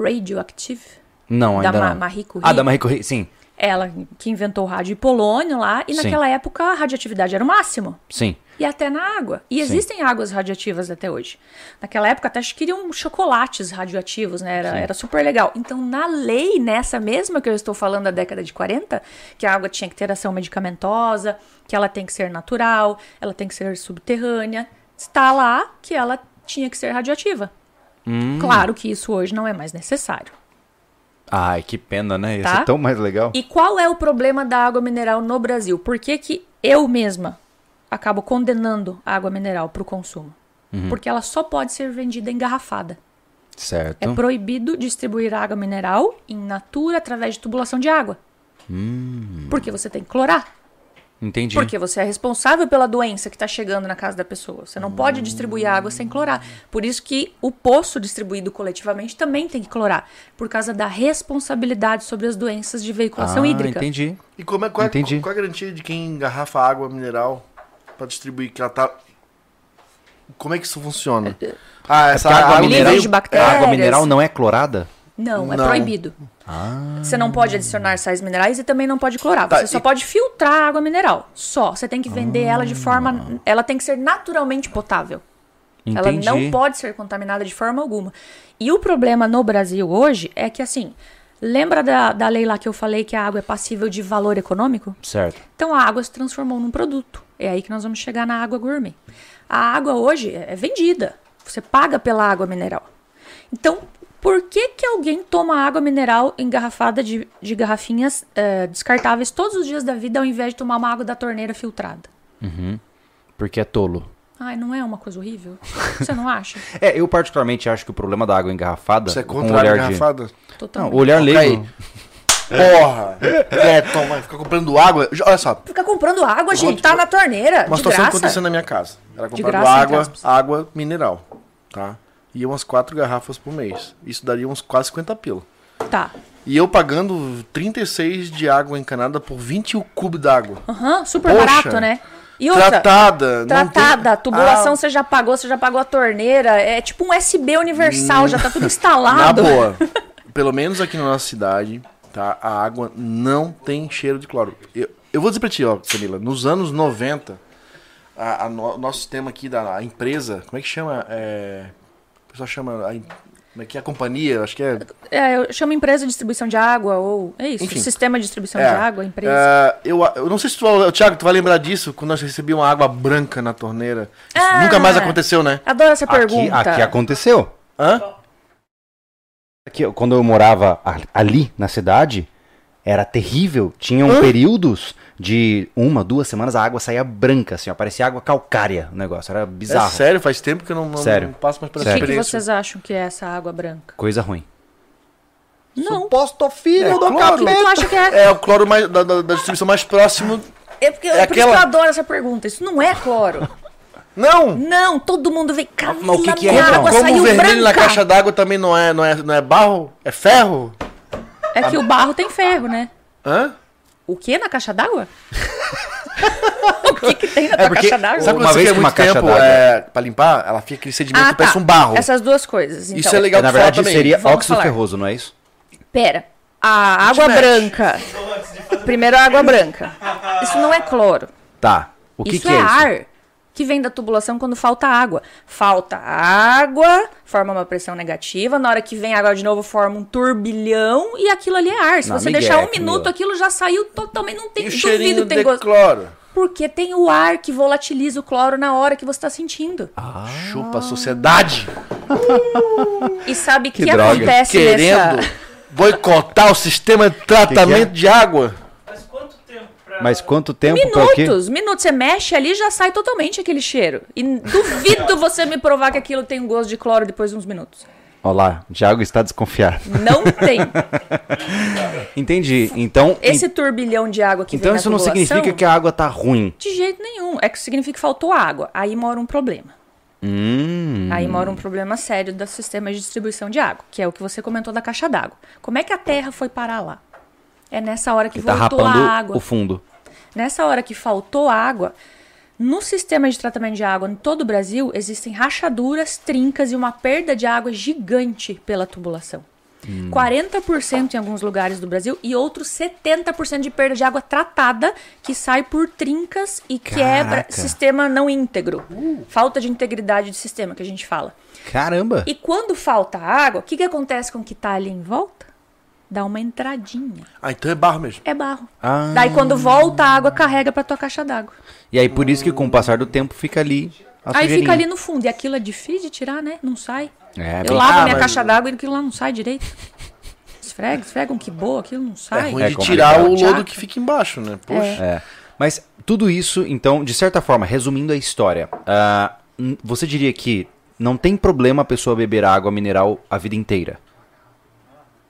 Speaker 3: Radioactive?
Speaker 1: Não,
Speaker 3: Da
Speaker 1: ainda
Speaker 3: Ma-
Speaker 1: não.
Speaker 3: Marie Curie?
Speaker 1: Ah, da Marie Curie, sim.
Speaker 3: Ela que inventou o rádio e polônio lá, e
Speaker 1: Sim.
Speaker 3: naquela época a radioatividade era o máximo.
Speaker 1: Sim.
Speaker 3: E até na água. E existem águas radioativas até hoje. Naquela época até acho que queriam chocolates radioativos, né? Era, era super legal. Então, na lei, nessa mesma que eu estou falando da década de 40, que a água tinha que ter ação medicamentosa, que ela tem que ser natural, ela tem que ser subterrânea, está lá que ela tinha que ser radioativa. Claro que isso hoje não é mais necessário.
Speaker 1: Ai, que pena, né? Ia
Speaker 3: Tá.
Speaker 1: ser tão mais legal.
Speaker 3: E qual é o problema da água mineral no Brasil? Por que, que eu mesma acabo condenando a água mineral para o consumo? Porque ela só pode ser vendida engarrafada.
Speaker 1: Certo.
Speaker 3: É proibido distribuir água mineral em natura através de tubulação de água. Porque você tem que clorar.
Speaker 1: Entendi.
Speaker 3: Porque você é responsável pela doença que está chegando na casa da pessoa. Você não pode distribuir água sem clorar. Por isso que o poço distribuído coletivamente também tem que clorar. Por causa da responsabilidade sobre as doenças de veiculação
Speaker 1: ah,
Speaker 3: hídrica.
Speaker 1: entendi.
Speaker 2: E como é, qual, é,
Speaker 1: Entendi.
Speaker 2: qual é a garantia de quem engarrafa água mineral pra distribuir? Que ela tá. Como é que isso funciona? Ah,
Speaker 1: É porque
Speaker 2: essa
Speaker 1: a água,
Speaker 2: água
Speaker 1: mineral,
Speaker 3: Níveis de bactérias.
Speaker 1: a água mineral não é clorada?
Speaker 3: Não, é
Speaker 2: Não. Ah.
Speaker 3: proibido. Você não pode adicionar sais minerais e também não pode clorar.
Speaker 2: Tá,
Speaker 3: você só
Speaker 2: e- Ah.
Speaker 3: pode filtrar a água mineral. Só. Você tem que vender ela de forma. Ela tem que ser naturalmente potável.
Speaker 1: Entendi.
Speaker 3: Ela não pode ser contaminada de forma alguma. E o problema no Brasil hoje é que, assim. Lembra da, da lei lá que eu falei que a água é passível de valor econômico?
Speaker 1: Certo.
Speaker 3: Então a água se transformou num produto. É aí que nós vamos chegar na água gourmet. A água hoje é é vendida. Você paga pela água mineral. Então, por que, que alguém toma água mineral engarrafada de, de garrafinhas eh, descartáveis todos os dias da vida ao invés de tomar uma água da torneira filtrada?
Speaker 1: Porque é tolo.
Speaker 3: Ai, não é uma coisa horrível? Você
Speaker 2: <laughs>
Speaker 3: não acha?
Speaker 1: É, eu particularmente acho que o problema da água engarrafada.
Speaker 2: Isso é
Speaker 1: com o
Speaker 2: contra a água
Speaker 1: olhar de-
Speaker 2: engarrafada?
Speaker 1: Não,
Speaker 3: Totalmente.
Speaker 1: o olhar leigo.
Speaker 2: Aí. Porra! é, toma, fica comprando água. Jo- Olha só,
Speaker 3: Fica comprando água, gente.
Speaker 2: vou-
Speaker 3: Tá na torneira.
Speaker 2: uma
Speaker 3: de
Speaker 2: situação
Speaker 3: graça.
Speaker 2: acontecendo na minha casa. Era comprando
Speaker 3: graça, entre
Speaker 2: água,
Speaker 3: aspas.
Speaker 2: água mineral, tá? E umas quatro garrafas por mês. Isso daria uns quase 50 pila.
Speaker 3: Tá.
Speaker 2: E eu pagando 36 de água encanada por 20 o cubo d'água.
Speaker 3: Aham, super
Speaker 2: Poxa.
Speaker 3: barato, né? E outra.
Speaker 2: Tratada. não
Speaker 3: Tratada,
Speaker 2: tem-
Speaker 3: tubulação
Speaker 2: Ah,
Speaker 3: você já pagou, você já pagou a torneira. É tipo um USB universal, já tá
Speaker 2: Hum.
Speaker 3: tudo
Speaker 2: Na
Speaker 3: instalado.
Speaker 2: boa. Pelo menos aqui na nossa cidade, tá? A água não tem cheiro de cloro. Eu, eu vou dizer pra ti, ó, Camila, nos anos 90, a, a no- nosso sistema aqui da a empresa, como é que chama? É, o pessoal chama. A, em- como é que é a companhia? Acho que é.
Speaker 3: É, eu chamo empresa de distribuição de água, ou. É isso,
Speaker 2: Enfim.
Speaker 3: sistema de distribuição
Speaker 2: É,
Speaker 3: de água, empresa.
Speaker 2: é, eu, eu não sei se tu, Thiago, tu vai lembrar disso quando nós recebíamos água branca na torneira. Isso
Speaker 3: Ah.
Speaker 2: nunca mais aconteceu, né?
Speaker 3: Adoro essa
Speaker 1: Aqui,
Speaker 3: pergunta.
Speaker 1: aqui aconteceu.
Speaker 2: Hã? É
Speaker 1: Aqui, quando eu morava a- ali na cidade, era terrível. Tinham períodos de uma, duas semanas, a água saía branca, assim, ó, parecia água calcária o negócio. Era
Speaker 2: É
Speaker 1: bizarro.
Speaker 2: sério, faz tempo que eu não, não-
Speaker 1: Sério.
Speaker 2: não passo mais por essa
Speaker 3: o que, que
Speaker 2: experiência.
Speaker 3: vocês acham que é essa água branca?
Speaker 1: Coisa ruim.
Speaker 3: Não.
Speaker 1: Suposto filho
Speaker 2: É
Speaker 1: do
Speaker 2: cloro.
Speaker 1: capeta.
Speaker 3: O que tu acha que é?
Speaker 2: É o cloro mais, da, da- da distribuição mais próximo.
Speaker 3: É, porque,
Speaker 2: é
Speaker 3: por isso que eu
Speaker 2: aquela- <laughs>
Speaker 3: adoro essa pergunta. Isso não é cloro.
Speaker 2: Não!
Speaker 3: Não, todo mundo vem. Camila,
Speaker 1: Mas o que que é,
Speaker 3: minha
Speaker 1: então?
Speaker 3: água
Speaker 2: Como
Speaker 3: saiu
Speaker 2: o vermelho
Speaker 3: branca.
Speaker 2: na caixa d'água também não é, não, é, não é barro? É ferro?
Speaker 3: É que o barro tem ferro, né?
Speaker 2: Hã?
Speaker 3: O que na caixa d'água? <laughs> o que, que tem na
Speaker 1: É
Speaker 3: tua
Speaker 1: porque-
Speaker 3: caixa d'água?
Speaker 2: Sabe
Speaker 1: Uma
Speaker 2: quando você
Speaker 1: vez
Speaker 2: quer
Speaker 1: que uma
Speaker 2: muito
Speaker 1: caixa
Speaker 2: tempo
Speaker 1: d'água-
Speaker 2: é, pra limpar? Ela fica aquele
Speaker 3: Ah,
Speaker 2: sedimento
Speaker 3: tá.
Speaker 2: que parece um barro.
Speaker 3: Essas duas coisas. Então,
Speaker 2: Isso é legal
Speaker 1: É, na
Speaker 2: de falar
Speaker 1: verdade,
Speaker 2: também.
Speaker 1: seria
Speaker 3: Vamos
Speaker 1: óxido
Speaker 3: falar.
Speaker 1: ferroso, não é isso?
Speaker 3: Pera. A água
Speaker 2: mete.
Speaker 3: branca. Primeiro a água branca. Isso não é cloro.
Speaker 1: Tá. O que,
Speaker 3: isso
Speaker 1: que
Speaker 3: é,
Speaker 1: é, isso?
Speaker 3: ar que vem da tubulação quando falta água. Falta água, forma uma pressão negativa. Na hora que vem água de novo, forma um turbilhão e aquilo ali é ar. Se
Speaker 1: Não,
Speaker 3: você
Speaker 1: migué,
Speaker 3: deixar um
Speaker 1: Camila.
Speaker 3: minuto, aquilo já saiu totalmente. Não tem
Speaker 2: E o
Speaker 3: duvido
Speaker 2: cheirinho
Speaker 3: que tem
Speaker 2: de
Speaker 3: gosto.
Speaker 2: cloro?
Speaker 3: Porque tem o ar que volatiliza o cloro na hora que você está sentindo.
Speaker 2: Ah, Chupa a sociedade
Speaker 3: E sabe o que,
Speaker 1: droga.
Speaker 3: acontece
Speaker 2: querendo
Speaker 3: nessa...
Speaker 2: boicotar o sistema de tratamento
Speaker 1: é?
Speaker 2: de água.
Speaker 4: Mas quanto tempo pra...
Speaker 1: Mas quanto tempo pra o quê?
Speaker 3: Minutos, minutos. Você mexe ali já sai totalmente aquele cheiro. E duvido você me provar que aquilo tem um gosto de cloro depois de uns minutos.
Speaker 1: Olha lá, o Thiago está
Speaker 3: <laughs>
Speaker 1: desconfiado.
Speaker 3: Não tem.
Speaker 1: Entendi. Então,
Speaker 3: Esse
Speaker 1: en-
Speaker 3: turbilhão de água que
Speaker 1: então
Speaker 3: vem
Speaker 1: isso
Speaker 3: na
Speaker 1: não
Speaker 3: tubulação,
Speaker 1: significa que a água tá ruim.
Speaker 3: De jeito nenhum. É que significa que faltou água. Aí mora um problema.
Speaker 1: Hum.
Speaker 3: Aí mora um problema sério dos sistemas de distribuição de água, que é o que você comentou da caixa d'água. Como é que a terra foi parar lá? É nessa hora que
Speaker 1: tá
Speaker 3: voltou a
Speaker 1: rapando
Speaker 3: água.
Speaker 1: o fundo.
Speaker 3: Nessa hora que faltou água, no sistema de tratamento de água em todo o Brasil, existem rachaduras, trincas e uma perda de água gigante pela tubulação.
Speaker 1: Hum.
Speaker 3: 40% em alguns lugares do Brasil e outros 70% de perda de água tratada que sai por trincas e quebra
Speaker 1: Caraca.
Speaker 3: sistema não íntegro. Falta de integridade de sistema que a gente fala.
Speaker 1: Caramba.
Speaker 3: E quando falta água, o que, que acontece com o que está ali em volta? Dá uma entradinha.
Speaker 2: Ah, então é barro mesmo.
Speaker 3: É barro.
Speaker 1: Ah.
Speaker 3: Daí quando volta a água, carrega pra tua caixa d'água.
Speaker 1: E aí por isso que com o passar do tempo fica ali a
Speaker 3: Aí fica
Speaker 1: sujeirinha.
Speaker 3: ali no fundo. E aquilo é difícil de tirar, né? Não sai.
Speaker 1: É,
Speaker 3: Eu
Speaker 1: bem-
Speaker 3: lavo
Speaker 2: Ah,
Speaker 3: minha
Speaker 2: mas-
Speaker 3: caixa d'água e aquilo lá não sai direito. <laughs> Esfrega, esfrega um que boa, aquilo não
Speaker 2: É
Speaker 3: sai.
Speaker 2: ruim
Speaker 1: É
Speaker 2: de
Speaker 1: complicado.
Speaker 2: tirar o
Speaker 3: Jaca.
Speaker 2: lodo que fica embaixo, né? Poxa.
Speaker 1: É. Mas tudo isso, então, de certa forma, resumindo a história, ah, n- você diria que não tem problema a pessoa beber água mineral a vida inteira.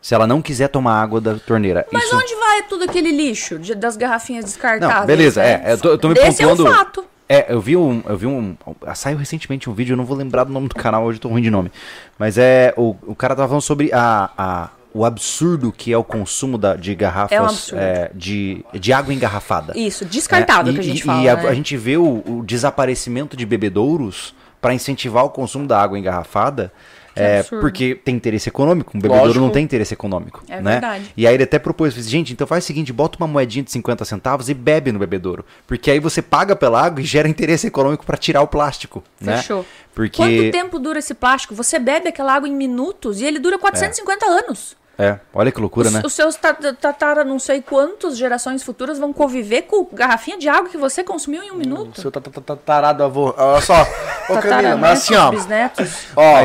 Speaker 1: Se ela não quiser tomar água da torneira.
Speaker 3: Mas
Speaker 1: isso...
Speaker 3: onde vai tudo aquele lixo de- das garrafinhas descartáveis?
Speaker 1: Não, beleza,
Speaker 3: né?
Speaker 1: é. Eu tô, eu tô me
Speaker 3: Esse
Speaker 1: pontuando.
Speaker 3: é um fato.
Speaker 1: É, eu vi um. Eu vi um. Saiu recentemente um vídeo, eu não vou lembrar do nome do canal, hoje eu tô ruim de nome. Mas é. O, o cara tava falando sobre a, a- o absurdo que é o consumo da, de garrafas.
Speaker 3: um absurdo.
Speaker 1: é, de, de água engarrafada.
Speaker 3: Isso, descartável
Speaker 1: É,
Speaker 3: que a
Speaker 1: e-
Speaker 3: gente
Speaker 1: e-
Speaker 3: fala.
Speaker 1: E a,
Speaker 3: né?
Speaker 1: a gente vê o, o desaparecimento de bebedouros para incentivar o consumo da água engarrafada. é,
Speaker 3: absurdo.
Speaker 1: porque tem interesse econômico, um bebedouro
Speaker 2: Lógico.
Speaker 1: não tem interesse econômico.
Speaker 3: É
Speaker 1: né?
Speaker 3: verdade.
Speaker 1: E aí ele até propôs, fez, gente, então faz o seguinte, bota uma moedinha de 50 centavos e bebe no bebedouro. Porque aí você paga pela água e gera interesse econômico para tirar o plástico. né?
Speaker 3: Fechou.
Speaker 1: Porque.
Speaker 3: Quanto tempo dura esse plástico? Você bebe aquela água em minutos e ele dura 450 anos.
Speaker 1: É, olha que loucura,
Speaker 3: Os,
Speaker 1: né?
Speaker 3: os seus ta- ta- tatara, não sei quantos gerações futuras vão conviver com garrafinha de água que você consumiu em
Speaker 1: Hum,
Speaker 3: um minuto.
Speaker 2: Seu ta- ta- ta- tarado avô. Olha só. Ô,
Speaker 3: Tá
Speaker 2: Camila, mas assim,
Speaker 3: né,
Speaker 2: ó.
Speaker 3: bisnetos.
Speaker 2: Ó,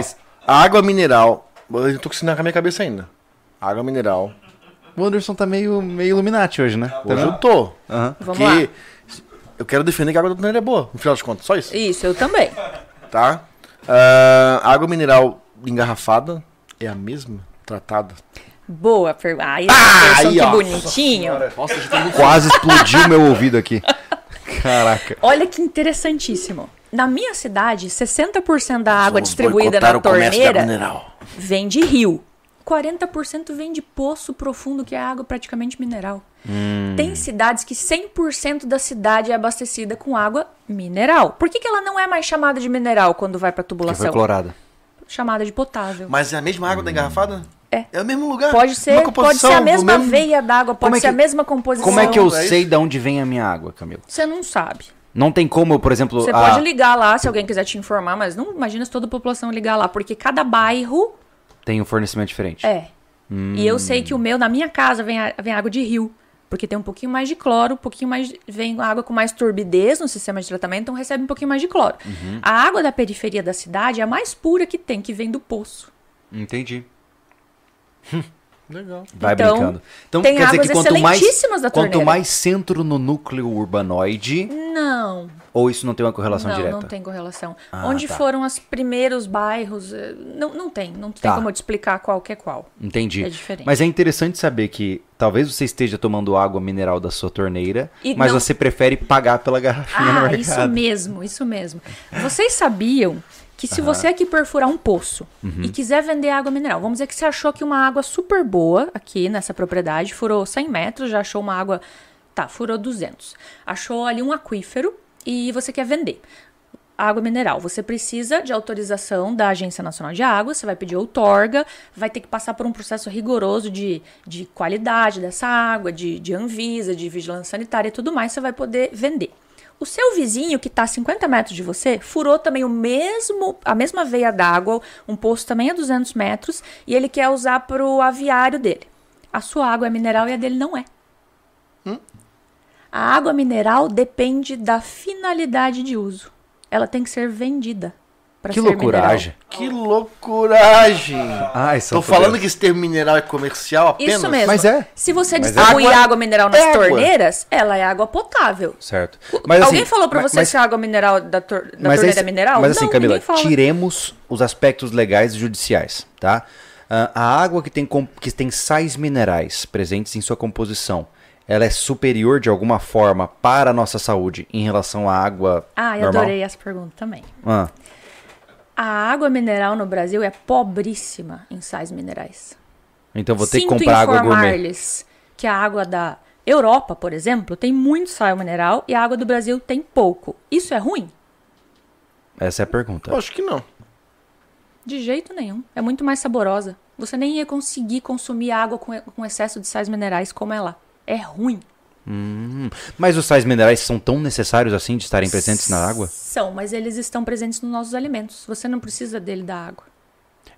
Speaker 2: a água mineral. Eu tô com isso na minha cabeça ainda. Água mineral.
Speaker 1: O Anderson tá meio, meio Illuminati hoje, né?
Speaker 2: Hoje eu tô.
Speaker 1: Aham.
Speaker 3: Vamos
Speaker 2: Porque
Speaker 3: lá.
Speaker 2: eu quero defender que a água da torneira é boa, no final de contas. Só isso.
Speaker 3: Isso, eu também.
Speaker 2: Tá? Ah, água mineral engarrafada é a mesma tratada.
Speaker 3: Boa pergunta. Ai,
Speaker 2: Ah,
Speaker 3: Anderson,
Speaker 2: aí,
Speaker 3: que
Speaker 2: ó.
Speaker 3: bonitinho.
Speaker 2: Nossa, já tá muito
Speaker 1: Quase explodiu meu ouvido aqui. <laughs> Caraca.
Speaker 3: Olha que interessantíssimo. Na minha cidade, 60% da água
Speaker 2: Vamos
Speaker 3: distribuída
Speaker 2: boicotar
Speaker 3: na
Speaker 2: o comércio de água
Speaker 3: torneira
Speaker 2: mineral.
Speaker 3: vem de rio. 40% vem de poço profundo, que é água praticamente mineral.
Speaker 2: Hum.
Speaker 3: Tem cidades que 100% da cidade é abastecida com água mineral. Por que, que ela não é mais chamada de mineral quando vai pra
Speaker 1: Que foi
Speaker 3: tubulação?
Speaker 1: clorada.
Speaker 3: Chamada de potável.
Speaker 2: Mas é a mesma água da engarrafada?
Speaker 3: É.
Speaker 2: É o mesmo lugar?
Speaker 3: Pode
Speaker 2: Mesma
Speaker 3: ser, pode
Speaker 2: composição,
Speaker 3: ser a
Speaker 2: o
Speaker 3: mesma
Speaker 2: mesmo-
Speaker 3: veia d'água, pode
Speaker 1: Como é
Speaker 3: ser a
Speaker 1: que-
Speaker 3: mesma composição.
Speaker 1: Como é que eu
Speaker 2: é isso?
Speaker 1: sei de onde vem a minha água, Camilo?
Speaker 3: Você não sabe.
Speaker 1: Não tem como, eu, por exemplo. ah,
Speaker 3: Você
Speaker 1: a-
Speaker 3: pode ligar lá se alguém quiser te informar, mas não imagina se toda a população ligar lá, porque cada bairro
Speaker 1: Tem um fornecimento diferente.
Speaker 3: é. E eu sei que o meu, na minha casa, vem, a- vem água de rio. Porque tem um pouquinho mais de cloro, um pouquinho mais. de- Vem água com mais turbidez no sistema de tratamento, então recebe um pouquinho mais de cloro.
Speaker 1: Uhum.
Speaker 3: A água da periferia da cidade é a mais pura que tem, que vem do poço.
Speaker 1: Entendi.
Speaker 2: Legal.
Speaker 1: Vai
Speaker 3: Então,
Speaker 1: brincando. Então
Speaker 3: tem
Speaker 1: quer dizer
Speaker 3: águas
Speaker 1: que quanto mais,
Speaker 3: excelentíssimas da
Speaker 1: quanto
Speaker 3: torneira.
Speaker 1: mais centro no núcleo urbanoide,
Speaker 3: Não,
Speaker 1: Ou isso não tem uma correlação
Speaker 3: não,
Speaker 1: direta?
Speaker 3: não tem correlação.
Speaker 1: Ah,
Speaker 3: Onde
Speaker 1: tá.
Speaker 3: foram os primeiros bairros? eh, Não, não tem. Não tem
Speaker 1: Tá.
Speaker 3: como eu te explicar qual que é qual.
Speaker 1: Entendi.
Speaker 3: É diferente.
Speaker 1: Mas é interessante saber que talvez você esteja tomando água mineral da sua torneira,
Speaker 3: E
Speaker 1: mas
Speaker 3: não-
Speaker 1: você prefere pagar pela garrafinha no
Speaker 3: Ah,
Speaker 1: mercado.
Speaker 3: isso mesmo, isso mesmo. Vocês sabiam que se você aqui perfurar um poço
Speaker 1: Uhum.
Speaker 3: e quiser vender água mineral, vamos dizer que você achou que uma água super boa aqui nessa propriedade, furou 100 metros, já achou uma água, tá, furou 200. Achou ali um aquífero e você quer vender. Água mineral, você precisa de autorização da Agência Nacional de Água, você vai pedir outorga, vai ter que passar por um processo rigoroso de, de qualidade dessa água, de, de Anvisa, de vigilância sanitária e tudo mais, você vai poder vender. O seu vizinho, que está a 50 metros de você, furou também o mesmo, a mesma veia d'água, um poço também a 200 metros, e ele quer usar para o aviário dele. A sua água é mineral e a dele não é. A água mineral depende da finalidade de uso. Ela tem que ser vendida. para
Speaker 1: Que
Speaker 3: ser
Speaker 1: loucuragem.
Speaker 3: mineral.
Speaker 2: Que loucuragem!
Speaker 1: Ai, Santo
Speaker 2: Tô falando
Speaker 1: Deus.
Speaker 2: que esse termo mineral é comercial apenas?
Speaker 3: Isso mesmo.
Speaker 1: Mas é.
Speaker 3: Se você distribuir
Speaker 2: água
Speaker 3: água, mineral nas
Speaker 2: é água.
Speaker 3: torneiras, ela é água potável.
Speaker 1: Certo.
Speaker 3: Alguém
Speaker 1: assim,
Speaker 3: falou para
Speaker 1: ma-
Speaker 3: você
Speaker 1: mas-
Speaker 3: se a água mineral da, tor- da
Speaker 1: mas
Speaker 3: torneira
Speaker 1: aí-
Speaker 3: é mineral?
Speaker 1: Mas assim,
Speaker 3: não,
Speaker 1: Camila,
Speaker 3: ninguém fala.
Speaker 1: tiremos os aspectos legais e judiciais, tá? Ah, a água que tem, com- que tem sais minerais presentes em sua composição, ela é superior de alguma forma para a nossa saúde em relação à água
Speaker 3: Ah, eu
Speaker 1: normal?
Speaker 3: adorei essa pergunta também.
Speaker 1: Ah,
Speaker 3: A água mineral no Brasil é pobríssima em sais minerais.
Speaker 1: então vou ter
Speaker 3: Sinto
Speaker 1: que comprar água gourmet.
Speaker 3: informar-lhes que a água da Europa, por exemplo, tem muito sal mineral e a água do Brasil tem pouco. Isso é ruim?
Speaker 1: Essa é a pergunta.
Speaker 2: Eu Acho que não.
Speaker 3: De jeito nenhum. É muito mais saborosa. Você nem ia conseguir consumir água com, com excesso de sais minerais como é lá. É ruim.
Speaker 1: Mas os sais minerais são tão necessários assim de estarem presentes na água?
Speaker 3: São, mas eles estão presentes nos nossos alimentos. Você não precisa dele da água.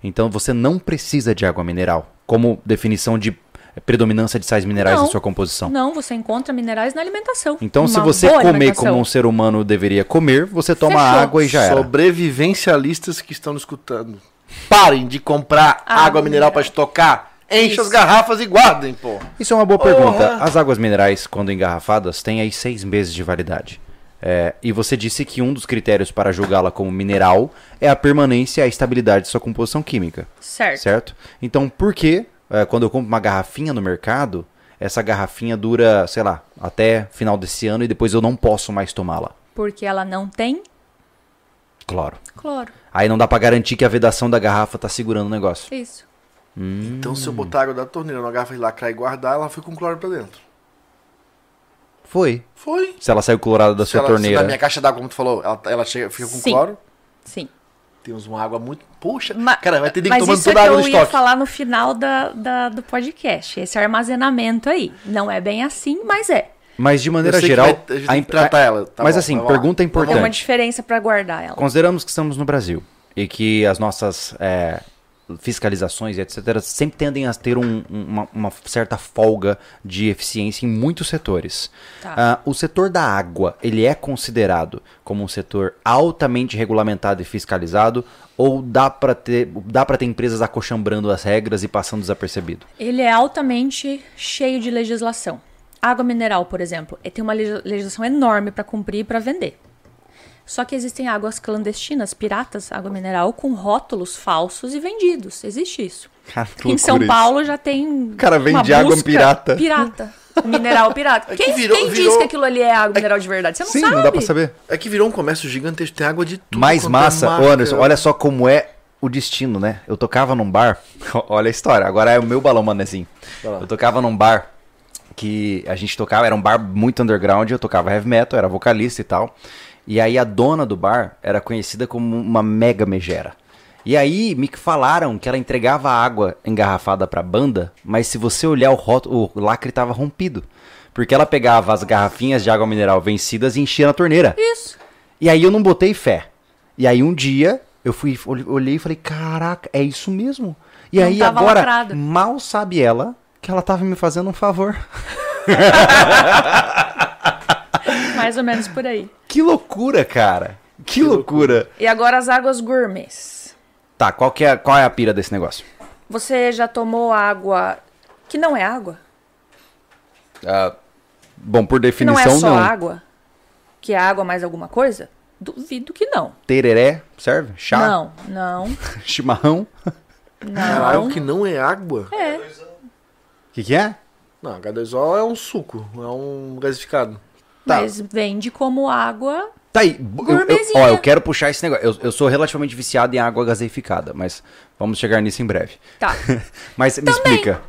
Speaker 1: Então você não precisa de água mineral, como definição de predominância de sais minerais
Speaker 3: Não.
Speaker 1: na sua composição.
Speaker 3: Não, você encontra minerais na alimentação.
Speaker 1: Então, se
Speaker 3: Uma
Speaker 1: você
Speaker 3: boa
Speaker 1: comer
Speaker 3: alimentação.
Speaker 1: como um ser humano deveria comer, você toma
Speaker 3: Fechou.
Speaker 1: água e já era.
Speaker 2: Sobrevivencialistas que estão nos escutando. Parem de comprar
Speaker 3: Ah,
Speaker 2: água mineral pra estocar. Enchem
Speaker 3: Isso.
Speaker 2: as garrafas e guardem, pô.
Speaker 1: Isso é uma boa
Speaker 2: Porra.
Speaker 1: pergunta. As águas minerais, quando engarrafadas, têm aí seis meses de validade. É, e você disse que um dos critérios para julgá-la como mineral é a permanência e a estabilidade de sua composição química,
Speaker 3: Certo.
Speaker 1: certo? Então, por que, é, quando eu compro uma garrafinha no mercado, essa garrafinha dura, sei lá, até final desse ano e depois eu não posso mais tomá-la?
Speaker 3: Porque ela não tem
Speaker 1: Claro.
Speaker 3: cloro.
Speaker 1: Aí não dá pra garantir que a vedação da garrafa tá segurando o negócio.
Speaker 3: É Isso.
Speaker 2: Então, se eu botar água da torneira na garrafa de lacrar e guardar, ela fica com cloro pra dentro.
Speaker 1: Foi.
Speaker 2: Foi.
Speaker 1: Se ela saiu colorada da
Speaker 2: Se
Speaker 1: sua
Speaker 2: ela- se
Speaker 1: torneira.
Speaker 2: Na minha caixa d'água, como tu falou, ela, ela chega, fica com
Speaker 3: Sim.
Speaker 2: cloro.
Speaker 3: Sim.
Speaker 2: Temos uma água muito. Poxa,
Speaker 3: Ma-
Speaker 2: cara, vai ter que
Speaker 3: mas
Speaker 2: tomando
Speaker 3: isso é
Speaker 2: toda a
Speaker 3: que
Speaker 2: água
Speaker 3: eu
Speaker 2: do
Speaker 3: ia
Speaker 2: estoque.
Speaker 3: falar no final da, da- do podcast. Esse armazenamento aí. Não é bem assim, mas é.
Speaker 1: Mas de maneira
Speaker 2: Eu sei que
Speaker 1: geral.
Speaker 2: vai- a gente tem que
Speaker 1: imp-
Speaker 2: tratar ela, tá
Speaker 1: mas
Speaker 2: bom,
Speaker 1: assim,
Speaker 2: vai lá.
Speaker 1: pergunta
Speaker 3: Tem É uma
Speaker 1: importante.
Speaker 3: diferença pra guardar ela.
Speaker 1: Consideramos que estamos no Brasil e que as nossas é, fiscalizações e etc. sempre tendem a ter um- uma, uma certa folga de eficiência em muitos setores.
Speaker 3: Tá.
Speaker 1: Ah, o setor da água, ele é considerado como um setor altamente regulamentado e fiscalizado ou dá pra ter, dá pra ter empresas acochambrando as regras e passando desapercebido?
Speaker 3: Ele é altamente cheio de legislação. Água mineral, por exemplo, é- tem uma legis- legislação enorme para cumprir e para vender. Só que existem águas clandestinas, piratas, água mineral, com rótulos falsos e vendidos. Existe isso.
Speaker 1: Cara, que
Speaker 3: em
Speaker 1: loucura
Speaker 3: São
Speaker 1: isso.
Speaker 3: Paulo já tem. O
Speaker 1: cara vende água pirata.
Speaker 3: Pirata.
Speaker 1: <laughs>
Speaker 3: Mineral pirata.
Speaker 2: É que
Speaker 3: Quem,
Speaker 2: virou-
Speaker 3: quem diz
Speaker 2: virou-
Speaker 3: que aquilo ali é água mineral de verdade? Você não
Speaker 1: Sim,
Speaker 3: sabe.
Speaker 1: não dá pra saber.
Speaker 2: É que virou um comércio gigantesco, tem água de tudo.
Speaker 1: Mais
Speaker 2: quanto é
Speaker 1: massa,
Speaker 2: marca.
Speaker 1: ô Anderson, olha só como é o destino, né? Eu tocava num bar, <laughs> olha a história, agora é o meu balão, manezinho.
Speaker 2: Vai lá.
Speaker 1: Eu tocava num bar que a gente tocava, era um bar muito underground, eu tocava heavy metal, era vocalista e tal. E aí a dona do bar era conhecida como uma mega megera. E aí me que falaram que ela entregava água engarrafada pra banda, mas se você olhar o rótulo, o lacre tava rompido. Porque ela pegava as garrafinhas de água mineral vencidas e enchia na torneira.
Speaker 3: Isso.
Speaker 1: E aí eu não botei fé. E aí um dia eu fui olhe- olhei e falei, caraca, é isso mesmo? E
Speaker 3: Não
Speaker 1: aí
Speaker 3: tava
Speaker 1: agora
Speaker 3: lacrado.
Speaker 1: mal sabe ela que ela tava me fazendo um favor.
Speaker 3: Mais ou menos por aí.
Speaker 1: <laughs> Que loucura, cara. Que, loucura.
Speaker 3: E agora as águas gourmets.
Speaker 1: Tá, qual que é, qual é a pira desse negócio?
Speaker 3: Você já tomou água que não é água?
Speaker 1: Bom, por
Speaker 3: Que não é
Speaker 1: Ah, definição
Speaker 3: só
Speaker 1: não.
Speaker 3: água? Que que é água mais alguma coisa? Duvido que não.
Speaker 1: Tereré, serve? Chá?
Speaker 3: Não, não,
Speaker 1: <laughs> Chimarrão?
Speaker 2: Caralho,
Speaker 3: não.
Speaker 2: que não é água?
Speaker 1: Tá.
Speaker 3: É,
Speaker 1: O que, que é?
Speaker 2: Não, H2O é um suco, é um gasificado.
Speaker 1: Tá.
Speaker 3: mas vende como água.
Speaker 1: Tá aí. b- eu- eu-
Speaker 3: Gourmetzinha.
Speaker 1: ó, eu quero puxar esse negócio. Eu, eu sou relativamente viciado em água gaseificada, mas vamos chegar nisso em
Speaker 3: <laughs>
Speaker 1: breve.
Speaker 3: Tá.
Speaker 1: <laughs> Mas me explica.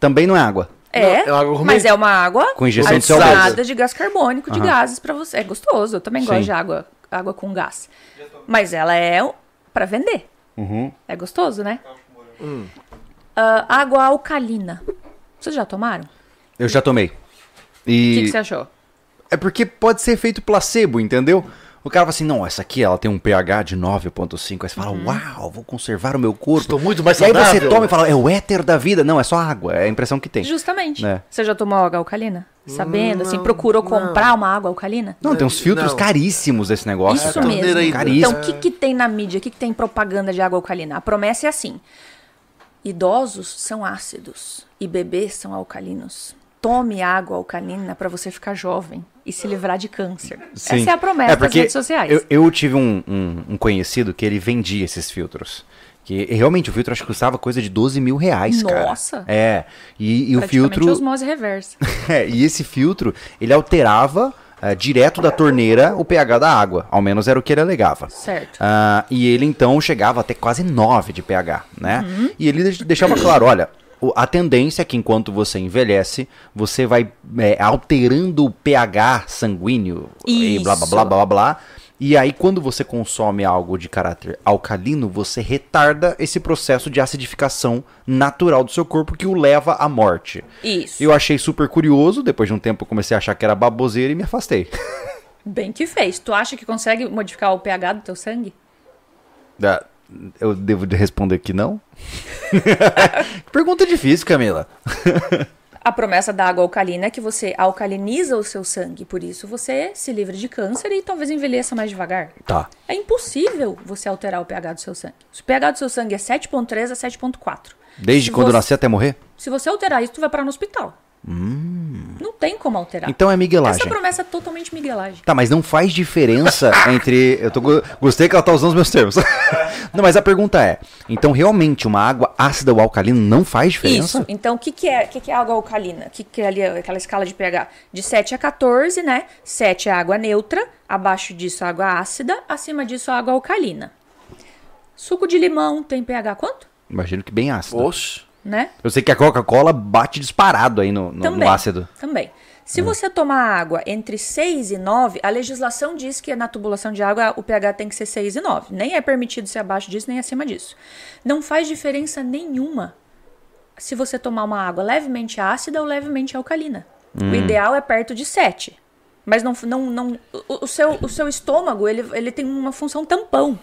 Speaker 1: Também não é água.
Speaker 3: É,
Speaker 2: é uma água gourmet.
Speaker 3: mas é uma água
Speaker 1: Com injeção
Speaker 2: de sal
Speaker 3: adicionada
Speaker 1: mesmo.
Speaker 3: de gás carbônico, de
Speaker 1: Aham.
Speaker 3: gases pra você. É gostoso, eu também
Speaker 1: Sim.
Speaker 3: gosto de água, água com gás. Mas ela é o- pra vender.
Speaker 1: Uhum.
Speaker 3: É gostoso, né? Ah, água alcalina. Vocês já tomaram?
Speaker 1: Eu já tomei.
Speaker 3: O
Speaker 1: E
Speaker 3: que, que você achou?
Speaker 1: é porque pode ser efeito placebo, entendeu? O cara fala assim, não, essa aqui ela tem um pH de 9.5. Aí você fala,
Speaker 3: Uhum.
Speaker 1: uau, vou conservar o meu corpo.
Speaker 2: Estou muito mais
Speaker 1: e aí você
Speaker 2: saudável.
Speaker 1: toma e fala, é o éter da vida. Não, é só água, é a impressão que tem.
Speaker 3: Justamente.
Speaker 1: É.
Speaker 3: Você já tomou água alcalina? Sabendo, assim,
Speaker 2: Hum, Não,
Speaker 3: procurou
Speaker 2: não.
Speaker 3: comprar uma água alcalina?
Speaker 1: Não, tem uns filtros
Speaker 2: Não. É,
Speaker 1: caríssimos desse negócio,
Speaker 3: Isso
Speaker 1: cara.
Speaker 3: mesmo.
Speaker 2: torneira aí,
Speaker 1: Caríssimo.
Speaker 3: Então, o que, que tem na mídia? O que, que tem propaganda de água alcalina? A promessa é assim: idosos são ácidos e bebês são alcalinos. Tome água alcalina para você ficar jovem e se livrar de câncer.
Speaker 1: Sim.
Speaker 3: Essa é a promessa das
Speaker 1: porque
Speaker 3: redes sociais.
Speaker 1: Eu, eu tive um, um- um conhecido que ele vendia esses filtros. Que realmente o filtro acho que custava coisa de 12 mil reais, cara.
Speaker 3: Nossa.
Speaker 1: É. E, e o
Speaker 3: Praticamente
Speaker 1: filtro.
Speaker 3: osmose reversa.
Speaker 1: <laughs> É, e esse filtro, ele alterava eh, direto da torneira o pH da água. Ao menos era o que ele alegava.
Speaker 3: Certo.
Speaker 1: <laughs> Ah, e ele então chegava até quase 9 de pH, né? E ele deix- deixava claro, olha, o- a tendência é que enquanto você envelhece, você vai é, alterando o pH sanguíneo e blá blá
Speaker 3: Isso.
Speaker 1: blá blá blá. E aí quando você consome algo de caráter alcalino, você retarda esse processo de acidificação natural do seu corpo que o leva à morte.
Speaker 3: Isso.
Speaker 1: Eu achei super curioso, depois de um tempo eu comecei a achar que era baboseira e me afastei.
Speaker 3: Bem que fez. Tu acha que consegue modificar o pH do teu sangue?
Speaker 1: <laughs> Da- Eu devo de responder que não? Que <laughs> Pergunta difícil, Camila.
Speaker 3: A promessa da água alcalina é que você alcaliniza o seu sangue, por isso você se livra de câncer e talvez envelheça mais devagar.
Speaker 1: Tá.
Speaker 3: É impossível você alterar o pH do seu sangue. Se o pH do seu sangue é 7.3 a 7.4.
Speaker 1: Desde
Speaker 3: Se
Speaker 1: quando eu
Speaker 3: você-
Speaker 1: nasci até morrer?
Speaker 3: Se você alterar isso, tu vai parar no hospital. Não tem como
Speaker 1: Hum.
Speaker 3: alterar.
Speaker 1: Então é
Speaker 3: Tá. Essa
Speaker 1: miguelagem.
Speaker 3: promessa é totalmente miguelagem.
Speaker 1: Tá, mas não faz
Speaker 3: <laughs>
Speaker 1: diferença entre. Eu tô... go- Gostei que ela tá usando os meus termos. <laughs> não, mas a pergunta é: então realmente uma água ácida ou alcalina não faz diferença?
Speaker 3: Isso. Então, o que, que, é, o que, que é água alcalina? O que, que é ali aquela escala de pH? De 7 a 14, né? 7 é água neutra, abaixo disso água ácida, acima disso água alcalina. Suco de limão tem pH quanto?
Speaker 1: Imagino que bem ácido.
Speaker 2: Oxe.
Speaker 3: Né?
Speaker 1: Eu sei que a Coca-Cola bate disparado aí no, no- no ácido. Uhum.
Speaker 3: Também. Se você tomar água entre 6 e 9, a legislação diz que na tubulação de água o pH tem que ser 6 e 9. Nem é permitido ser abaixo disso, nem acima disso. Não faz diferença nenhuma se você tomar uma água levemente ácida ou levemente alcalina.
Speaker 1: Hum.
Speaker 3: O ideal é perto de 7. Mas não, não, não, o, o seu, o seu estômago ele, ele tem uma função tampão.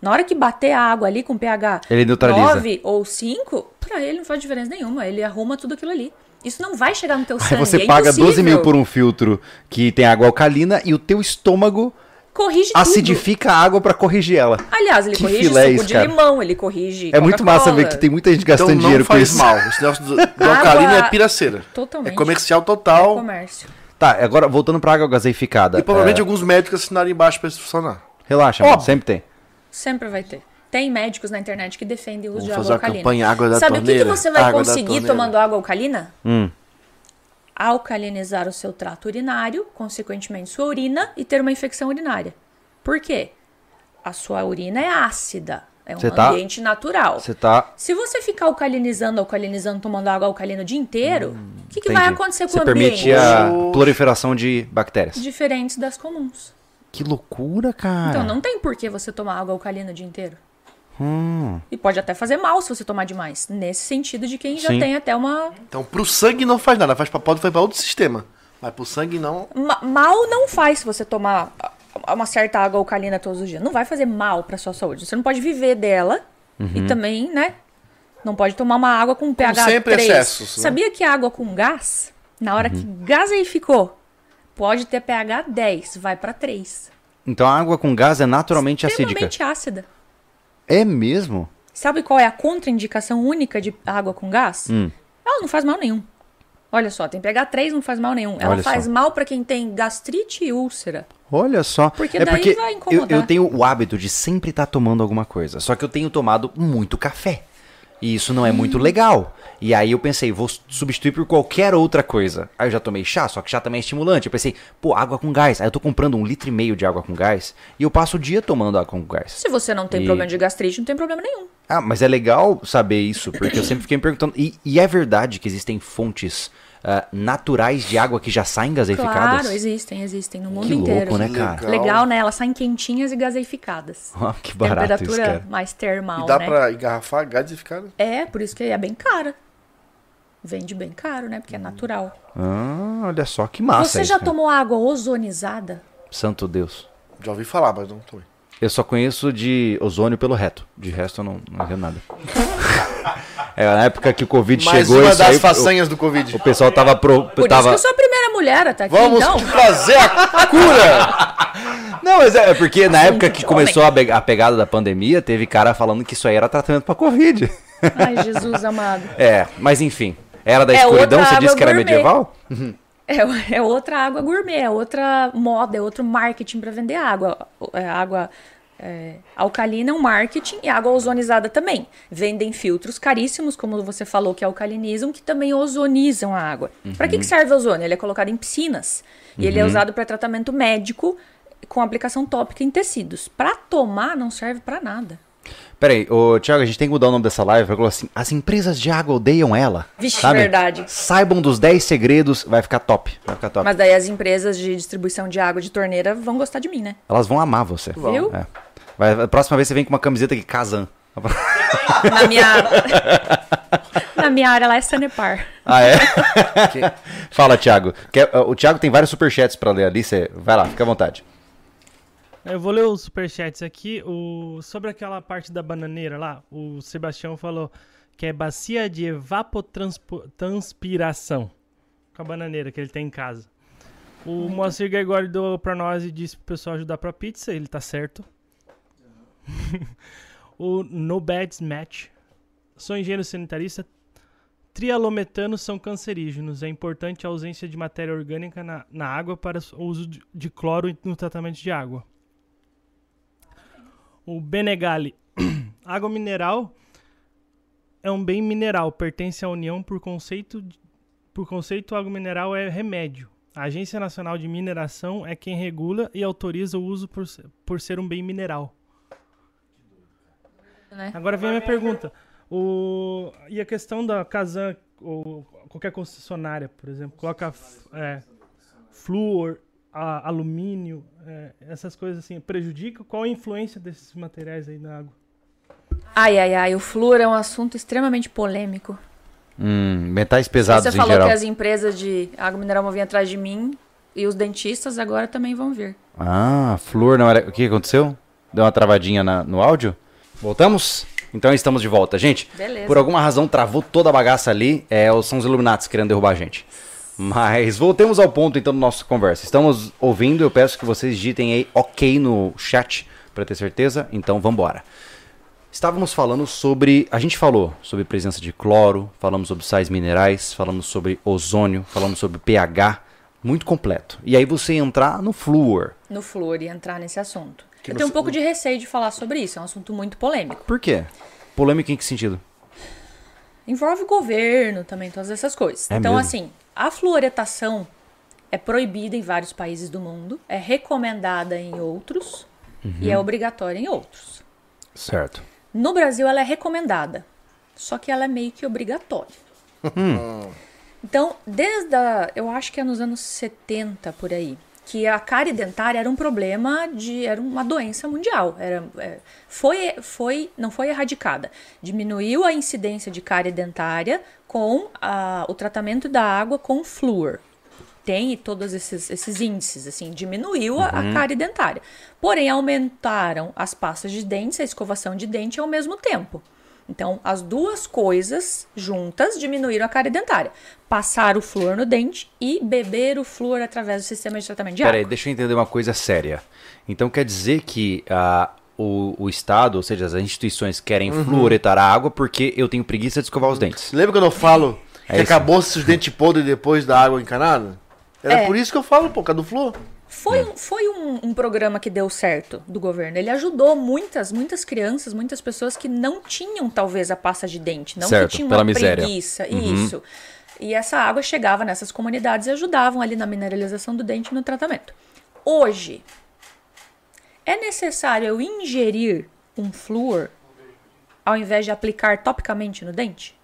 Speaker 3: Na hora que bater a água ali com pH
Speaker 1: Ele neutraliza.
Speaker 3: 9 ou 5, pra ele não faz diferença nenhuma. Ele arruma tudo aquilo ali. Isso não vai chegar no teu
Speaker 1: Aí
Speaker 3: sangue.
Speaker 1: você
Speaker 3: é
Speaker 1: paga 12 mil
Speaker 3: impossível.
Speaker 1: por um filtro que tem água alcalina e o teu estômago
Speaker 3: Corrige tudo.
Speaker 1: acidifica a água pra corrigir ela.
Speaker 3: Aliás, ele
Speaker 1: um Que
Speaker 3: corrige
Speaker 1: filé
Speaker 3: suco
Speaker 1: isso,
Speaker 3: de
Speaker 1: cara.
Speaker 3: limão, ele corrige
Speaker 1: É muito massa ver que tem muita gente
Speaker 2: Então
Speaker 1: gastando
Speaker 2: não
Speaker 1: dinheiro com
Speaker 2: faz
Speaker 1: isso.
Speaker 2: mal. Esse negócio do, do alcalino é piraceira.
Speaker 3: Totalmente.
Speaker 2: É comercial total.
Speaker 3: comércio.
Speaker 1: Tá, agora voltando pra água gaseificada.
Speaker 2: E provavelmente
Speaker 1: é,
Speaker 2: alguns médicos assinaram embaixo pra isso funcionar.
Speaker 1: Relaxa, mano, sempre tem.
Speaker 3: Sempre vai ter. Tem médicos na internet que defendem o uso
Speaker 2: Vamos
Speaker 3: de
Speaker 2: fazer
Speaker 3: água
Speaker 2: uma
Speaker 3: alcalina.
Speaker 2: campanha, água da
Speaker 3: Sabe o que
Speaker 2: torneira,
Speaker 3: que, você vai
Speaker 2: água da
Speaker 3: conseguir
Speaker 2: torneira. Hum.
Speaker 3: tomando água alcalina? Alcalinizar o seu trato urinário, consequentemente sua urina, e ter uma infecção urinária. Por quê? A sua urina é ácida. É um
Speaker 1: Você tá-
Speaker 3: ambiente natural.
Speaker 1: Você tá.
Speaker 3: Se você ficar alcalinizando, alcalinizando, tomando água alcalina o dia inteiro, o
Speaker 2: Hum,
Speaker 3: que, que
Speaker 1: entendi.
Speaker 3: vai acontecer com
Speaker 1: Você
Speaker 3: o ambiente?
Speaker 1: permite a
Speaker 2: Oxi.
Speaker 1: proliferação de bactérias.
Speaker 3: Diferentes das comuns.
Speaker 1: Que loucura, cara.
Speaker 2: É.
Speaker 3: Então não tem por que você tomar água alcalina o dia inteiro.
Speaker 2: Hum.
Speaker 3: E pode até fazer mal se você tomar demais. Nesse sentido de quem já
Speaker 1: Sim.
Speaker 3: tem até uma.
Speaker 2: Então pro sangue não faz nada. Faz pra, pode fazer pra outro sistema. Mas pro sangue não.
Speaker 3: Ma- mal não faz se você tomar a- uma certa água alcalina todos os dias. Não vai fazer mal pra sua saúde. Você não pode viver dela.
Speaker 2: Uhum.
Speaker 3: E também, né? Não pode tomar uma água com pH
Speaker 2: sempre,
Speaker 3: 3.
Speaker 2: excessos, né? Uhum.
Speaker 3: Sabia que a água com gás, na hora que gaseificou, pode ter pH 10, vai pra 3.
Speaker 1: Então a água com gás é naturalmente acídica.
Speaker 3: Extremamente ácida.
Speaker 1: É mesmo?
Speaker 3: Sabe qual é a contraindicação única de água com gás?
Speaker 1: Hum.
Speaker 3: Ela não faz mal nenhum. Olha só, tem pH 3 não faz mal nenhum. Ela
Speaker 1: Olha
Speaker 3: faz
Speaker 1: só.
Speaker 3: mal pra quem tem gastrite e úlcera.
Speaker 1: Olha só.
Speaker 3: Porque
Speaker 1: é
Speaker 3: daí
Speaker 1: porque
Speaker 3: vai
Speaker 1: eu,
Speaker 3: incomodar.
Speaker 1: eu tenho o hábito de sempre estar tomando alguma coisa. Só que eu tenho tomado muito café. E isso não é muito
Speaker 3: Hum.
Speaker 1: legal. E aí eu pensei, vou substituir por qualquer outra coisa. Aí eu já tomei chá, só que chá também é estimulante. Eu pensei, pô, água com gás. Aí eu tô comprando um litro e meio de água com gás e eu passo o dia tomando água com gás.
Speaker 5: Se você não tem
Speaker 1: E-
Speaker 5: problema de gastrite, não tem problema nenhum.
Speaker 1: Ah, mas é legal saber isso, porque eu sempre fiquei me perguntando. E, e é verdade que existem fontes ah, naturais de água que já saem gaseificadas?
Speaker 3: Claro, existem, existem no mundo
Speaker 1: Que louco,
Speaker 3: inteiro.
Speaker 1: né,
Speaker 2: Que
Speaker 1: cara?
Speaker 2: legal.
Speaker 3: Legal, né? Elas saem quentinhas e gaseificadas.
Speaker 1: <laughs> Ah, que barato isso,
Speaker 3: Temperatura
Speaker 1: cara.
Speaker 3: mais termal,
Speaker 2: E dá
Speaker 3: né?
Speaker 2: pra engarrafar gás e ficar.
Speaker 3: É, por isso que é bem cara. Vende bem caro, né? Porque é natural.
Speaker 1: Ah, olha só que massa.
Speaker 3: Você
Speaker 1: isso, é. né?
Speaker 3: já
Speaker 1: cara.
Speaker 3: tomou água ozonizada?
Speaker 1: Santo Deus.
Speaker 2: Já ouvi falar, mas não tomei.
Speaker 1: Eu só conheço de ozônio pelo reto. De resto, eu não, não entendo <laughs> nada. é, na época que o Covid
Speaker 2: Mais
Speaker 1: chegou,
Speaker 2: uma
Speaker 1: isso aí, Então.
Speaker 2: das
Speaker 1: o-
Speaker 2: façanhas do Covid.
Speaker 1: o, pessoal tava... Pro,
Speaker 3: Por
Speaker 1: tava...
Speaker 3: isso que eu sou a primeira mulher até aqui,
Speaker 2: Vamos
Speaker 3: então.
Speaker 1: <laughs>
Speaker 2: fazer a cura!
Speaker 1: Não, mas é é porque na época que
Speaker 5: de
Speaker 1: começou a, be- a pegada da pandemia, teve cara falando que isso aí era tratamento pra Covid.
Speaker 3: <laughs> Ai, Jesus amado.
Speaker 1: É, mas enfim. Era da
Speaker 3: É
Speaker 1: escuridão, você
Speaker 3: outra
Speaker 1: disse
Speaker 3: água
Speaker 1: que era
Speaker 3: gourmet.
Speaker 1: medieval?
Speaker 3: É, é outra água gourmet, é outra moda, é outro marketing para vender água. É, água é, alcalina é um marketing e água ozonizada também. Vendem filtros caríssimos, como você falou, que alcalinizam, que também ozonizam a água. Para que, que serve o ozônio? Ele é colocado em piscinas e ele é usado para tratamento médico com aplicação tópica em tecidos. Para tomar, não serve para nada.
Speaker 1: Peraí, ô, Thiago, a gente tem que mudar o nome dessa live. Vai colocar assim, as empresas de água odeiam ela.
Speaker 5: Vixe,
Speaker 1: sabe?
Speaker 3: verdade.
Speaker 1: Saibam dos 10 segredos, vai ficar top. Vai ficar top.
Speaker 3: Mas daí as empresas de distribuição de água de torneira vão gostar de mim, né?
Speaker 1: Elas vão amar você.
Speaker 3: Viu?
Speaker 1: É. Vai, a próxima vez você vem com uma camiseta que Kazan. <laughs>
Speaker 3: Na minha, <laughs> na minha área lá é Sanepar.
Speaker 1: Ah, é? <laughs> Fala, Thiago. Quer- o Thiago tem vários superchats pra ler ali. Você vai lá, fica à vontade.
Speaker 4: Eu vou ler os superchats aqui. O... Sobre aquela parte da bananeira lá, o Sebastião falou que é bacia de evapotranspiração com a bananeira que ele tem em casa. O Moacir Gregório deu pra nós e disse pro pessoal ajudar pra pizza, ele tá certo. <laughs> o No Bads Match. Sou engenheiro sanitarista. Trialometanos são cancerígenos. É importante a ausência de matéria orgânica na, na água para o uso de, de cloro no tratamento de água. O Benegali. <clears throat> água mineral é um bem mineral, pertence à União por conceito de- por conceito água mineral é remédio. A Agência Nacional de Mineração é quem regula e autoriza o uso por, se- por ser um bem mineral.
Speaker 5: Né?
Speaker 4: Agora vem a minha pergunta. O, e a questão da Kazan, ou qualquer concessionária, por exemplo, coloca f- é, flúor, a- alumínio, é, essas coisas assim, prejudica? Qual a influência desses materiais aí na água?
Speaker 3: Ai, ai, ai, o flúor é um assunto extremamente polêmico.
Speaker 1: Hum, metais pesados
Speaker 3: Você
Speaker 1: em
Speaker 3: falou
Speaker 1: geral.
Speaker 3: que as empresas de água mineral vão vir atrás de mim e os dentistas agora também vão vir.
Speaker 1: Ah, flor não era. O que aconteceu? Deu uma travadinha na- no áudio? Voltamos? Então estamos de volta, gente.
Speaker 3: Beleza.
Speaker 1: Por alguma razão travou toda a bagaça ali. É, os- são os Illuminati querendo derrubar a gente. Mas voltemos ao ponto então da nossa conversa. Estamos ouvindo, eu peço que vocês digitem aí ok no chat pra ter certeza. Então vambora. Estávamos falando sobre. A gente falou sobre presença de cloro, falamos sobre sais minerais, falamos sobre ozônio, falamos sobre pH. Muito completo. E aí você entrar no flúor.
Speaker 3: No flúor e entrar nesse assunto.
Speaker 2: Que
Speaker 3: eu
Speaker 2: no
Speaker 3: tenho um
Speaker 2: fu-
Speaker 3: pouco de receio de falar sobre isso, é um assunto muito polêmico.
Speaker 1: Por quê? Polêmica em que sentido?
Speaker 3: Envolve o governo também, todas essas coisas.
Speaker 1: É
Speaker 3: então,
Speaker 1: mesmo?
Speaker 3: assim, a fluoretação é proibida em vários países do mundo, é recomendada em outros
Speaker 1: Uhum.
Speaker 3: e é obrigatória em outros.
Speaker 1: Certo.
Speaker 3: No Brasil, ela é recomendada, só que ela é meio que obrigatória. então, desde a, eu acho que é nos anos 70 por aí, que a cárie dentária era um problema de era uma doença mundial, era é, foi foi não foi erradicada. Diminuiu a incidência de cárie dentária com a- o tratamento da água com flúor tem todos esses, esses índices, assim, diminuiu a, a cárie dentária. Porém, aumentaram as pastas de dentes, a escovação de dente ao mesmo tempo. Então, as duas coisas juntas diminuíram a cárie dentária. Passar o flúor no dente e beber o flúor através do sistema de tratamento de
Speaker 1: Peraí,
Speaker 3: água.
Speaker 1: deixa eu entender uma coisa séria. Então quer dizer que ah, o, o Estado, ou seja, as instituições querem fluoretar a água porque eu tenho preguiça de escovar os dentes.
Speaker 2: Lembra quando eu falo
Speaker 1: É
Speaker 2: que
Speaker 1: isso.
Speaker 2: acabou-se os dentes podres depois da água encanada?
Speaker 3: É.
Speaker 2: Era por isso que eu falo, pô, Cadu Flor.
Speaker 1: É.
Speaker 3: Foi, um- foi um, um programa que deu certo do governo. Ele ajudou muitas, muitas crianças, muitas pessoas que não tinham, talvez, a pasta de dente. Não
Speaker 1: Certo,
Speaker 3: que tinham
Speaker 1: pela
Speaker 3: uma
Speaker 1: miséria. Uhum.
Speaker 3: preguiça. Isso. E essa água chegava nessas comunidades e ajudavam ali na mineralização do dente e no tratamento. Hoje, é necessário eu ingerir um flúor ao invés de aplicar topicamente no dente?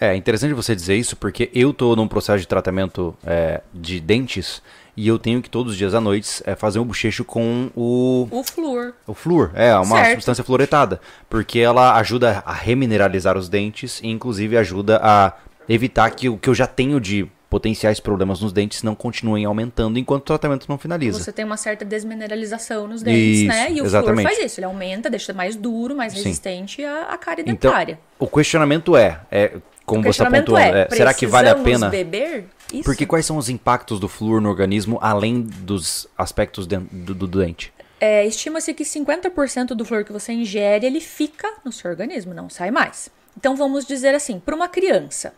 Speaker 1: É interessante você dizer isso porque eu tô num processo de tratamento é, de dentes e eu tenho que todos os dias à noite é, fazer um bochecho com o,
Speaker 3: O flúor.
Speaker 1: o flúor. É, uma
Speaker 3: Certo.
Speaker 1: substância fluoretada. Porque ela ajuda a remineralizar os dentes e, inclusive, ajuda a evitar que o que eu já tenho de potenciais problemas nos dentes não continuem aumentando enquanto o tratamento não finaliza.
Speaker 3: Você tem uma certa desmineralização nos dentes,
Speaker 1: Isso,
Speaker 3: né? E o flúor
Speaker 1: exatamente.
Speaker 3: faz isso. Ele aumenta, deixa mais duro, mais
Speaker 1: Sim.
Speaker 3: resistente à, à cárie
Speaker 1: Então,
Speaker 3: dentária.
Speaker 1: o questionamento é, é como
Speaker 3: o
Speaker 1: você está
Speaker 3: questionamento
Speaker 1: pontuando,
Speaker 3: é,
Speaker 1: é, será que vale a pena?
Speaker 3: precisamos beber? Isso.
Speaker 1: Porque quais são os impactos do flúor no organismo além dos aspectos den- do, do doente?
Speaker 3: É, Estima-se que 50% do flúor que você ingere, ele fica no seu organismo, não sai mais. Então vamos dizer assim, para uma criança,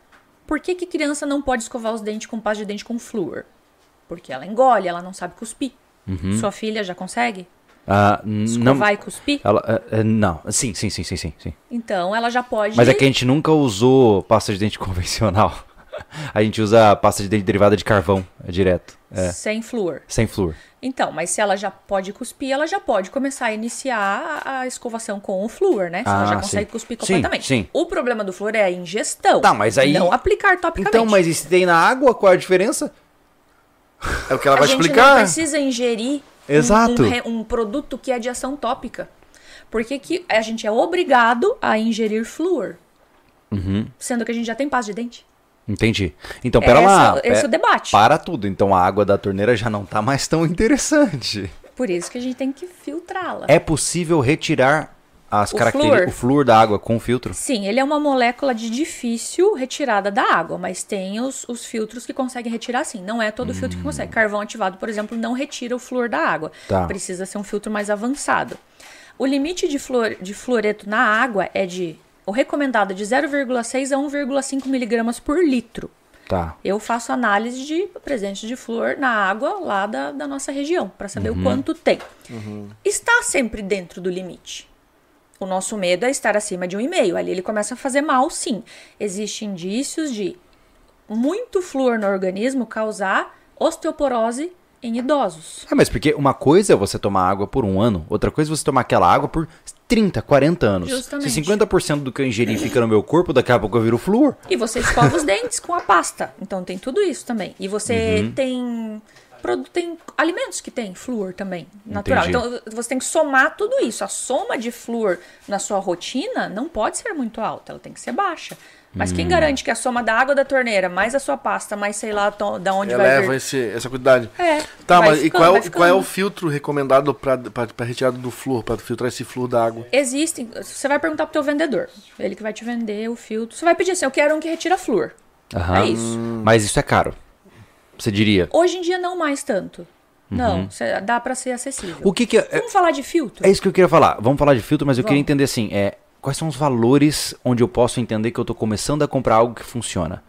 Speaker 3: por que, que criança não pode escovar os dentes com pasta de dente com flúor? Porque ela engole, ela não sabe cuspir. Sua filha já consegue
Speaker 1: Ah, n- Uhum. não,
Speaker 3: escovar e cuspir?
Speaker 1: ela, é, é, não, sim, sim, sim, sim, sim, sim.
Speaker 3: Então ela já pode...
Speaker 1: Mas é que a gente nunca usou pasta de dente <laughs> convencional. A gente usa pasta de dente derivada de carvão, é direto, é,
Speaker 3: Sem flúor.
Speaker 1: sem flúor.
Speaker 3: Então, mas se ela já pode cuspir, ela já pode começar a iniciar a a escovação com o flúor, né? Se ela
Speaker 1: Ah,
Speaker 3: já consegue
Speaker 1: sim.
Speaker 3: cuspir
Speaker 1: Sim,
Speaker 3: completamente.
Speaker 1: sim.
Speaker 3: O problema do flúor é a ingestão.
Speaker 1: Tá, mas aí-
Speaker 3: Não aplicar topicamente.
Speaker 1: Então, mas e se tem na água, qual é a diferença?
Speaker 2: É o que ela
Speaker 3: a
Speaker 2: vai
Speaker 3: gente
Speaker 2: explicar.
Speaker 3: não precisa ingerir um-
Speaker 1: Exato.
Speaker 3: Um, re- um produto que é de ação tópica. Porque que a gente é obrigado a ingerir flúor. Sendo que a gente já tem pasta de dente.
Speaker 1: Entendi. Então, Uhum. pera
Speaker 3: Essa-
Speaker 1: lá.
Speaker 3: esse é
Speaker 1: pe-
Speaker 3: o debate.
Speaker 1: Para tudo. Então, a água da torneira já não tá mais tão interessante.
Speaker 3: Por isso que a gente tem que filtrá-la.
Speaker 1: É possível retirar as
Speaker 3: O
Speaker 1: características,
Speaker 3: flúor?
Speaker 1: o flúor da água com filtro?
Speaker 3: Sim, ele é uma molécula de difícil retirada da água, mas tem os, os filtros que conseguem retirar sim. Não é todo filtro que consegue. Carvão ativado, por exemplo, não retira o flúor da água.
Speaker 1: Hum. Tá.
Speaker 3: Precisa ser um filtro mais avançado. O limite de, fluor, de fluoreto na água é de. O recomendado é de 0,6 a 1,5 miligramas por litro.
Speaker 1: Tá.
Speaker 3: Eu faço análise de presença de flúor na água lá da, da nossa região, para saber o quanto tem. Está sempre dentro do limite. O nosso medo é estar acima de um e-mail. Ali ele começa a fazer mal, sim. Existem indícios de muito flúor no organismo causar osteoporose em idosos.
Speaker 1: Ah, mas porque uma coisa é você tomar água por um ano, outra coisa é você tomar aquela água por 30, 40 anos.
Speaker 3: Justamente.
Speaker 1: Se 50% do que eu ingeri fica no meu corpo, daqui a pouco eu viro flúor.
Speaker 3: E você
Speaker 1: <laughs>
Speaker 3: escova os dentes com a pasta. Então tem tudo isso também. E você
Speaker 1: Uhum.
Speaker 3: tem. produ- Tem alimentos que tem flúor também, natural.
Speaker 1: Entendi.
Speaker 3: Então você tem que somar tudo isso. A soma de flúor na sua rotina não pode ser muito alta, ela tem que ser baixa. Mas
Speaker 1: Uhum.
Speaker 3: quem garante que a soma da água da torneira, mais a sua pasta, mais sei lá to- da onde vai
Speaker 2: Eleva
Speaker 3: vir.
Speaker 2: esse, essa quantidade.
Speaker 3: É,
Speaker 2: Tá,
Speaker 3: vai
Speaker 2: mas e
Speaker 3: ficando,
Speaker 2: qual, é o-
Speaker 3: vai
Speaker 2: e qual é o
Speaker 3: ficando.
Speaker 2: filtro recomendado pra, pra, pra retirada do flúor, pra filtrar esse flúor da água?
Speaker 3: Existem. Você vai perguntar pro teu vendedor. Ele que vai te vender o filtro. Você vai pedir assim: eu quero um que retira flúor.
Speaker 1: Aham.
Speaker 3: É isso.
Speaker 1: Mas isso é caro. Você diria.
Speaker 3: Hoje em dia não mais tanto. Não, cê- dá pra ser acessível.
Speaker 1: Uhum. O que que é...
Speaker 3: Vamos falar de filtro?
Speaker 1: É isso que eu queria falar. Vamos falar de filtro, mas eu queria
Speaker 3: Vamos.
Speaker 1: entender assim, é, quais são os valores onde eu posso entender que eu tô começando a comprar algo que funciona?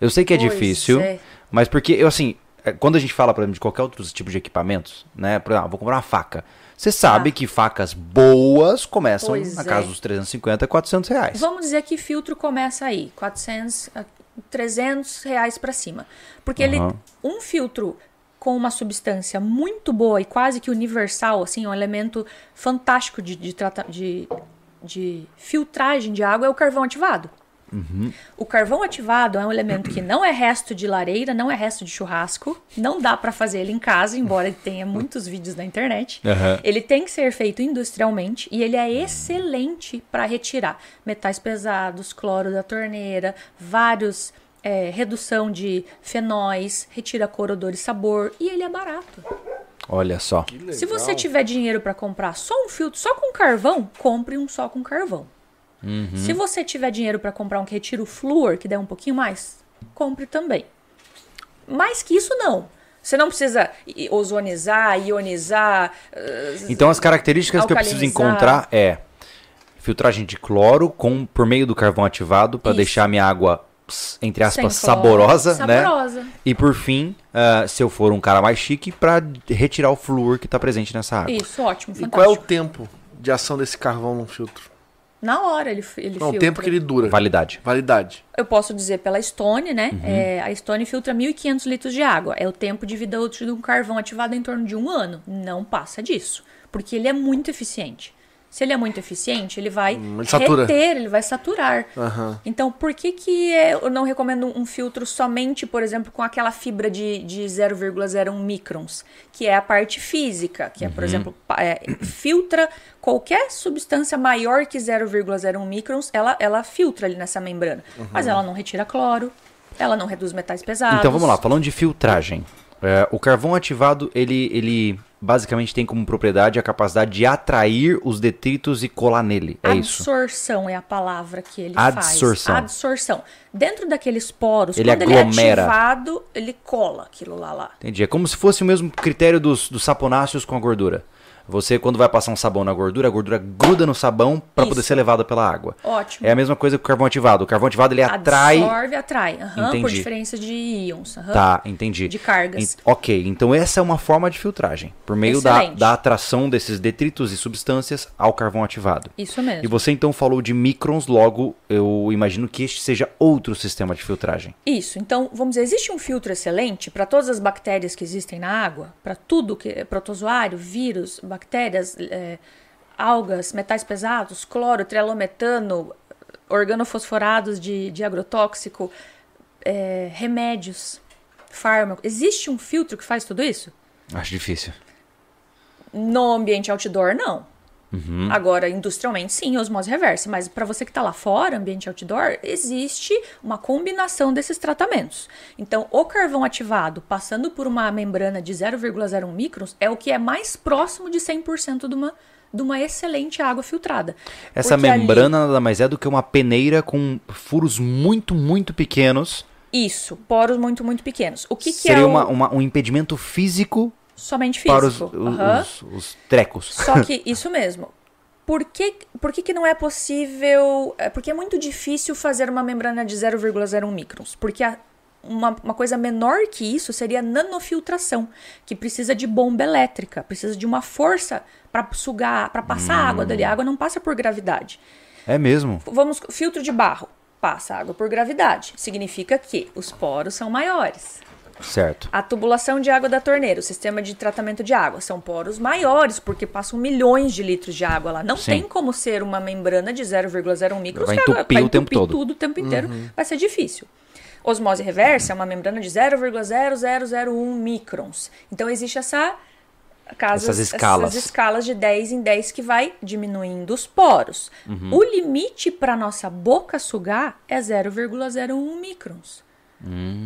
Speaker 1: eu sei que é
Speaker 3: Ah, pois
Speaker 1: difícil,
Speaker 3: é.
Speaker 1: mas porque eu assim, é, quando a gente fala, por exemplo, de qualquer outro tipo de equipamentos, né, por exemplo, ah, vou comprar uma faca. Você sabe que facas boas começam
Speaker 3: Tá. Pois
Speaker 1: na
Speaker 3: é.
Speaker 1: casa dos 350, 400 reais.
Speaker 3: Vamos dizer que filtro começa aí, 400, a 300 reais pra cima. Porque ele,
Speaker 1: Aham.
Speaker 3: um filtro com uma substância muito boa e quase que universal, assim, um elemento fantástico de, de, trata- de- de filtragem de água é o carvão ativado. O carvão ativado é um elemento que não é resto de lareira, não é resto de churrasco, não dá pra fazer ele em casa, embora tenha muitos vídeos na internet.
Speaker 1: Aham.
Speaker 3: Ele tem que ser feito industrialmente e ele é excelente para retirar metais pesados, cloro da torneira, vários é, redução de fenóis, retira cor, odor e sabor e ele é barato.
Speaker 1: Olha só.
Speaker 3: Se você tiver dinheiro para comprar só um filtro só com carvão, compre um só com carvão.
Speaker 2: Uhum.
Speaker 3: Se você tiver dinheiro para comprar um que retira o flúor, que der um pouquinho mais, compre também. Mais que isso não. Você não precisa i- ozonizar, ionizar, eh,
Speaker 1: Então as características que eu preciso
Speaker 3: Alcalinizar.
Speaker 1: encontrar é filtragem de cloro com por meio do carvão ativado para
Speaker 3: Isso.
Speaker 1: deixar minha água s- entre aspas,
Speaker 3: Sem cor,
Speaker 1: saborosa, né?
Speaker 3: Saborosa.
Speaker 1: E por fim, ah, se eu for um cara mais chique, pra retirar o flúor que tá presente nessa água.
Speaker 3: Isso, ótimo,
Speaker 2: E
Speaker 3: fantástico.
Speaker 2: qual é o tempo de ação desse carvão num filtro?
Speaker 3: Na hora ele, fi- ele
Speaker 2: Não, o
Speaker 3: filtra.
Speaker 2: tempo que ele dura.
Speaker 1: Validade.
Speaker 2: Validade.
Speaker 3: Eu posso dizer pela Stone, né?
Speaker 2: Uhum.
Speaker 3: É, a Stone filtra 1.500 litros de água. É o tempo de vida útil de um carvão ativado em torno de um ano. Não passa disso. Porque ele é muito eficiente. Se ele é muito eficiente, ele vai
Speaker 2: ele satura.
Speaker 3: reter, ele vai saturar.
Speaker 2: Aham.
Speaker 3: Então, por que, que é- eu não recomendo um filtro somente, por exemplo, com aquela fibra de, de 0,01 microns, que é a parte física, que é,
Speaker 1: Uhum.
Speaker 3: por exemplo, pa- é, filtra qualquer substância maior que 0,01 microns, ela, ela filtra ali nessa membrana.
Speaker 1: Uhum.
Speaker 3: Mas ela não retira cloro, ela não reduz metais pesados.
Speaker 1: Então vamos lá, falando de filtragem. É, o carvão ativado, ele, ele basicamente tem como propriedade a capacidade de atrair os detritos e colar nele. É isso.
Speaker 3: Absorção é a palavra que ele
Speaker 1: Adsorção.
Speaker 3: faz. Absorção. Dentro daqueles poros,
Speaker 1: Ele
Speaker 3: quando ele é
Speaker 1: aglomera.
Speaker 3: ativado, ele cola aquilo lá lá.
Speaker 1: Entendi. É como se fosse o mesmo critério dos, dos saponáceos com a gordura. Você, quando vai passar um sabão na gordura, a gordura gruda no sabão pra
Speaker 3: Isso.
Speaker 1: poder ser levada pela água.
Speaker 3: Ótimo.
Speaker 1: É a mesma coisa que o carvão ativado. O carvão ativado, ele atrai...
Speaker 3: Absorve, atrai. Aham, por
Speaker 1: Entendi.
Speaker 3: diferença de íons. aham.
Speaker 1: Tá, entendi.
Speaker 3: De cargas.
Speaker 1: En- ok, então essa é uma forma de filtragem. Por meio da,
Speaker 3: Excelente.
Speaker 1: da atração desses detritos e substâncias ao carvão ativado.
Speaker 3: Isso mesmo.
Speaker 1: E você então falou de microns, logo eu imagino que este seja outro sistema de filtragem.
Speaker 3: Isso. Então, vamos dizer, existe um filtro excelente para todas as bactérias que existem na água, para tudo que é protozoário, vírus, bactérias, é, algas, metais pesados, cloro, trelometano, organofosforados de, de agrotóxico, é, remédios, fármaco. Existe um filtro que faz tudo isso?
Speaker 1: Acho difícil.
Speaker 3: No ambiente outdoor, não. Agora, industrialmente, sim, osmose reversa. Mas para você que está lá fora, ambiente outdoor, existe uma combinação desses tratamentos. Então, o carvão ativado passando por uma membrana de 0,01 microns é o que é mais próximo de 100% de uma, de uma excelente água filtrada.
Speaker 1: Essa
Speaker 3: Porque ali-
Speaker 1: membrana nada mais é do que uma peneira com furos muito, muito pequenos.
Speaker 3: isso, poros muito, muito pequenos. O que, que
Speaker 1: Seria
Speaker 3: é o...
Speaker 1: uma- uma- um impedimento físico,
Speaker 3: somente físico?
Speaker 1: para os, os-
Speaker 3: Aham.
Speaker 1: os- os trecos.
Speaker 3: Só que, <laughs> isso mesmo. Por que, por que, que não é possível. é, Porque é muito difícil fazer uma membrana de 0,01 microns. Porque a- uma, uma coisa menor que isso seria a nanofiltração, que precisa de bomba elétrica, precisa de uma força para sugar, para passar água dali. A água não passa por gravidade.
Speaker 1: É mesmo.
Speaker 3: Vamos, filtro de barro. Passa água por gravidade. Significa que os poros são maiores.
Speaker 1: Certo.
Speaker 3: A tubulação de água da torneira, o sistema de tratamento de água, são poros maiores, porque passam milhões de litros de água lá. Não
Speaker 1: Sim.
Speaker 3: tem como ser uma membrana de 0,01 microns.
Speaker 1: Vai
Speaker 3: que um a água
Speaker 1: entupir o tempo todo.
Speaker 3: tudo o tempo inteiro. Vai ser difícil. Osmose reversa é uma membrana de 0,0001 microns. Então existe essa casas,
Speaker 1: Essas escalas.
Speaker 3: essas escalas de 10 em 10 que vai diminuindo os poros.
Speaker 1: Uhum.
Speaker 3: O limite para nossa boca sugar é 0,01 microns.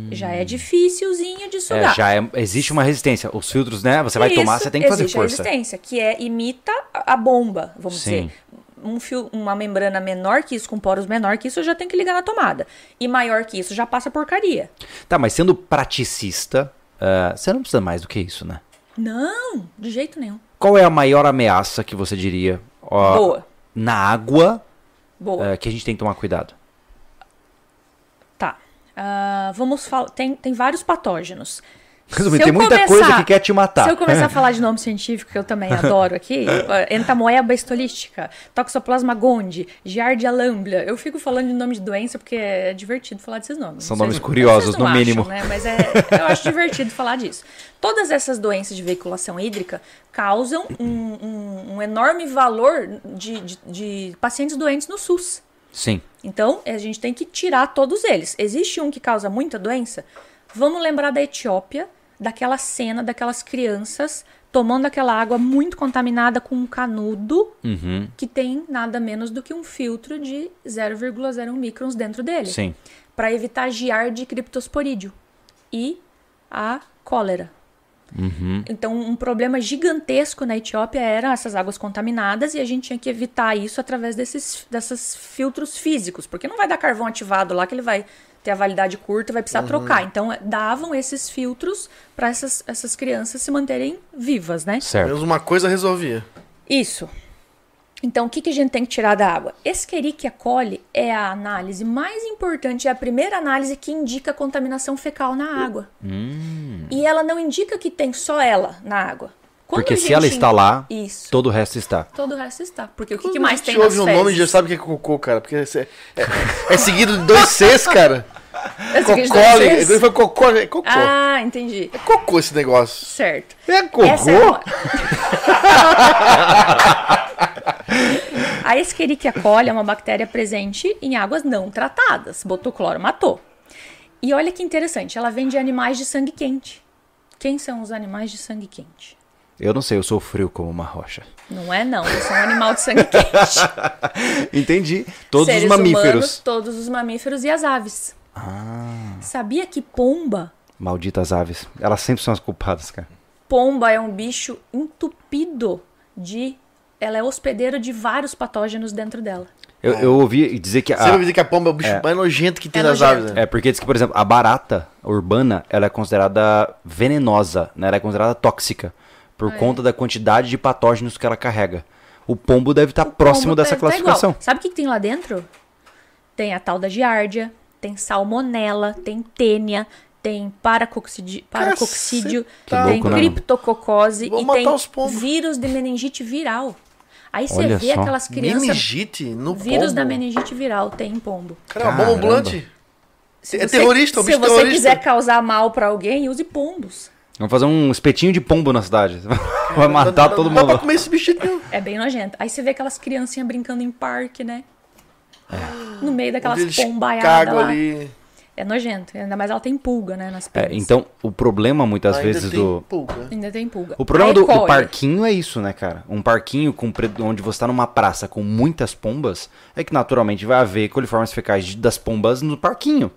Speaker 3: Já é dificilzinho
Speaker 1: Hum.
Speaker 3: de
Speaker 1: É,
Speaker 3: sugar.
Speaker 1: já é- existe uma resistência. Os filtros, né? Você vai
Speaker 3: Isso,
Speaker 1: tomar, você tem que fazer
Speaker 3: existe
Speaker 1: força.
Speaker 3: a resistência, que é imita a a bomba, vamos
Speaker 1: Sim.
Speaker 3: dizer. Um fio, uma membrana menor que isso, com poros menor que isso, eu já tenho que ligar na tomada. E maior que isso, já passa porcaria.
Speaker 1: Tá, mas sendo praticista, ah, você não precisa mais do que isso, né?
Speaker 3: Não, de jeito nenhum.
Speaker 1: Qual é a maior ameaça que você diria? ó,
Speaker 3: Boa,
Speaker 1: Na água
Speaker 3: boa.
Speaker 1: é, que a gente tem que tomar cuidado.
Speaker 3: Tá. Ah, vamos falar. Tem, tem vários patógenos.
Speaker 1: Resumindo,
Speaker 3: Se eu
Speaker 1: tem muita coisa que quer te matar.
Speaker 3: Se eu
Speaker 1: <laughs>
Speaker 3: começar a falar de nome científico, que eu também adoro aqui, eh, entamoeba estolística, toxoplasma gondii, giardia lamblia, eu fico falando de nome de doença porque é divertido falar desses nomes.
Speaker 1: São
Speaker 3: Não sei
Speaker 1: nomes
Speaker 3: se-
Speaker 1: curiosos,
Speaker 3: vocês
Speaker 1: no
Speaker 3: não acham,
Speaker 1: mínimo.
Speaker 3: né? Mas é, eu acho divertido falar disso. Todas essas doenças de veiculação hídrica causam um, um- um enorme valor de- de- de pacientes doentes no SUS.
Speaker 1: Sim.
Speaker 3: Então, a gente tem que tirar todos eles. Existe um que causa muita doença? Vamos lembrar da Etiópia, daquela cena daquelas crianças tomando aquela água muito contaminada com um canudo que tem nada menos do que um filtro de 0,01 microns dentro dele.
Speaker 1: Sim.
Speaker 3: Para evitar giardia e criptosporídeo e a cólera. Então, um problema gigantesco na Etiópia eram essas águas contaminadas e a gente tinha que evitar isso através desses, desses filtros físicos, porque não vai dar carvão ativado lá que ele vai ter a validade curta e vai precisar trocar. Então, eh, davam esses filtros para essas,
Speaker 1: É.
Speaker 3: essas crianças se manterem vivas, né?
Speaker 1: Certo.
Speaker 2: Menos uma coisa resolvia.
Speaker 3: Isso. Então, o que, que a gente tem que tirar da água? Escherichia coli é a análise mais importante, é a primeira análise que indica contaminação fecal na água.
Speaker 1: Hum.
Speaker 3: E ela não indica que tem só ela na água. Quando
Speaker 1: Porque
Speaker 3: a
Speaker 1: se
Speaker 3: gente
Speaker 1: ela está lá,
Speaker 3: Isso.
Speaker 1: todo o resto está.
Speaker 3: Todo o resto está. Porque o que, que mais tem
Speaker 2: Se
Speaker 3: nas
Speaker 2: ouve o
Speaker 3: fezes?
Speaker 2: nome já sabe o que é cocô, cara. Porque é, é- é seguido de dois Cs,
Speaker 3: <laughs>
Speaker 2: cara.
Speaker 3: Eu sei que a gente
Speaker 2: Cocó,
Speaker 3: tá dizendo
Speaker 2: ele
Speaker 3: isso.
Speaker 2: ele foi cocô, é cocô.
Speaker 3: Ah, entendi.
Speaker 2: É cocô esse negócio.
Speaker 3: Certo.
Speaker 2: É cocô?
Speaker 3: Essa é uma- <laughs> a Escherichia coli é uma bactéria presente em águas não tratadas. Botou cloro, matou. E olha que interessante, ela vem de animais de sangue quente. Quem são os animais de sangue quente?
Speaker 1: Eu não sei, eu sou frio como uma rocha.
Speaker 3: Não é não, eu sou um animal de sangue quente.
Speaker 1: Entendi. <laughs> Todos
Speaker 3: Seres
Speaker 1: os mamíferos.
Speaker 3: Humanos, todos os mamíferos e as aves.
Speaker 1: Ah,
Speaker 3: Sabia que pomba
Speaker 1: malditas aves. Elas sempre são as culpadas, cara.
Speaker 3: Pomba é um bicho entupido de. Ela é hospedeira de vários patógenos dentro dela.
Speaker 1: Eu, eu ouvi dizer que a.
Speaker 2: Ah, é. Você vai dizer que a pomba é o bicho mais nojento que tem nas
Speaker 3: nojento.
Speaker 2: aves, né?
Speaker 1: É, porque diz que, por exemplo, a barata urbana, ela é considerada venenosa, né? Ela é considerada tóxica
Speaker 3: Ah,
Speaker 1: por
Speaker 3: é.
Speaker 1: conta da quantidade de patógenos que ela carrega. O pombo deve estar próximo
Speaker 3: Pombo
Speaker 1: dessa
Speaker 3: tá- tá igual.
Speaker 1: classificação.
Speaker 3: Sabe o que, que tem lá dentro? Tem a tal da giardia, tem salmonela, tem tênia, tem paracoxidi- paracoxídio,
Speaker 1: Que
Speaker 3: tem
Speaker 1: louco, né, mano?
Speaker 3: criptococose
Speaker 2: Vou
Speaker 3: e
Speaker 2: matar
Speaker 3: tem
Speaker 2: os pombos.
Speaker 3: vírus de meningite viral. Aí você
Speaker 1: Olha
Speaker 3: vê
Speaker 1: só.
Speaker 3: aquelas crianças.
Speaker 2: Meningite no
Speaker 3: Vírus
Speaker 2: pombo.
Speaker 3: da meningite viral tem em pombo.
Speaker 2: Cara, é uma bomba
Speaker 1: Caramba.
Speaker 2: ambulante. É terrorista, é um
Speaker 3: Se
Speaker 2: bicho
Speaker 3: você
Speaker 2: terrorista.
Speaker 3: quiser causar mal pra alguém, use pombos.
Speaker 1: Vamos fazer um espetinho de pombo na cidade. <laughs> Vai matar Ah, tá todo
Speaker 2: Não tá dá pra
Speaker 1: mundo.
Speaker 2: comer esse bicho de jeito nenhum.
Speaker 3: É bem nojento. Aí você vê aquelas criancinhas brincando em parque, né?
Speaker 1: É.
Speaker 3: No meio daquelas
Speaker 2: Eles
Speaker 3: pombaiadas
Speaker 2: cagam
Speaker 3: lá.
Speaker 2: ali.
Speaker 3: É nojento. Ainda mais ela tem pulga, né? Nas
Speaker 1: É,
Speaker 3: pernas.
Speaker 1: então, o problema muitas
Speaker 2: Ainda
Speaker 1: vezes
Speaker 2: tem
Speaker 1: do.
Speaker 2: pulga.
Speaker 3: Ainda tem pulga.
Speaker 1: O problema
Speaker 3: A
Speaker 1: do, do
Speaker 3: E. coli.
Speaker 1: parquinho é isso, né, cara? Um parquinho com pre- onde você tá numa praça com muitas pombas é que naturalmente vai haver coliformes fecais de- das pombas no parquinho.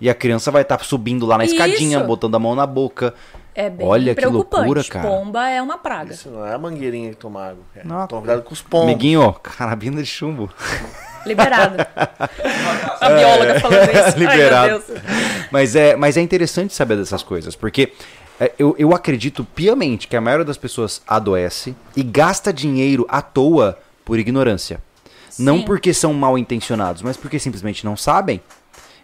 Speaker 1: E a criança vai estar subindo lá na
Speaker 3: Uhum. Isso.
Speaker 1: escadinha, botando a mão na boca.
Speaker 3: É bem
Speaker 1: Olha que
Speaker 3: preocupante.
Speaker 1: loucura, cara.
Speaker 3: Pomba é uma praga.
Speaker 2: Isso não é a mangueirinha que toma água. É.
Speaker 1: Não.
Speaker 2: Toma cuidado com os pombos.
Speaker 1: Amiguinho, carabina de chumbo. <laughs>
Speaker 3: Liberada. A bióloga falando isso. Ai,
Speaker 1: É, Liberado.
Speaker 3: meu Deus.
Speaker 1: mas, é, mas é interessante saber dessas coisas, porque é, eu, eu acredito piamente que a maioria das pessoas adoece e gasta dinheiro à toa por ignorância. Não
Speaker 3: Sim.
Speaker 1: porque são mal intencionados, mas porque simplesmente não sabem.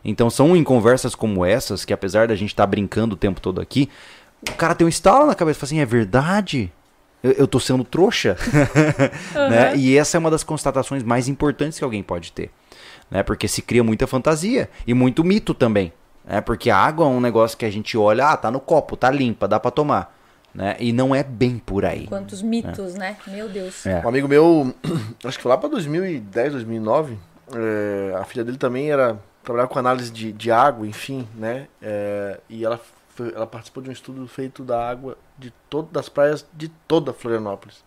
Speaker 1: Então são em conversas como essas que, apesar da gente estar brincando o tempo todo aqui, o cara tem um estalo na cabeça e fala assim: é verdade? Eu, eu tô sendo trouxa. <laughs> né? E essa é uma das constatações mais importantes que alguém pode ter. Né? Porque se cria muita fantasia e muito mito também. Né? Porque a água é um negócio que a gente olha, ah, tá no copo, tá limpa, dá pra tomar. Né? E não é bem por aí.
Speaker 3: Quantos mitos, né? Meu Deus.
Speaker 1: É.
Speaker 2: Um amigo meu, <clears throat> acho que foi lá pra 2010, 2009, é, a filha dele também era trabalhava com análise de, de água, enfim, né? É, e ela, foi- ela participou de um estudo feito da água de todas das praias de toda Florianópolis.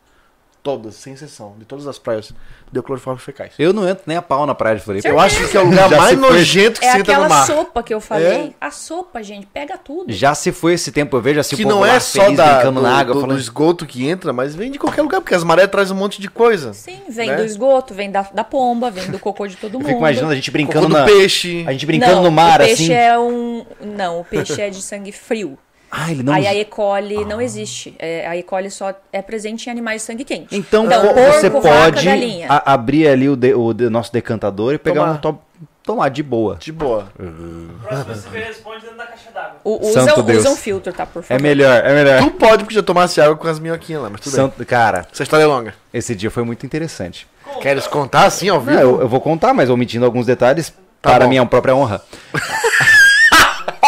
Speaker 2: Todas, sem exceção, de todas as praias, deu cloroforme fecais.
Speaker 1: Eu não entro nem a pau na praia de Floripa.
Speaker 2: Eu acho que é o lugar
Speaker 1: Já
Speaker 2: mais
Speaker 1: se foi.
Speaker 2: nojento que
Speaker 3: É
Speaker 2: você entra no
Speaker 3: aquela
Speaker 2: mar.
Speaker 3: sopa que eu
Speaker 2: É?
Speaker 3: falei. A sopa, gente, pega tudo.
Speaker 1: Já se foi esse tempo, eu vejo assim
Speaker 2: Que
Speaker 1: o povo
Speaker 2: não
Speaker 1: lá
Speaker 2: é só
Speaker 1: feliz
Speaker 2: da, do,
Speaker 1: brincando na água,
Speaker 2: do- do
Speaker 1: falando,
Speaker 2: esgoto que entra, mas vem de qualquer lugar, porque as marés trazem um monte de coisa.
Speaker 3: Sim, vem
Speaker 2: Né?
Speaker 3: do esgoto, vem da, da pomba, vem do cocô de todo
Speaker 1: eu
Speaker 3: mundo.
Speaker 1: fico imaginando a gente
Speaker 2: Cocô
Speaker 1: brincando
Speaker 2: do
Speaker 1: na
Speaker 2: peixe.
Speaker 1: a gente brincando
Speaker 3: Não,
Speaker 1: no mar
Speaker 3: o peixe
Speaker 1: assim.
Speaker 3: é um... Não, o peixe é de sangue frio.
Speaker 1: Ah, ele não. Ah.
Speaker 3: Aí a E. coli não existe. É, a E. coli só é presente em animais de sangue quente.
Speaker 1: Então, vo-
Speaker 3: porco,
Speaker 1: você
Speaker 3: vaca,
Speaker 1: pode Ah,
Speaker 3: galinha.
Speaker 1: a- abrir ali o, de- o de- nosso decantador e pegar
Speaker 2: Tomar.
Speaker 1: um top tomar de boa.
Speaker 2: De boa.
Speaker 4: Próximo você responde dentro da caixa d'água.
Speaker 3: O-
Speaker 1: Santo
Speaker 3: usam,
Speaker 1: Deus.
Speaker 3: usam filtro, tá? Por
Speaker 1: É
Speaker 3: favor.
Speaker 1: melhor, é melhor.
Speaker 2: Tu pode, porque já tomasse água com as minhoquinhas lá, mas tudo bem.
Speaker 1: Santo- cara,
Speaker 2: Essa história é longa.
Speaker 1: esse dia foi muito interessante.
Speaker 2: Queres contar assim, ó,
Speaker 1: Não, eu, eu vou contar, mas omitindo alguns detalhes para
Speaker 2: bom.
Speaker 1: minha própria honra.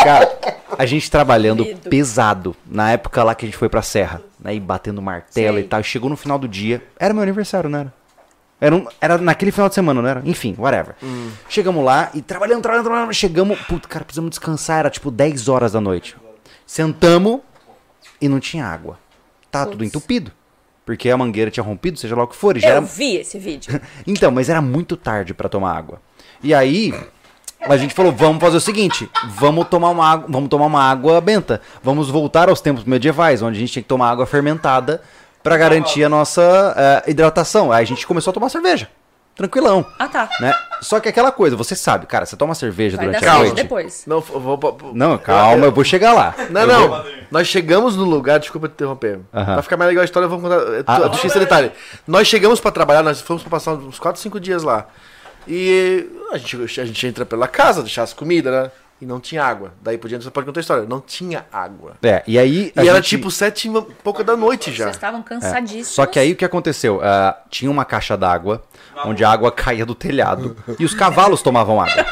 Speaker 1: Cara, a gente trabalhando
Speaker 3: Medo.
Speaker 1: pesado na época lá que a gente foi pra serra, né? E batendo martelo
Speaker 3: Sei.
Speaker 1: e tal. E chegou no final do dia. Era meu aniversário, não era? Era, um- era naquele final de semana, não era? Enfim, whatever. Chegamos lá e trabalhando, trabalhando, trabalhando. Chegamos, puta, cara, precisamos descansar. Era tipo 10 horas da noite. Sentamos e não tinha água. Tá tudo
Speaker 3: Putz.
Speaker 1: entupido. Porque a mangueira tinha rompido, seja lá o que for. E já
Speaker 3: Eu
Speaker 1: era
Speaker 3: vi esse
Speaker 1: <laughs>
Speaker 3: vídeo.
Speaker 1: então, mas era muito tarde pra tomar água. E aí, a gente falou, vamos fazer o seguinte, vamos tomar uma água, vamos tomar uma água benta. Vamos voltar aos tempos medievais, onde a gente tinha que tomar água fermentada pra garantir a nossa eh, hidratação. Aí a gente começou a tomar cerveja. tranquilão.
Speaker 3: Ah, tá.
Speaker 1: Né? Só que é aquela coisa, você sabe, cara, você toma cerveja
Speaker 3: Vai dar
Speaker 1: durante a
Speaker 3: cerveja
Speaker 1: noite.
Speaker 3: depois.
Speaker 2: Não, f- vou- vou-
Speaker 1: Não, calma, eu vou chegar lá.
Speaker 2: Não,
Speaker 1: Eu
Speaker 2: não.
Speaker 1: vou-
Speaker 2: Nós chegamos no lugar, desculpa te interromper.
Speaker 1: Aham.
Speaker 2: Pra ficar mais legal a história, vamos contar. eh, tu-
Speaker 1: Ah.
Speaker 2: tu- esse detalhe. Nós chegamos pra trabalhar, nós fomos pra passar uns 4, 5 dias lá. E a gente, a gente entra pela casa, deixar as comidas, né? E não tinha água. Daí por diante você pode contar a história. Não tinha água.
Speaker 1: É, e aí. a
Speaker 2: E era
Speaker 1: gente-
Speaker 2: tipo sete e ma- pouca da noite já.
Speaker 3: Vocês estavam cansadíssimos.
Speaker 1: É. Só que aí o que aconteceu? Ah, tinha uma caixa d'água, onde a água caía do telhado. e os cavalos tomavam água.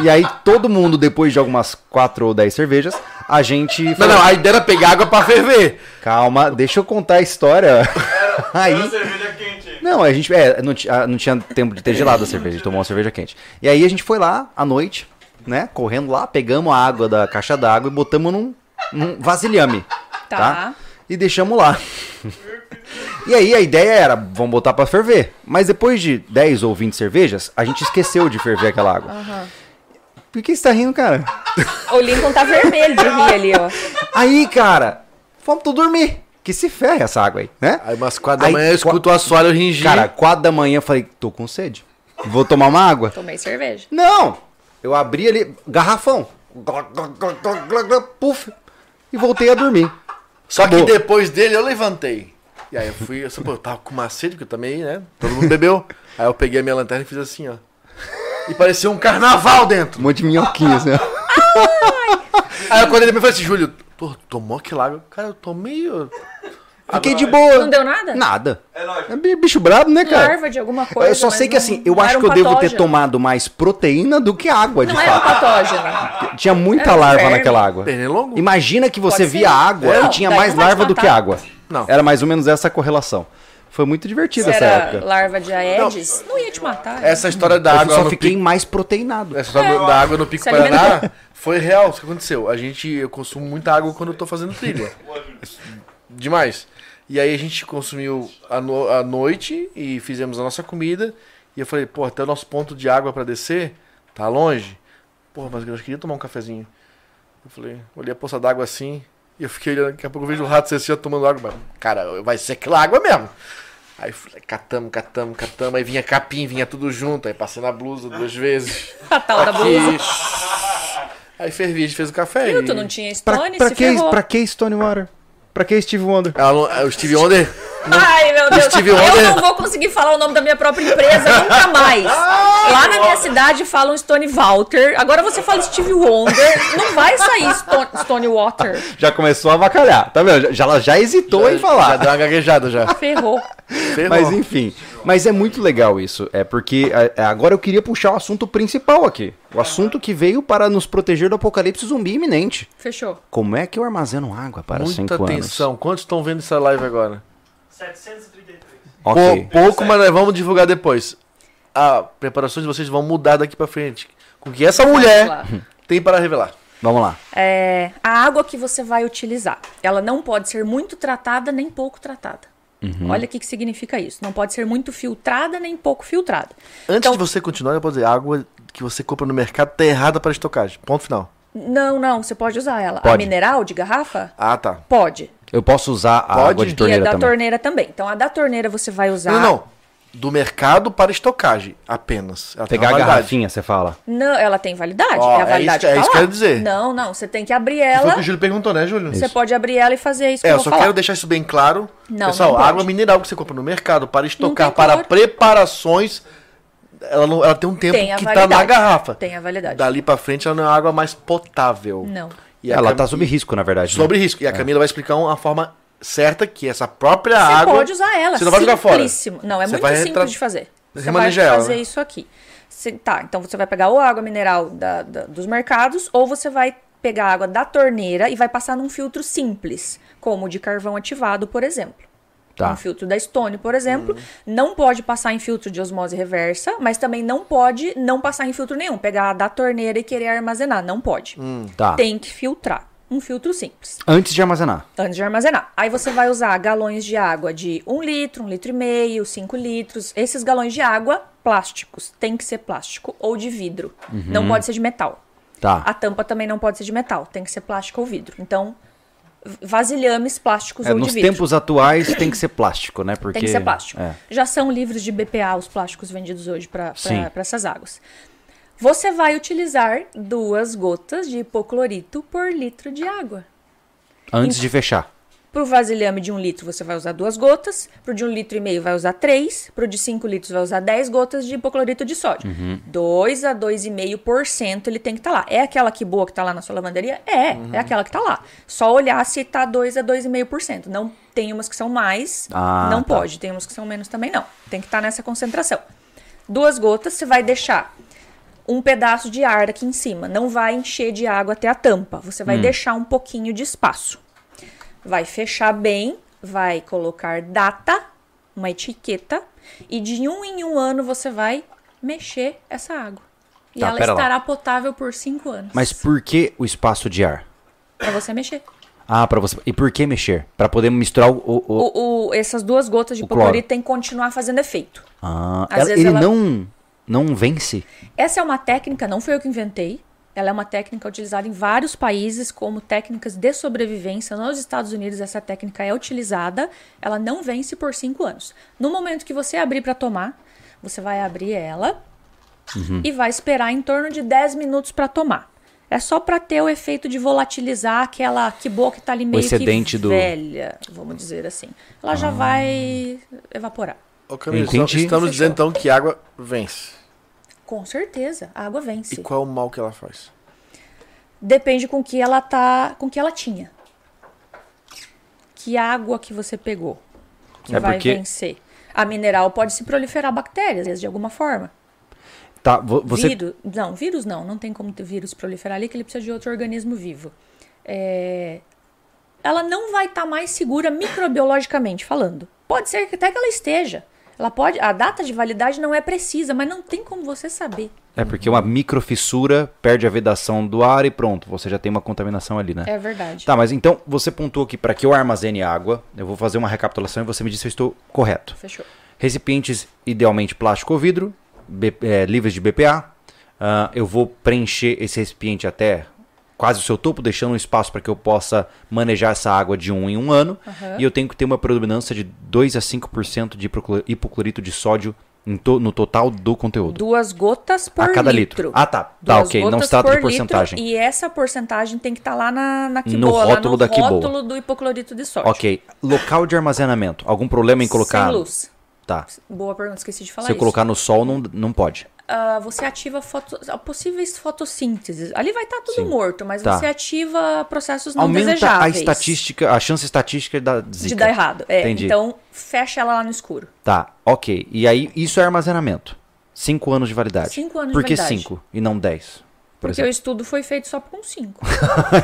Speaker 1: E aí todo mundo, depois de algumas 4 ou 10 cervejas, a gente.
Speaker 2: Não,
Speaker 1: falou,
Speaker 2: não, a ideia era pegar água pra ferver.
Speaker 1: Calma, deixa eu contar
Speaker 5: <laughs>
Speaker 1: a história. aí.
Speaker 5: Era cerveja quente.
Speaker 1: Não, a gente. é, não, ti- ah, não tinha tempo de ter gelado a cerveja, a gente tomou uma cerveja quente. E aí a gente foi lá à noite, né? Correndo lá, pegamos a água da caixa d'água e botamos num, num vasilhame. Tá.
Speaker 3: Tá.
Speaker 1: E
Speaker 5: <laughs>
Speaker 1: deixamos lá. E aí a ideia era, vamos botar pra ferver. Mas depois de 10 ou 20 cervejas, a gente esqueceu de ferver aquela água. Por que você tá rindo, cara?
Speaker 6: O Lincoln tá vermelho de rir ali, ó.
Speaker 1: Aí, cara, vamos tudo dormir. Que se ferre essa água aí, né?
Speaker 2: Aí umas quatro da
Speaker 1: Aí,
Speaker 2: manhã eu escuto o assoalho ringir.
Speaker 1: Cara, 4 da manhã eu falei, tô com sede. Vou tomar uma água.
Speaker 3: Tomei cerveja.
Speaker 1: Não! Eu abri ali, garrafão. Glug, glug, glug, glug, glug, glug, Puf! E voltei a dormir.
Speaker 2: Só que
Speaker 1: Acabou.
Speaker 2: depois dele eu levantei. E aí eu fui, eu, só, pô, eu tava com uma sede, porque eu também, né? Todo mundo bebeu. Aí eu peguei a minha lanterna e fiz assim, ó. E parecia um carnaval dentro.
Speaker 1: Um monte de minhoquinha, assim, ó.
Speaker 2: Aí quando ele me falou assim, Júlio, pô, tomou aquela água? Cara, eu tomei. Eu...
Speaker 1: Fiquei de boa.
Speaker 3: Não deu nada?
Speaker 1: Nada.
Speaker 5: É lógico.
Speaker 1: É bi- bicho brabo, né, cara?
Speaker 3: Larva de alguma coisa.
Speaker 1: eu só sei
Speaker 3: mas
Speaker 1: que
Speaker 3: não-
Speaker 1: assim, eu
Speaker 3: não
Speaker 1: acho
Speaker 3: era
Speaker 1: que eu
Speaker 3: um
Speaker 1: devo ter
Speaker 3: patógeno.
Speaker 1: tomado mais proteína do que água, de
Speaker 3: Não era um
Speaker 1: fato. <laughs>
Speaker 3: patógeno.
Speaker 1: Tinha muita
Speaker 3: era um
Speaker 1: larva
Speaker 3: verme.
Speaker 1: naquela água.
Speaker 2: Pernilongo?
Speaker 1: Imagina que você
Speaker 3: Pode ser.
Speaker 1: via água
Speaker 3: Não, tá
Speaker 1: e tinha
Speaker 3: daí
Speaker 1: mais
Speaker 3: não vai te
Speaker 1: larva do que
Speaker 3: matar.
Speaker 1: água.
Speaker 2: Não.
Speaker 1: Era mais ou menos essa a correlação. Foi muito divertido
Speaker 3: Se
Speaker 1: essa
Speaker 3: era
Speaker 1: época.
Speaker 3: larva de Aedes, não ia te matar.
Speaker 2: Essa é história da
Speaker 1: Eu
Speaker 2: água.
Speaker 1: só
Speaker 2: no É.
Speaker 1: fiquei
Speaker 2: Pico-
Speaker 1: mais proteinado.
Speaker 2: Essa história do- da água no Pico
Speaker 3: Se
Speaker 2: Paraná
Speaker 3: alimentou.
Speaker 2: foi real. Isso que aconteceu. A gente, eu consumo muita água quando eu tô fazendo trilha. Demais. E aí a gente consumiu a, no- a noite e fizemos a nossa comida. E eu falei, pô, até o nosso ponto de água pra descer tá longe. Pô, mas eu queria tomar um cafezinho. Eu falei, olhei a poça d'água assim. E eu fiquei olhando, daqui a pouco eu vejo o rato assim, ó, tomando água. Mas, cara, vai ser aquela água mesmo. Aí eu falei, catamos, catamos, catamos. Aí vinha capim, vinha tudo junto. Aí passei na blusa duas vezes.
Speaker 3: A tal da blusa.
Speaker 2: Aqui. Aí fervi, a gente fez o café.
Speaker 3: Viu?
Speaker 2: e-
Speaker 3: Tu não tinha
Speaker 1: Pra,
Speaker 3: Stone,
Speaker 1: pra,
Speaker 3: se
Speaker 1: que,
Speaker 3: ferrou.
Speaker 1: pra que Stone Water? Pra que Steve Wonder?
Speaker 2: Ela não- é o Steve Wonder
Speaker 3: Ai, meu Deus.
Speaker 2: Steve
Speaker 3: eu
Speaker 2: Wonder-
Speaker 3: não vou conseguir falar o nome da minha própria empresa
Speaker 1: <laughs>
Speaker 3: nunca mais.
Speaker 1: Ah!
Speaker 3: Lá na minha cidade falam Stone Walter. Agora você fala Steve Wonder. Não vai sair Stone, Stone Water.
Speaker 1: Já começou a avacalhar, tá vendo? Já, ela já hesitou em
Speaker 2: Já
Speaker 1: falar.
Speaker 2: deu uma gaguejada já.
Speaker 3: Ferrou.
Speaker 2: Ferrou.
Speaker 1: Mas enfim, mas é muito legal isso, é porque é, é, agora eu queria puxar o assunto principal aqui, o assunto que veio para nos proteger do apocalipse zumbi iminente.
Speaker 3: Fechou.
Speaker 1: Como é que eu armazeno água para
Speaker 2: Muita
Speaker 1: cinco
Speaker 2: atenção. Quantos estão vendo essa live agora?
Speaker 5: 733.
Speaker 1: anos?
Speaker 2: Pou- pouco, mas nós vamos divulgar depois. A preparações de vocês vão mudar daqui pra frente. Com o que essa mulher
Speaker 3: Vamos lá.
Speaker 2: tem para revelar.
Speaker 1: Vamos lá.
Speaker 3: É, a água que você vai utilizar, ela não pode ser muito tratada nem pouco tratada. Olha o que, que significa isso. Não pode ser muito filtrada nem pouco filtrada.
Speaker 2: Antes de você continuar, eu posso dizer, a água que você compra no mercado tá errada para estocagem. Ponto final.
Speaker 3: Não, não, você pode usar ela. A
Speaker 1: Pode.
Speaker 3: mineral de garrafa?
Speaker 2: Ah, tá.
Speaker 3: Pode.
Speaker 1: Eu posso usar a
Speaker 2: Pode?
Speaker 1: água de
Speaker 2: E é
Speaker 3: E
Speaker 1: torneira
Speaker 3: a da
Speaker 1: também.
Speaker 3: torneira também. Então a da torneira você vai usar.
Speaker 2: Não, não. Do mercado para estocagem, apenas. Ela tem
Speaker 1: Pegar a
Speaker 2: uma validade.
Speaker 1: garrafinha, você fala.
Speaker 3: Não, ela tem validade.
Speaker 2: Ó,
Speaker 3: é
Speaker 2: é
Speaker 3: a
Speaker 2: isso que-
Speaker 3: validade
Speaker 2: é
Speaker 3: que tá
Speaker 2: isso que
Speaker 3: lá.
Speaker 2: eu ia dizer.
Speaker 3: Não, não. Você tem que abrir
Speaker 2: Foi o
Speaker 3: ela. é
Speaker 2: que o Júlio perguntou, né, Júlio?
Speaker 3: Você pode abrir ela e fazer isso que
Speaker 2: É,
Speaker 3: eu
Speaker 2: eu
Speaker 3: vou
Speaker 2: só
Speaker 3: falar.
Speaker 2: quero deixar isso bem claro.
Speaker 3: Não,
Speaker 2: Pessoal,
Speaker 3: não
Speaker 2: a
Speaker 3: pode.
Speaker 2: água mineral que você compra no mercado para estocar
Speaker 3: tem
Speaker 2: para
Speaker 3: cor.
Speaker 2: preparações, ela, não, ela tem um tempo
Speaker 3: Tem a
Speaker 2: que tá
Speaker 3: validade.
Speaker 2: na garrafa.
Speaker 3: Tem a validade.
Speaker 2: Dali para frente ela não é água mais potável.
Speaker 3: Não.
Speaker 2: E a
Speaker 1: Ela
Speaker 2: Cam-
Speaker 1: tá sob risco, na verdade. né?
Speaker 2: sobre risco. E a Camila vai explicar uma forma certa que essa própria
Speaker 3: Você
Speaker 2: água.
Speaker 3: pode usar ela.
Speaker 2: Você não vai jogar fora.
Speaker 3: Simplíssimo. Não, é
Speaker 2: Você
Speaker 3: muito
Speaker 2: vai
Speaker 3: simples
Speaker 2: retra-
Speaker 3: de fazer. Você vai
Speaker 2: remanejar ela,
Speaker 3: fazer
Speaker 2: né?
Speaker 3: isso aqui. Você- tá, então você vai pegar ou a água mineral da- da- dos mercados, ou você vai pegar a água da torneira e vai passar num filtro simples, como o de carvão ativado, por exemplo.
Speaker 1: Tá.
Speaker 3: Um filtro da Stone, por exemplo, não pode passar em filtro de osmose reversa, mas também não pode não passar em filtro nenhum. Pegar a da torneira e querer armazenar, não pode.
Speaker 2: Hum,
Speaker 1: Tá.
Speaker 3: Tem que filtrar. Um filtro simples
Speaker 1: Antes de armazenar.
Speaker 3: antes de armazenar. Aí você vai usar galões de água de 1 litro, 1 litro e meio, 5 litros. Esses galões de água plásticos, tem que ser plástico ou de vidro. Não pode ser de metal.
Speaker 1: Uhum. Tá.
Speaker 3: A tampa também não pode ser de metal, tem que ser plástico ou vidro. Então, vasilhames plásticos
Speaker 1: É,
Speaker 3: ou
Speaker 1: nos
Speaker 3: de vidro.
Speaker 1: tempos atuais tem que ser plástico, né? Porque,
Speaker 3: Tem que ser plástico.
Speaker 1: É.
Speaker 3: Já são livres de BPA os plásticos vendidos hoje para
Speaker 1: Sim.
Speaker 3: essas águas. Você vai utilizar duas gotas de hipoclorito por litro de água.
Speaker 1: Antes de fechar.
Speaker 3: Para o vasilhame de um litro, você vai usar duas gotas. Para o de um litro e meio, vai usar três. Para o de cinco litros, vai usar 10 gotas de hipoclorito de sódio.
Speaker 1: Uhum.
Speaker 3: 2 a 2,5% ele tem que estar lá. É aquela que boa que está lá na sua lavanderia? É,
Speaker 1: Uhum.
Speaker 3: é aquela que está lá. Só olhar se está 2 a 2,5%. Não tem umas que são mais,
Speaker 1: Ah,
Speaker 3: não
Speaker 1: tá.
Speaker 3: pode. Tem umas que são menos também, não. Tem que estar nessa concentração. Duas gotas, você vai deixar um pedaço de ar aqui em cima. Não vai encher de água até a tampa. Você
Speaker 1: Hum.
Speaker 3: vai deixar um pouquinho de espaço. Vai fechar bem, vai colocar data, uma etiqueta, e de um em um ano você vai mexer essa água.
Speaker 7: E
Speaker 1: Tá,
Speaker 7: ela
Speaker 1: pera lá.
Speaker 7: estará potável por cinco anos.
Speaker 1: Mas por que o espaço de ar?
Speaker 3: Pra você mexer.
Speaker 1: Ah, para você. E por que mexer? Pra poder misturar o. o- o-
Speaker 3: O, o- essas duas gotas de
Speaker 1: O cloro.
Speaker 3: hipoclorito tem que continuar fazendo efeito.
Speaker 1: Ah,
Speaker 3: às
Speaker 1: ela-
Speaker 3: vezes
Speaker 1: ele
Speaker 3: ela-
Speaker 1: não não vence.
Speaker 3: Essa é uma técnica, não foi eu que inventei. Ela é uma técnica utilizada em vários países como técnicas de sobrevivência. Nos Estados Unidos, essa técnica é utilizada. Ela não vence por cinco anos. No momento que você abrir para tomar, você vai abrir ela
Speaker 1: Uhum.
Speaker 3: e vai esperar em torno de 10 minutos para tomar. É só para ter o efeito de volatilizar aquela que boa que tá ali meio
Speaker 1: excedente
Speaker 3: que
Speaker 1: do- Ah.
Speaker 3: velha, vamos dizer assim. Ela já vai evaporar.
Speaker 2: Ô, Camila,
Speaker 1: Entendi.
Speaker 2: então, estamos
Speaker 3: Fechou.
Speaker 2: dizendo então que água vence.
Speaker 3: Com certeza, a água vence.
Speaker 2: E qual é o mal que ela faz?
Speaker 3: Depende com que ela tá, com que ela tinha. Que água que você pegou que
Speaker 1: É
Speaker 3: vai
Speaker 1: porque-
Speaker 3: vencer. A mineral pode se proliferar bactérias de alguma forma.
Speaker 1: Tá, vo- você
Speaker 3: Vírus, não, vírus não, não tem como ter vírus proliferar ali que ele precisa de outro organismo vivo. É, Ela não vai estar mais segura microbiologicamente falando. Pode ser que até que ela esteja. Ela pode, a data de validade não é precisa, mas não tem como você saber.
Speaker 1: é porque uma microfissura perde a vedação do ar e pronto, você já tem uma contaminação ali, né?
Speaker 3: É verdade.
Speaker 1: Tá, mas então você pontuou aqui para que eu armazene água, eu vou fazer uma recapitulação e você me diz se eu estou correto.
Speaker 3: Fechou.
Speaker 1: Recipientes idealmente plástico ou vidro, B- é, livres de BPA. Ah, eu vou preencher esse recipiente até quase o seu topo, deixando um espaço para que eu possa manejar essa água de um em um ano. E eu tenho que ter uma predominância de 2 a 5% de hipoclo- hipoclorito de sódio em to- no total do conteúdo.
Speaker 3: Duas gotas por
Speaker 1: a cada litro.
Speaker 3: litro.
Speaker 1: Ah, tá. Tá,
Speaker 3: Duas
Speaker 1: ok. Não
Speaker 3: gotas
Speaker 1: se trata
Speaker 3: por
Speaker 1: de porcentagem.
Speaker 3: litro, e essa porcentagem tem que estar lá na, na
Speaker 1: No
Speaker 3: quiboa, lá
Speaker 1: rótulo
Speaker 3: no
Speaker 1: da quiboa.
Speaker 3: rótulo do hipoclorito de sódio.
Speaker 1: Ok. Local de armazenamento. Algum problema em colocar.
Speaker 3: Sem luz.
Speaker 1: Tá.
Speaker 3: Boa pergunta, esqueci de falar
Speaker 1: Se eu
Speaker 3: isso.
Speaker 1: colocar no sol, não, não pode.
Speaker 3: Ah, você ativa foto- ah, possíveis fotossínteses. Ali vai estar tudo
Speaker 1: Sim.
Speaker 3: morto, mas
Speaker 1: Tá.
Speaker 3: você ativa processos não
Speaker 1: Aumenta a
Speaker 3: desejáveis.
Speaker 1: estatística, a chance estatística da zika.
Speaker 3: De dar errado. É,
Speaker 1: Entendi.
Speaker 3: Então, fecha ela lá no escuro.
Speaker 1: Tá, ok. E aí, isso é armazenamento. Cinco anos de validade.
Speaker 3: Cinco anos de
Speaker 1: Por que
Speaker 3: validade.
Speaker 1: 5 e não 10? Por
Speaker 3: Porque o
Speaker 1: exemplo.
Speaker 3: estudo foi feito só
Speaker 1: <laughs>
Speaker 3: com 5.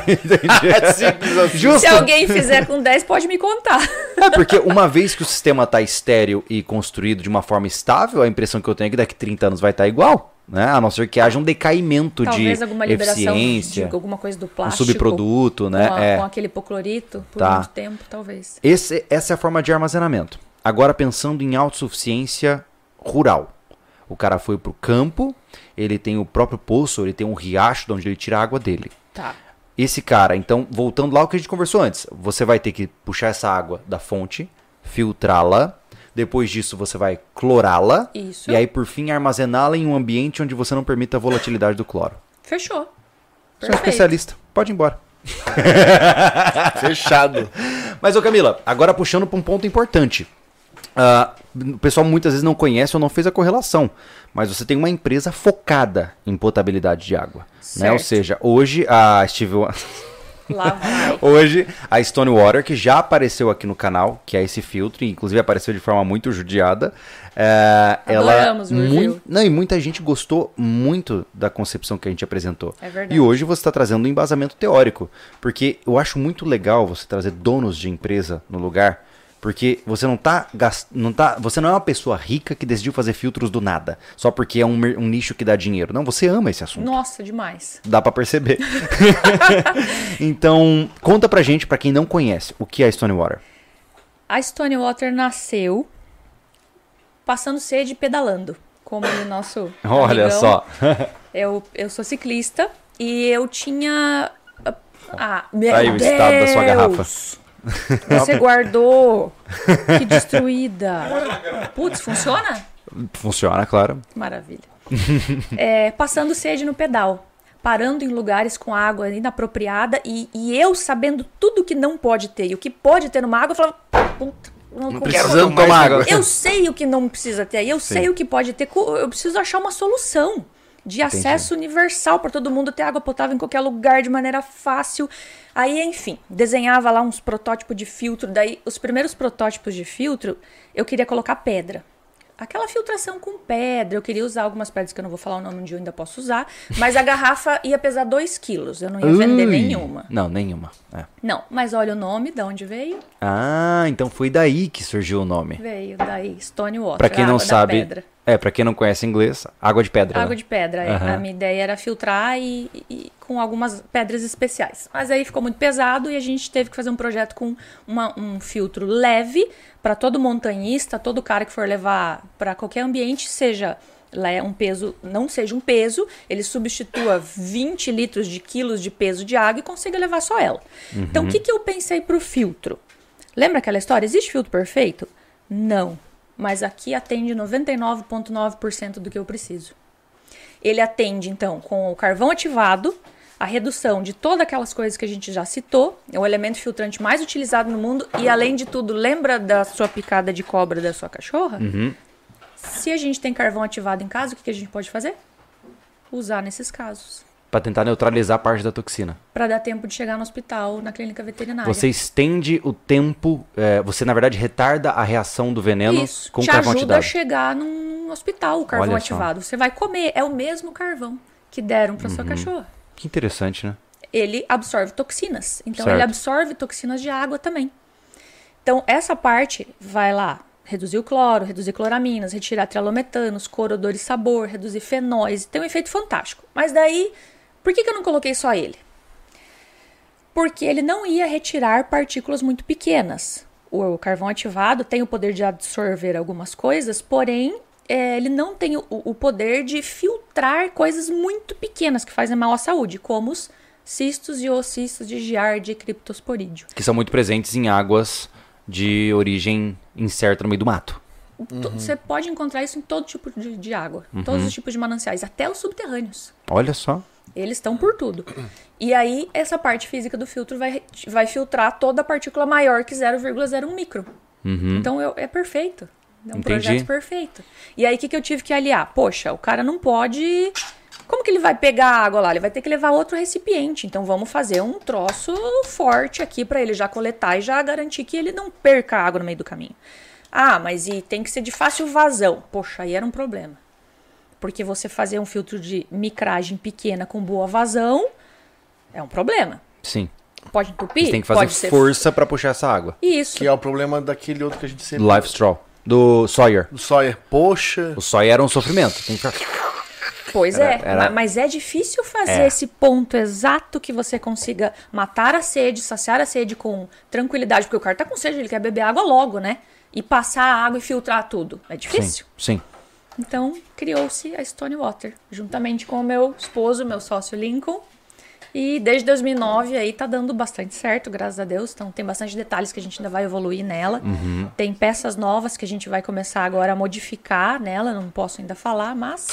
Speaker 2: É simples assim.
Speaker 3: Se alguém fizer com 10, pode
Speaker 1: <laughs>
Speaker 3: me contar.
Speaker 1: É porque uma vez que o sistema tá estéreo e construído de uma forma estável, a impressão que eu tenho é que daqui 30 anos vai estar igual, né? A não ser que haja um decaimento
Speaker 3: Talvez
Speaker 1: de
Speaker 3: alguma liberação
Speaker 1: eficiência,
Speaker 3: de alguma coisa do
Speaker 1: um
Speaker 3: plástico.
Speaker 1: subproduto, né?
Speaker 3: com, a-
Speaker 1: é.
Speaker 3: com aquele hipoclorito por
Speaker 1: Tá.
Speaker 3: muito tempo, talvez.
Speaker 1: Esse- essa é a forma de armazenamento. Agora pensando em autossuficiência rural. O cara foi pro campo, ele tem o próprio poço, ele tem um riacho de onde ele tira a água dele.
Speaker 3: Tá.
Speaker 1: Esse cara, então, voltando lá ao que a gente conversou antes, você vai ter que puxar essa água da fonte, filtrá-la, depois disso você vai clorá-la,
Speaker 3: Isso.
Speaker 1: e aí por fim armazená-la em um ambiente onde você não permita a volatilidade do cloro.
Speaker 3: Fechou.
Speaker 1: Você é um
Speaker 3: Perfeito.
Speaker 1: especialista, pode ir embora. <laughs>
Speaker 2: Fechado.
Speaker 1: Mas, ô Camila, agora puxando para um ponto importante. Ah, o pessoal muitas vezes não conhece ou não fez a correlação, mas você tem uma empresa focada em potabilidade de água. Né?
Speaker 3: Certo.
Speaker 1: Ou seja, hoje a Steve...
Speaker 3: Lá vai.
Speaker 1: hoje a Stonewater, que já apareceu aqui no canal, que é esse filtro, e inclusive apareceu de forma muito judiada, é, ela
Speaker 3: Adoramos o review.
Speaker 1: não, e muita gente gostou muito da concepção que a gente apresentou.
Speaker 3: É verdade.
Speaker 1: E hoje você está trazendo um embasamento teórico, porque eu acho muito legal você trazer donos de empresa no lugar, porque você não tá, gas- não tá, você não é uma pessoa rica que decidiu fazer filtros do nada, só porque é um, mer- um nicho que dá dinheiro. Não, você ama esse assunto.
Speaker 3: Nossa, demais.
Speaker 1: Dá pra
Speaker 3: <laughs>
Speaker 1: perceber. então, conta pra gente, pra quem não conhece, o que é Stonewater.
Speaker 3: A Stonewater nasceu passando sede e pedalando. Como o nosso.
Speaker 1: <laughs> Olha
Speaker 3: amigão.
Speaker 1: só.
Speaker 3: Eu, eu sou ciclista e eu tinha ah, Ah, meu
Speaker 1: Tá Aí o
Speaker 3: Deus!
Speaker 1: estado da sua garrafa.
Speaker 3: Você guardou. Que destruída. Putz, funciona?
Speaker 1: Funciona, claro.
Speaker 3: Maravilha. <laughs> É, passando sede no pedal, parando em lugares com água inapropriada e, e eu sabendo tudo que não pode ter e o que pode ter numa água, eu falava, puta, não, não
Speaker 2: Precisando
Speaker 1: <laughs>
Speaker 2: tomar água.
Speaker 3: Eu sei o que não precisa ter, eu sei o que pode ter, co- eu preciso achar uma solução de acesso universal para todo mundo ter água potável em qualquer lugar de maneira fácil. Aí, enfim, desenhava lá uns protótipos de filtro, daí os primeiros protótipos de filtro, eu queria colocar pedra aquela filtração com pedra. Eu queria usar algumas pedras que eu não vou falar o nome de onde eu ainda posso usar, mas a garrafa ia pesar 2 quilos. Eu não ia vender
Speaker 1: Ui.
Speaker 3: nenhuma.
Speaker 1: Não, nenhuma. É.
Speaker 3: Não, mas olha o nome, da onde veio?
Speaker 1: Ah, então foi daí que surgiu o nome.
Speaker 3: Veio daí, Stonewater.
Speaker 1: Pra quem
Speaker 3: a
Speaker 1: não
Speaker 3: água da
Speaker 1: sabe.
Speaker 3: pedra.
Speaker 1: É, pra quem não conhece inglês, água de pedra.
Speaker 3: Água
Speaker 1: né?
Speaker 3: de pedra. é.
Speaker 1: Aham.
Speaker 3: A minha ideia era filtrar e, e- com algumas pedras especiais. Mas aí ficou muito pesado e a gente teve que fazer um projeto com uma- um filtro leve para todo montanhista, todo cara que for levar para qualquer ambiente, seja le- um peso, não seja um peso, ele substitua 20 litros de quilos de peso de água e consiga levar só ela. Então, o
Speaker 1: Uhum.
Speaker 3: que, que eu pensei para o filtro? Lembra aquela história? Existe filtro perfeito? Não. Mas aqui atende 99,9% do que eu preciso. Ele atende, então, com o carvão ativado, a redução de todas aquelas coisas que a gente já citou, é o elemento filtrante mais utilizado no mundo, e além de tudo, lembra da sua picada de cobra da sua cachorra?
Speaker 1: Uhum.
Speaker 3: Se a gente tem carvão ativado em casa, o que que a gente pode fazer? Usar nesses casos.
Speaker 1: Pra tentar neutralizar parte da toxina.
Speaker 3: Para dar tempo de chegar no hospital, na clínica veterinária.
Speaker 1: Você estende o tempo. é, você, na verdade, retarda a reação do veneno
Speaker 3: Isso,
Speaker 1: com
Speaker 3: te
Speaker 1: carvão
Speaker 3: ajuda a
Speaker 1: ativado.
Speaker 3: chegar num hospital, o carvão
Speaker 1: Olha só.
Speaker 3: ativado. Você vai comer, é o mesmo carvão que deram para
Speaker 1: Uhum.
Speaker 3: sua cachorra.
Speaker 1: Que interessante, né?
Speaker 3: ele absorve toxinas. Então
Speaker 1: Certo.
Speaker 3: ele absorve toxinas de água também. Então essa parte vai lá reduzir o cloro, reduzir cloraminas, retirar trialometanos, cor, odor e sabor, reduzir fenóis, tem um efeito fantástico. Mas daí, por que, que eu não coloquei só ele? Porque ele não ia retirar partículas muito pequenas. O carvão ativado tem o poder de absorver algumas coisas, porém é, ele não tem o, o poder de filtrar coisas muito pequenas que fazem mal à saúde, como os cistos e ocistos de giardia e criptosporídeo.
Speaker 1: Que são muito presentes em águas de origem incerta no meio do mato.
Speaker 3: To- Você pode encontrar isso em todo tipo de, de água, todos os tipos de mananciais, até os subterrâneos.
Speaker 1: Olha só.
Speaker 3: Eles estão por tudo. E aí, essa parte física do filtro vai, vai filtrar toda a partícula maior que 0,01 micro. Então, eu- é perfeito. É um
Speaker 1: Entendi.
Speaker 3: projeto perfeito. E aí, o que, que eu tive que aliar? Poxa, o cara não pode... Como que ele vai pegar a água lá? Ele vai ter que levar outro recipiente. Então, vamos fazer um troço forte aqui para ele já coletar e já garantir que ele não perca a água no meio do caminho. Ah, mas e tem que ser de fácil vazão. Poxa, aí era um problema. Porque você fazer um filtro de micragem pequena com boa vazão é um problema.
Speaker 1: Sim.
Speaker 3: Pode entupir?
Speaker 1: Você tem que fazer
Speaker 3: pode ser-
Speaker 1: força pra puxar essa água.
Speaker 3: Isso.
Speaker 2: Que é o problema daquele outro que a gente sempre.
Speaker 1: Life Straw. Do Sawyer.
Speaker 2: Do Sawyer. Poxa.
Speaker 1: O Sawyer era um sofrimento. Tem que ficar-
Speaker 3: Pois é.
Speaker 1: era-
Speaker 3: ma- Mas é difícil fazer
Speaker 1: É.
Speaker 3: esse ponto exato que você consiga matar a sede, saciar a sede com tranquilidade, porque o cara tá com sede, ele quer beber água logo, né? E passar a água e filtrar tudo. É difícil.
Speaker 1: Sim, sim.
Speaker 3: Então, criou-se a Stonewater, juntamente com o meu esposo, meu sócio Lincoln. E desde 2009 aí tá dando bastante certo, graças a Deus. Então tem bastante detalhes que a gente ainda vai evoluir nela.
Speaker 1: Uhum.
Speaker 3: Tem peças novas que a gente vai começar agora a modificar nela, não posso ainda falar, mas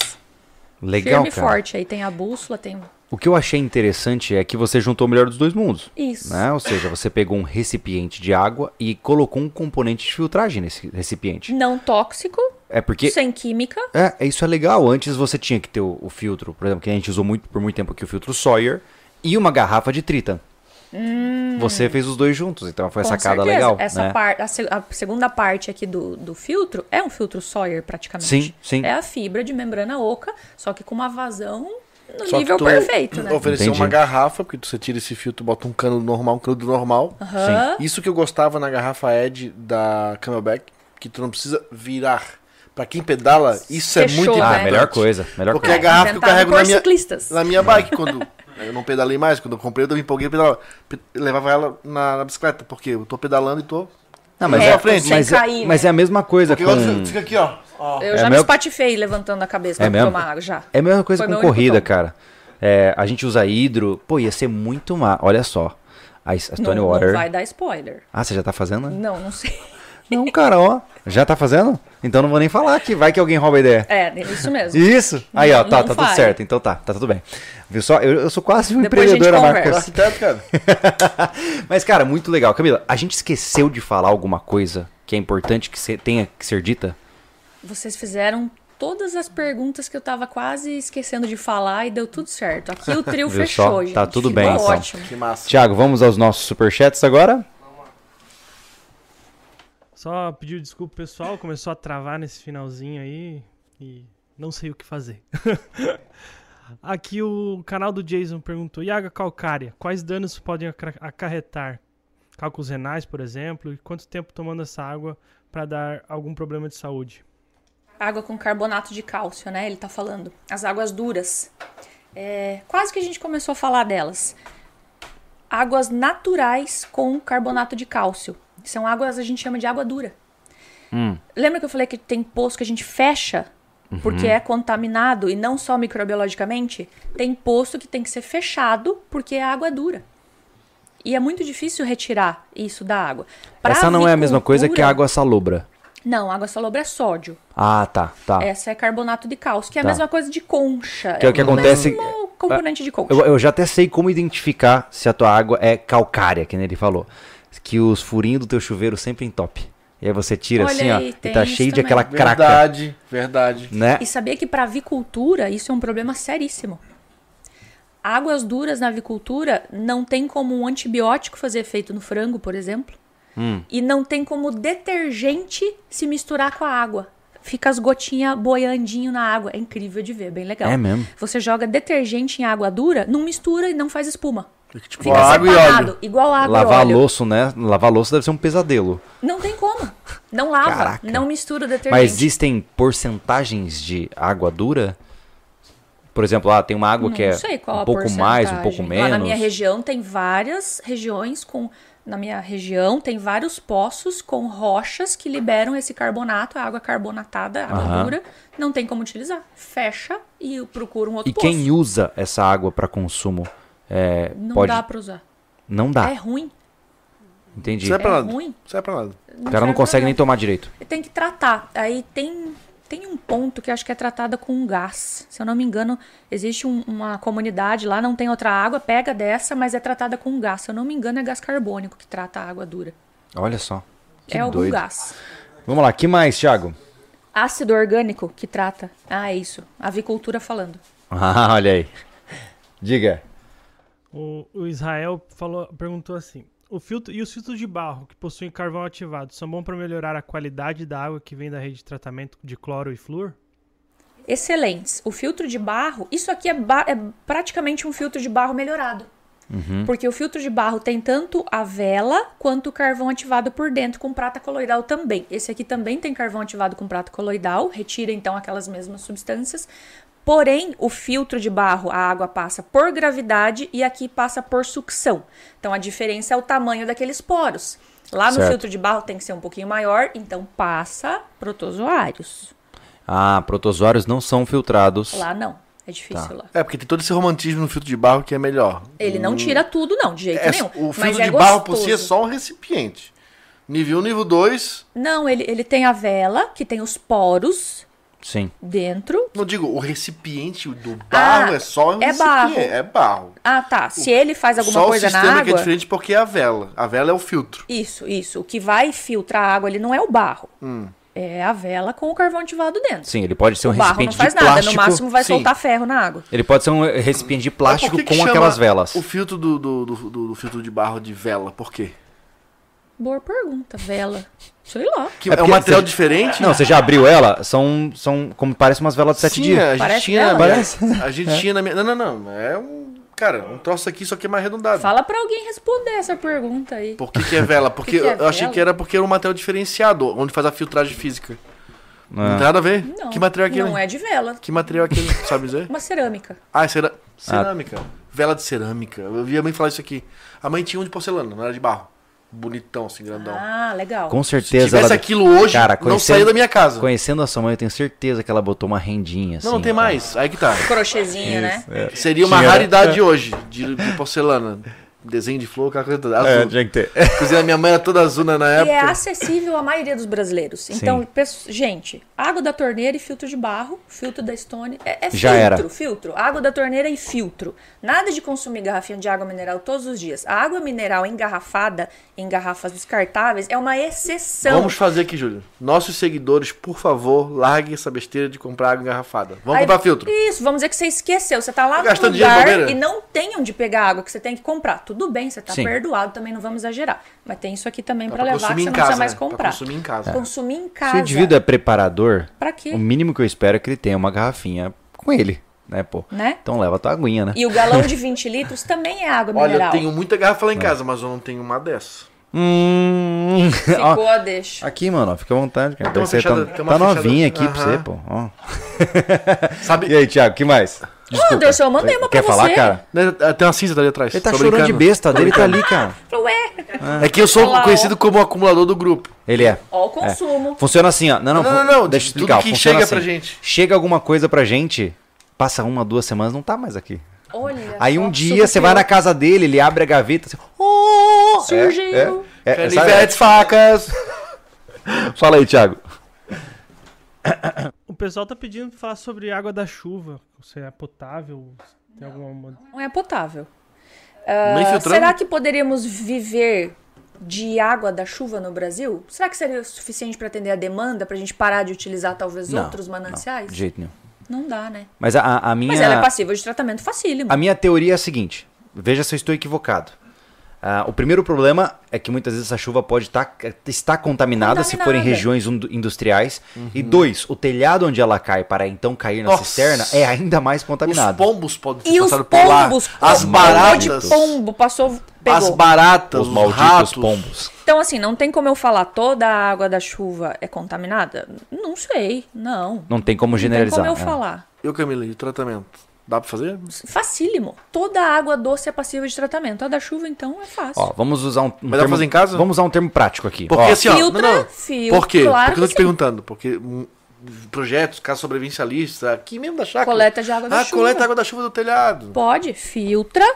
Speaker 1: Legal,
Speaker 3: firme e
Speaker 1: cara.
Speaker 3: forte aí tem a bússola, tem um
Speaker 1: O que eu achei interessante é que você juntou o melhor dos dois mundos.
Speaker 3: Isso.
Speaker 1: né? Ou seja, você pegou um recipiente de água e colocou um componente de filtragem nesse recipiente.
Speaker 3: não tóxico,
Speaker 1: É porque
Speaker 3: sem química.
Speaker 1: É, isso é legal. Antes você tinha que ter o, o filtro, por exemplo, que a gente usou muito por muito tempo aqui, o filtro Sawyer, e uma garrafa de Tritan. Você fez os dois juntos, então foi uma
Speaker 3: Hum. com
Speaker 1: sacada
Speaker 3: certeza.
Speaker 1: legal.
Speaker 3: Essa
Speaker 1: né?
Speaker 3: par- a, se- a segunda parte aqui do, do filtro é um filtro Sawyer, praticamente.
Speaker 1: Sim, sim.
Speaker 3: É a fibra de membrana oca, só que com uma vazão no
Speaker 2: Só que
Speaker 3: nível
Speaker 2: tu
Speaker 3: perfeito, né?
Speaker 2: Ofereceu
Speaker 1: Entendi.
Speaker 2: uma garrafa, porque tu- você tira esse filtro, bota um cano normal, um cano normal.
Speaker 3: Aham.
Speaker 2: Isso que eu gostava na garrafa Ed da Camelback, que tu não precisa virar. Pra quem pedala, isso é
Speaker 3: Fechou,
Speaker 2: muito
Speaker 3: né?
Speaker 1: Ah,
Speaker 2: importante.
Speaker 1: a melhor coisa. Melhor
Speaker 2: Porque a
Speaker 1: coisa.
Speaker 2: garrafa que eu
Speaker 3: inventado
Speaker 2: carrego
Speaker 3: por
Speaker 2: na minha,
Speaker 3: ciclistas.
Speaker 2: na minha bike, quando <laughs> eu não pedalei mais, quando eu comprei, eu me empolguei, eu pedalava, pe- levava ela na, na bicicleta, porque eu tô pedalando e tô...
Speaker 1: Não, mas,
Speaker 2: É,
Speaker 1: é,
Speaker 2: frente,
Speaker 3: sem
Speaker 1: mas, é-
Speaker 3: cair, né?
Speaker 1: mas é a mesma coisa
Speaker 2: Porque
Speaker 1: com.
Speaker 2: agora você fica aqui, ó. ó.
Speaker 3: Eu
Speaker 1: É
Speaker 3: já me
Speaker 1: mesmo?
Speaker 3: espatifei levantando a cabeça
Speaker 1: É
Speaker 3: pra
Speaker 1: mesmo?
Speaker 3: tomar água já.
Speaker 1: É a mesma coisa
Speaker 3: Foi
Speaker 1: com
Speaker 3: meu único
Speaker 1: corrida,
Speaker 3: tom.
Speaker 1: cara. é, a gente usa hidro. Pô, ia ser muito má. Olha só. A, S- a
Speaker 3: Não,
Speaker 1: Stone
Speaker 3: não
Speaker 1: Water.
Speaker 3: vai dar spoiler.
Speaker 1: Ah, você já tá fazendo? né?
Speaker 3: Não, não sei. <laughs>
Speaker 1: Não, cara, ó. Já tá fazendo? Então não vou nem falar que vai que alguém rouba a ideia.
Speaker 3: É, isso mesmo.
Speaker 1: Isso? Aí, ó,
Speaker 3: Não,
Speaker 1: tá,
Speaker 3: não
Speaker 1: tá tudo
Speaker 3: fale.
Speaker 1: certo. Então tá, tá tudo bem. Viu só? Eu, eu sou quase um
Speaker 3: Depois a gente
Speaker 1: empreendedor, a
Speaker 3: conversa.
Speaker 1: Marcos.
Speaker 2: Arquiteto,
Speaker 1: <laughs>
Speaker 2: cara.
Speaker 1: Mas, cara, muito legal. Camila, a gente esqueceu de falar alguma coisa que é importante que se- tenha que ser dita?
Speaker 3: Vocês fizeram todas as perguntas que eu tava quase esquecendo de falar e deu tudo certo. Aqui o trio
Speaker 1: Viu
Speaker 3: fechou,
Speaker 1: só?
Speaker 3: gente.
Speaker 1: Tá tudo
Speaker 3: Ficou
Speaker 1: bem, então.
Speaker 3: ótimo.
Speaker 2: Que massa.
Speaker 1: Tiago, vamos aos nossos superchats agora?
Speaker 4: Só pediu desculpa pro pessoal, começou a travar nesse finalzinho aí e não sei o que fazer. <laughs> Aqui o canal do Jason perguntou: Iaga calcária, quais danos podem acra- acarretar? Cálculos renais, por exemplo, e quanto tempo tomando essa água para dar algum problema de saúde?
Speaker 3: Água com carbonato de cálcio, né? Ele tá falando. As águas duras. É, quase que a gente começou a falar delas. Águas naturais com carbonato de cálcio. São águas a gente chama de água dura.
Speaker 1: Hum.
Speaker 3: Lembra que eu falei que tem poço que a gente fecha
Speaker 1: Uhum.
Speaker 3: porque é contaminado e não só microbiologicamente? Tem poço que tem que ser fechado porque é água dura. E é muito difícil retirar isso da água. Pra
Speaker 1: Essa não é a mesma coisa que a
Speaker 3: avicultura-
Speaker 1: água salobra.
Speaker 3: Não, água salobra é sódio.
Speaker 1: Ah, tá, tá.
Speaker 3: Essa é carbonato de cálcio, que é
Speaker 1: Tá.
Speaker 3: a mesma coisa de concha.
Speaker 1: Que é o que acontece-
Speaker 3: O mesmo componente de concha.
Speaker 1: Eu, eu já até sei como identificar se a tua água é calcária, que nem ele falou. Que os furinhos do teu chuveiro sempre entope. E aí você tira
Speaker 3: Olha
Speaker 1: assim,
Speaker 3: aí,
Speaker 1: ó, e
Speaker 3: tem
Speaker 1: tá
Speaker 3: isso
Speaker 1: cheio de
Speaker 3: também.
Speaker 1: aquela craca,
Speaker 2: Verdade, verdade.
Speaker 1: né?
Speaker 3: E sabia que para avicultura isso é um problema seríssimo. Águas duras na avicultura não tem como um antibiótico fazer efeito no frango, por exemplo.
Speaker 1: Hum.
Speaker 3: E não tem como detergente se misturar com a água. Fica as gotinhas boiandinho na água. É incrível de ver, bem legal.
Speaker 1: É mesmo?
Speaker 3: Você joga detergente em água dura, não mistura e não faz espuma.
Speaker 2: Fica tipo
Speaker 3: Fica
Speaker 2: água e
Speaker 3: separado,
Speaker 2: óleo.
Speaker 3: igual água
Speaker 1: Lavar
Speaker 3: e óleo.
Speaker 1: louço, né? Lavar louço deve ser um pesadelo.
Speaker 3: Não tem como. Não lava,
Speaker 1: Caraca.
Speaker 3: não mistura o detergente.
Speaker 1: Mas existem porcentagens de água dura? Por exemplo, ah, tem uma água que é
Speaker 3: não sei qual
Speaker 1: um
Speaker 3: a
Speaker 1: pouco mais, um pouco
Speaker 3: porcentagem. Lá
Speaker 1: menos.
Speaker 3: na minha região tem várias regiões com na minha região tem vários poços com rochas que liberam esse carbonato, a água carbonatada, a água
Speaker 1: Aham.
Speaker 3: dura, não tem como utilizar. Fecha e procura um outro
Speaker 1: E quem
Speaker 3: poço.
Speaker 1: usa essa água pra consumo é,
Speaker 3: Não
Speaker 1: pode.
Speaker 3: dá pra usar.
Speaker 1: Não dá,
Speaker 3: É ruim.
Speaker 1: entendi.
Speaker 2: Serve pra
Speaker 3: É
Speaker 2: nada.
Speaker 3: ruim.
Speaker 2: Serve pra nada.
Speaker 1: O cara
Speaker 3: serve
Speaker 1: não
Speaker 3: pra
Speaker 1: consegue
Speaker 3: nada.
Speaker 1: nem tomar direito.
Speaker 3: tem que tratar. Aí tem, tem um ponto que eu acho que é tratada com gás. Se eu não me engano, existe um- uma comunidade lá, não tem outra água, pega dessa, mas é tratada com gás. Se eu não me engano, é gás carbônico que trata a água dura.
Speaker 1: Olha só. Que
Speaker 3: é algum
Speaker 1: doido.
Speaker 3: gás.
Speaker 1: Vamos lá, que mais, Thiago? <laughs>
Speaker 3: Ácido orgânico que trata. Ah, é isso. Avicultura falando.
Speaker 1: Ah, olha aí. Diga.
Speaker 4: O, o Israel falou, perguntou assim: o filtro, e os filtros de barro que possuem carvão ativado são bons para melhorar a qualidade da água que vem da rede de tratamento de cloro e flúor?
Speaker 3: excelentes. O filtro de barro, isso aqui é, ba- é praticamente um filtro de barro melhorado. Porque o filtro de barro tem tanto a vela quanto o carvão ativado por dentro com prata coloidal também. Esse aqui também tem carvão ativado com prata coloidal, retira então aquelas mesmas substâncias. Porém, o filtro de barro, a água passa por gravidade e aqui passa por sucção. Então a diferença é o tamanho daqueles poros. Lá no
Speaker 1: Certo.
Speaker 3: filtro de barro tem que ser um pouquinho maior, então passa protozoários.
Speaker 1: Ah, protozoários não são filtrados.
Speaker 3: Lá não, é difícil lá.
Speaker 2: É, porque tem todo esse romantismo no filtro de barro que é melhor.
Speaker 3: Ele não tira tudo, não, de jeito
Speaker 2: É,
Speaker 3: nenhum.
Speaker 2: o filtro
Speaker 3: mas
Speaker 2: de
Speaker 3: é
Speaker 2: barro por si é
Speaker 3: gostoso.
Speaker 2: só um recipiente. Nível 1, nível 2.
Speaker 3: Não, ele, ele tem a vela, que tem os poros
Speaker 1: Sim.
Speaker 3: dentro.
Speaker 2: Não digo, o recipiente do barro é só um
Speaker 3: é
Speaker 2: recipiente.
Speaker 3: barro.
Speaker 2: É barro.
Speaker 3: Ah, tá. Se ele faz alguma
Speaker 2: só
Speaker 3: coisa
Speaker 2: o
Speaker 3: na
Speaker 2: sistema que é
Speaker 3: água.
Speaker 2: diferente porque é a vela. A vela é o filtro.
Speaker 3: isso, isso. O que vai filtrar a água ali não é o barro.
Speaker 2: Hum.
Speaker 3: É a vela com o carvão ativado dentro.
Speaker 1: Sim, ele pode ser um
Speaker 3: o barro não
Speaker 1: recipiente de
Speaker 3: faz nada,
Speaker 1: plástico.
Speaker 3: no máximo vai
Speaker 2: sim.
Speaker 3: soltar ferro na água.
Speaker 1: Ele pode ser um recipiente de plástico
Speaker 2: Mas por que que
Speaker 1: com
Speaker 2: chama
Speaker 1: aquelas velas.
Speaker 2: O filtro do, do, do- do- do filtro de barro de vela, por quê?
Speaker 3: Boa pergunta, vela. Sei lá.
Speaker 2: Que
Speaker 1: É
Speaker 2: é, um
Speaker 1: porque
Speaker 2: material
Speaker 1: você-
Speaker 2: diferente?
Speaker 1: Não, você já abriu ela? São, são como parece umas velas de sete
Speaker 2: Sim, é.
Speaker 1: dias.
Speaker 2: A gente
Speaker 3: Parece
Speaker 2: tinha.
Speaker 3: vela.
Speaker 1: Parece. É.
Speaker 2: A gente tinha na minha. Não, não, não. É um. Cara, um troço aqui, só que é mais arredondado.
Speaker 3: Fala pra alguém responder essa pergunta aí.
Speaker 2: Por que, que é vela? Porque
Speaker 3: que que é
Speaker 2: eu achei
Speaker 3: vela?
Speaker 2: que era porque era um material diferenciado, onde faz a filtragem física. Não
Speaker 1: Ah,
Speaker 2: tem nada a ver?
Speaker 3: Não,
Speaker 2: que material é aquele?
Speaker 3: não é de vela.
Speaker 2: Que material é aquele? Sabe
Speaker 3: <laughs>
Speaker 2: dizer?
Speaker 3: Uma cerâmica.
Speaker 2: Ah, é cera... cerâmica. Vela de cerâmica. Eu vi a mãe falar isso aqui. A mãe tinha um de porcelana, não era de barro. bonitão, assim, grandão.
Speaker 3: Ah, legal.
Speaker 1: Com
Speaker 2: Se
Speaker 1: certeza
Speaker 2: tivesse
Speaker 1: ela.
Speaker 2: aquilo hoje,
Speaker 1: Cara,
Speaker 2: não
Speaker 1: conhecendo-
Speaker 2: saía da minha casa.
Speaker 1: Conhecendo a sua mãe, eu tenho certeza que ela botou uma rendinha.
Speaker 2: Não,
Speaker 1: assim,
Speaker 2: não tem
Speaker 1: cara.
Speaker 2: mais. Aí que tá.
Speaker 3: Crochêzinho, né?
Speaker 2: Seria uma
Speaker 1: É. Tinha-
Speaker 2: raridade hoje, de, de porcelana. Desenho de flor, aquela coisa toda. Azul.
Speaker 1: É, tinha que ter.
Speaker 2: Inclusive, a minha mãe era toda azul né, na na
Speaker 3: E é
Speaker 2: época.
Speaker 3: acessível à maioria dos brasileiros. Então, pesso- gente, água da torneira e filtro de barro, filtro da Stone. É, é
Speaker 1: Já
Speaker 3: filtro,
Speaker 1: era.
Speaker 3: filtro. Água da torneira e filtro. Nada de consumir garrafinha de água mineral todos os dias. A água mineral engarrafada em garrafas descartáveis é uma exceção.
Speaker 2: Vamos fazer aqui, Júlio. Nossos seguidores, por favor, larguem essa besteira de comprar água engarrafada. Vamos
Speaker 3: Aí-
Speaker 2: comprar filtro.
Speaker 3: Isso, vamos dizer que você esqueceu. Você tá lá no
Speaker 2: Gastando dinheiro de
Speaker 3: lugar
Speaker 2: bobeira.
Speaker 3: e não tem onde pegar água que você tem que comprar. Tudo bem, você tá
Speaker 1: Sim.
Speaker 3: perdoado, também não vamos exagerar. Mas tem isso aqui também pra
Speaker 2: pra
Speaker 3: levar, que
Speaker 2: consumir
Speaker 3: você
Speaker 2: em
Speaker 3: não
Speaker 2: casa,
Speaker 3: precisa mais
Speaker 2: né? Pra
Speaker 3: comprar.
Speaker 2: consumir em casa.
Speaker 3: Consumir em
Speaker 1: Se o
Speaker 3: casa.
Speaker 1: indivíduo é preparador,
Speaker 3: Pra quê?
Speaker 1: o mínimo que eu espero é que ele tenha uma garrafinha com ele, né, pô?
Speaker 3: Né?
Speaker 1: Então leva tua aguinha, né?
Speaker 3: E o galão de 20 litros também é água
Speaker 2: Olha, eu
Speaker 3: mineral.
Speaker 1: um-
Speaker 2: tenho muita garrafa lá
Speaker 1: É.
Speaker 2: em casa, mas eu não tenho uma dessa.
Speaker 1: Hum. ó,
Speaker 3: Ficou a deixa.
Speaker 1: aqui, mano, ó, fica à vontade, cara.
Speaker 2: Tem uma
Speaker 1: Você tá-
Speaker 2: fechada-
Speaker 1: tá
Speaker 2: tem uma fechada-
Speaker 1: novinha aqui pra
Speaker 2: Aham.
Speaker 1: você, pô. ó.
Speaker 2: <laughs> Sabe?
Speaker 1: E aí, Thiago, que mais? Desculpa.
Speaker 3: Anderson, eu mandei uma
Speaker 1: Quer
Speaker 3: pra
Speaker 1: falar,
Speaker 3: você.
Speaker 1: cara?
Speaker 2: Né, Tem uma cinza ali atrás.
Speaker 1: Ele tá
Speaker 2: tô
Speaker 1: chorando de
Speaker 2: brincando.
Speaker 1: besta, dele tá ali, cara.
Speaker 3: Ué,
Speaker 2: É que eu sou
Speaker 3: Olá, ó.
Speaker 2: conhecido como o acumulador do grupo.
Speaker 1: Ele é.
Speaker 3: ó o consumo.
Speaker 1: Funciona assim, ó. Não, não,
Speaker 2: Não, não,
Speaker 1: fu-
Speaker 2: não,
Speaker 1: Deixa eu
Speaker 2: tudo
Speaker 1: explicar.
Speaker 2: que
Speaker 1: funciona
Speaker 2: chega
Speaker 1: assim.
Speaker 2: pra gente.
Speaker 1: Chega alguma coisa pra gente, passa uma, duas semanas, não tá mais aqui.
Speaker 3: Olha
Speaker 1: Aí
Speaker 3: É só
Speaker 1: um
Speaker 3: que
Speaker 1: dia você vai na
Speaker 3: surpresa.
Speaker 1: casa dele, ele abre a gaveta, assim,
Speaker 3: Oh, surgiu.
Speaker 1: É, é, sabe?
Speaker 2: Canivetes, <laughs> facas.
Speaker 1: Fala aí, Thiago.
Speaker 4: O pessoal tá pedindo pra falar sobre água da chuva. Se é potável, se tem alguma.
Speaker 3: Não é potável.
Speaker 1: Tá
Speaker 2: Nem
Speaker 3: Ah,
Speaker 2: filtrando.
Speaker 3: será que poderíamos viver de água da chuva no Brasil? Será que seria o suficiente para atender a demanda, pra gente parar de utilizar talvez
Speaker 1: Não,
Speaker 3: outros
Speaker 1: não,
Speaker 3: mananciais?
Speaker 1: de jeito nenhum.
Speaker 3: Não dá, né?
Speaker 1: Mas a, a- a minha.
Speaker 3: Mas ela é passível de tratamento facílimo.
Speaker 1: A minha teoria é a seguinte: veja se eu estou equivocado. Ah, o primeiro problema é que muitas vezes essa chuva pode tá, estar contaminada, se for em
Speaker 3: Contaminada.
Speaker 1: regiões indu- industriais. E dois, o telhado onde ela cai para então cair na
Speaker 2: Nossa.
Speaker 1: cisterna é ainda mais
Speaker 2: Os
Speaker 1: contaminado.
Speaker 2: pombos podem ter
Speaker 3: E os
Speaker 2: passado por lá.
Speaker 3: pombos,
Speaker 2: As
Speaker 3: como? Um monte de
Speaker 2: baratas.
Speaker 3: pombo passou, pegou.
Speaker 2: As baratas, os,
Speaker 1: Os malditos
Speaker 2: ratos.
Speaker 1: pombos.
Speaker 3: Então, assim, não tem como eu falar toda a água da chuva é contaminada? Não sei, não.
Speaker 1: Não tem como
Speaker 3: Não tem
Speaker 1: generalizar.
Speaker 3: como eu
Speaker 1: é.
Speaker 3: falar.
Speaker 2: Eu, Camila, e o tratamento? Dá pra fazer?
Speaker 3: Facílimo. Toda a água doce é passível de tratamento. A da chuva, então, é fácil.
Speaker 1: Ó, vamos usar um, um
Speaker 2: pra fazer em casa?
Speaker 1: Vamos usar um termo prático aqui.
Speaker 2: Porque
Speaker 1: Ó,
Speaker 2: assim, ó.
Speaker 3: filtra,
Speaker 2: não, não.
Speaker 3: filtra,
Speaker 2: Por quê?
Speaker 3: claro
Speaker 2: Porque eu tô
Speaker 3: que
Speaker 2: te
Speaker 3: sim.
Speaker 2: perguntando. Porque hum, projetos, casos sobrevivencialista, aqui mesmo da chácara.
Speaker 3: Coleta de água da
Speaker 2: ah,
Speaker 3: chuva.
Speaker 2: coleta água da chuva do telhado.
Speaker 3: Pode, filtra,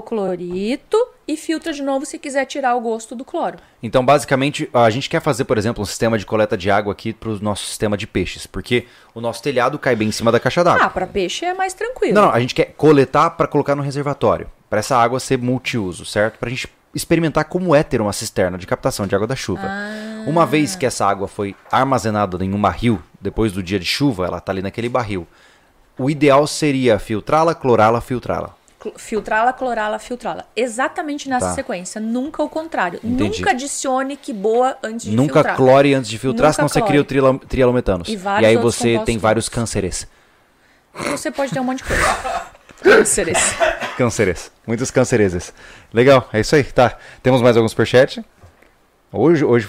Speaker 3: hipoclorito e filtra de novo se quiser tirar o gosto do cloro.
Speaker 1: Então, basicamente, a gente quer fazer, por exemplo, um sistema de coleta de água aqui para o nosso sistema de peixes, porque o nosso telhado cai bem em cima da caixa d'água.
Speaker 3: Ah, pra peixe é mais tranquilo.
Speaker 1: Não, não, a gente quer coletar para colocar no reservatório, para essa água ser multiuso, certo? Para a gente experimentar como é ter uma cisterna de captação de água da chuva.
Speaker 3: Ah.
Speaker 1: Uma vez que essa água foi armazenada em um barril, depois do dia de chuva, ela tá ali naquele barril. O ideal seria filtrá-la, clorá-la, filtrá-la.
Speaker 3: Cl- Filtrá-la, clorá-la, filtrá-la. Exatamente nessa
Speaker 1: Tá.
Speaker 3: sequência. Nunca o contrário.
Speaker 1: Entendi.
Speaker 3: Nunca adicione que boa antes de
Speaker 1: Nunca
Speaker 3: filtrar.
Speaker 1: clore antes de filtrar,
Speaker 3: Nunca
Speaker 1: senão você
Speaker 3: clore.
Speaker 1: cria o trila- trialometanos.
Speaker 3: E
Speaker 1: E,
Speaker 3: vários
Speaker 1: aí
Speaker 3: outros
Speaker 1: você tem
Speaker 3: compostos
Speaker 1: vários cânceres.
Speaker 3: Você pode ter um monte de coisa. Cânceres.
Speaker 1: Cânceres. Muitos câncereses. Legal, é isso aí. Tá. Temos mais algum superchat? Hoje, hoje...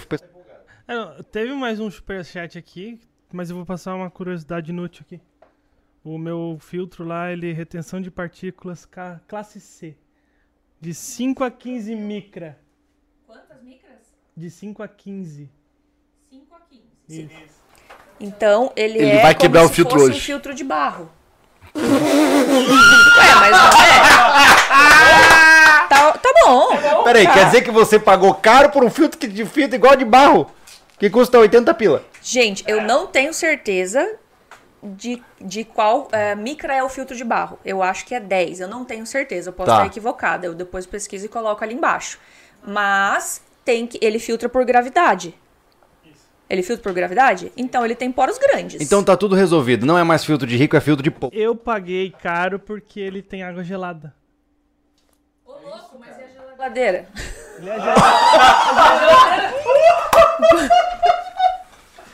Speaker 4: É, não, teve mais um superchat aqui, mas eu vou passar uma curiosidade inútil aqui. O meu filtro lá, ele é retenção de partículas ca- classe C. De 5 a 15 micra.
Speaker 3: Quantas micras?
Speaker 4: De 5 a 15.
Speaker 3: 5 a 15. Então, ele,
Speaker 2: Ele
Speaker 3: é
Speaker 2: vai
Speaker 3: como
Speaker 2: quebrar o
Speaker 3: se
Speaker 2: filtro
Speaker 3: fosse um
Speaker 2: hoje.
Speaker 3: filtro de barro. Ué, mas não
Speaker 2: <laughs>
Speaker 3: é. Tá, tá bom.
Speaker 1: Peraí, quer dizer que você pagou caro por um filtro que- de filtro igual de barro? Que custa 80 pila.
Speaker 3: Gente, eu não tenho certeza de, de qual eh, micra é o filtro de barro. Eu acho que é 10. Eu não tenho certeza. Eu posso
Speaker 1: Tá.
Speaker 3: estar equivocada. Eu depois pesquiso e coloco ali embaixo. Mas tem que ele filtra por gravidade. Ele filtra por gravidade? Então ele tem poros grandes.
Speaker 1: Então tá tudo resolvido. Não é mais filtro de rico, é filtro de pouco.
Speaker 4: Eu paguei caro porque ele tem água gelada.
Speaker 3: geladeira.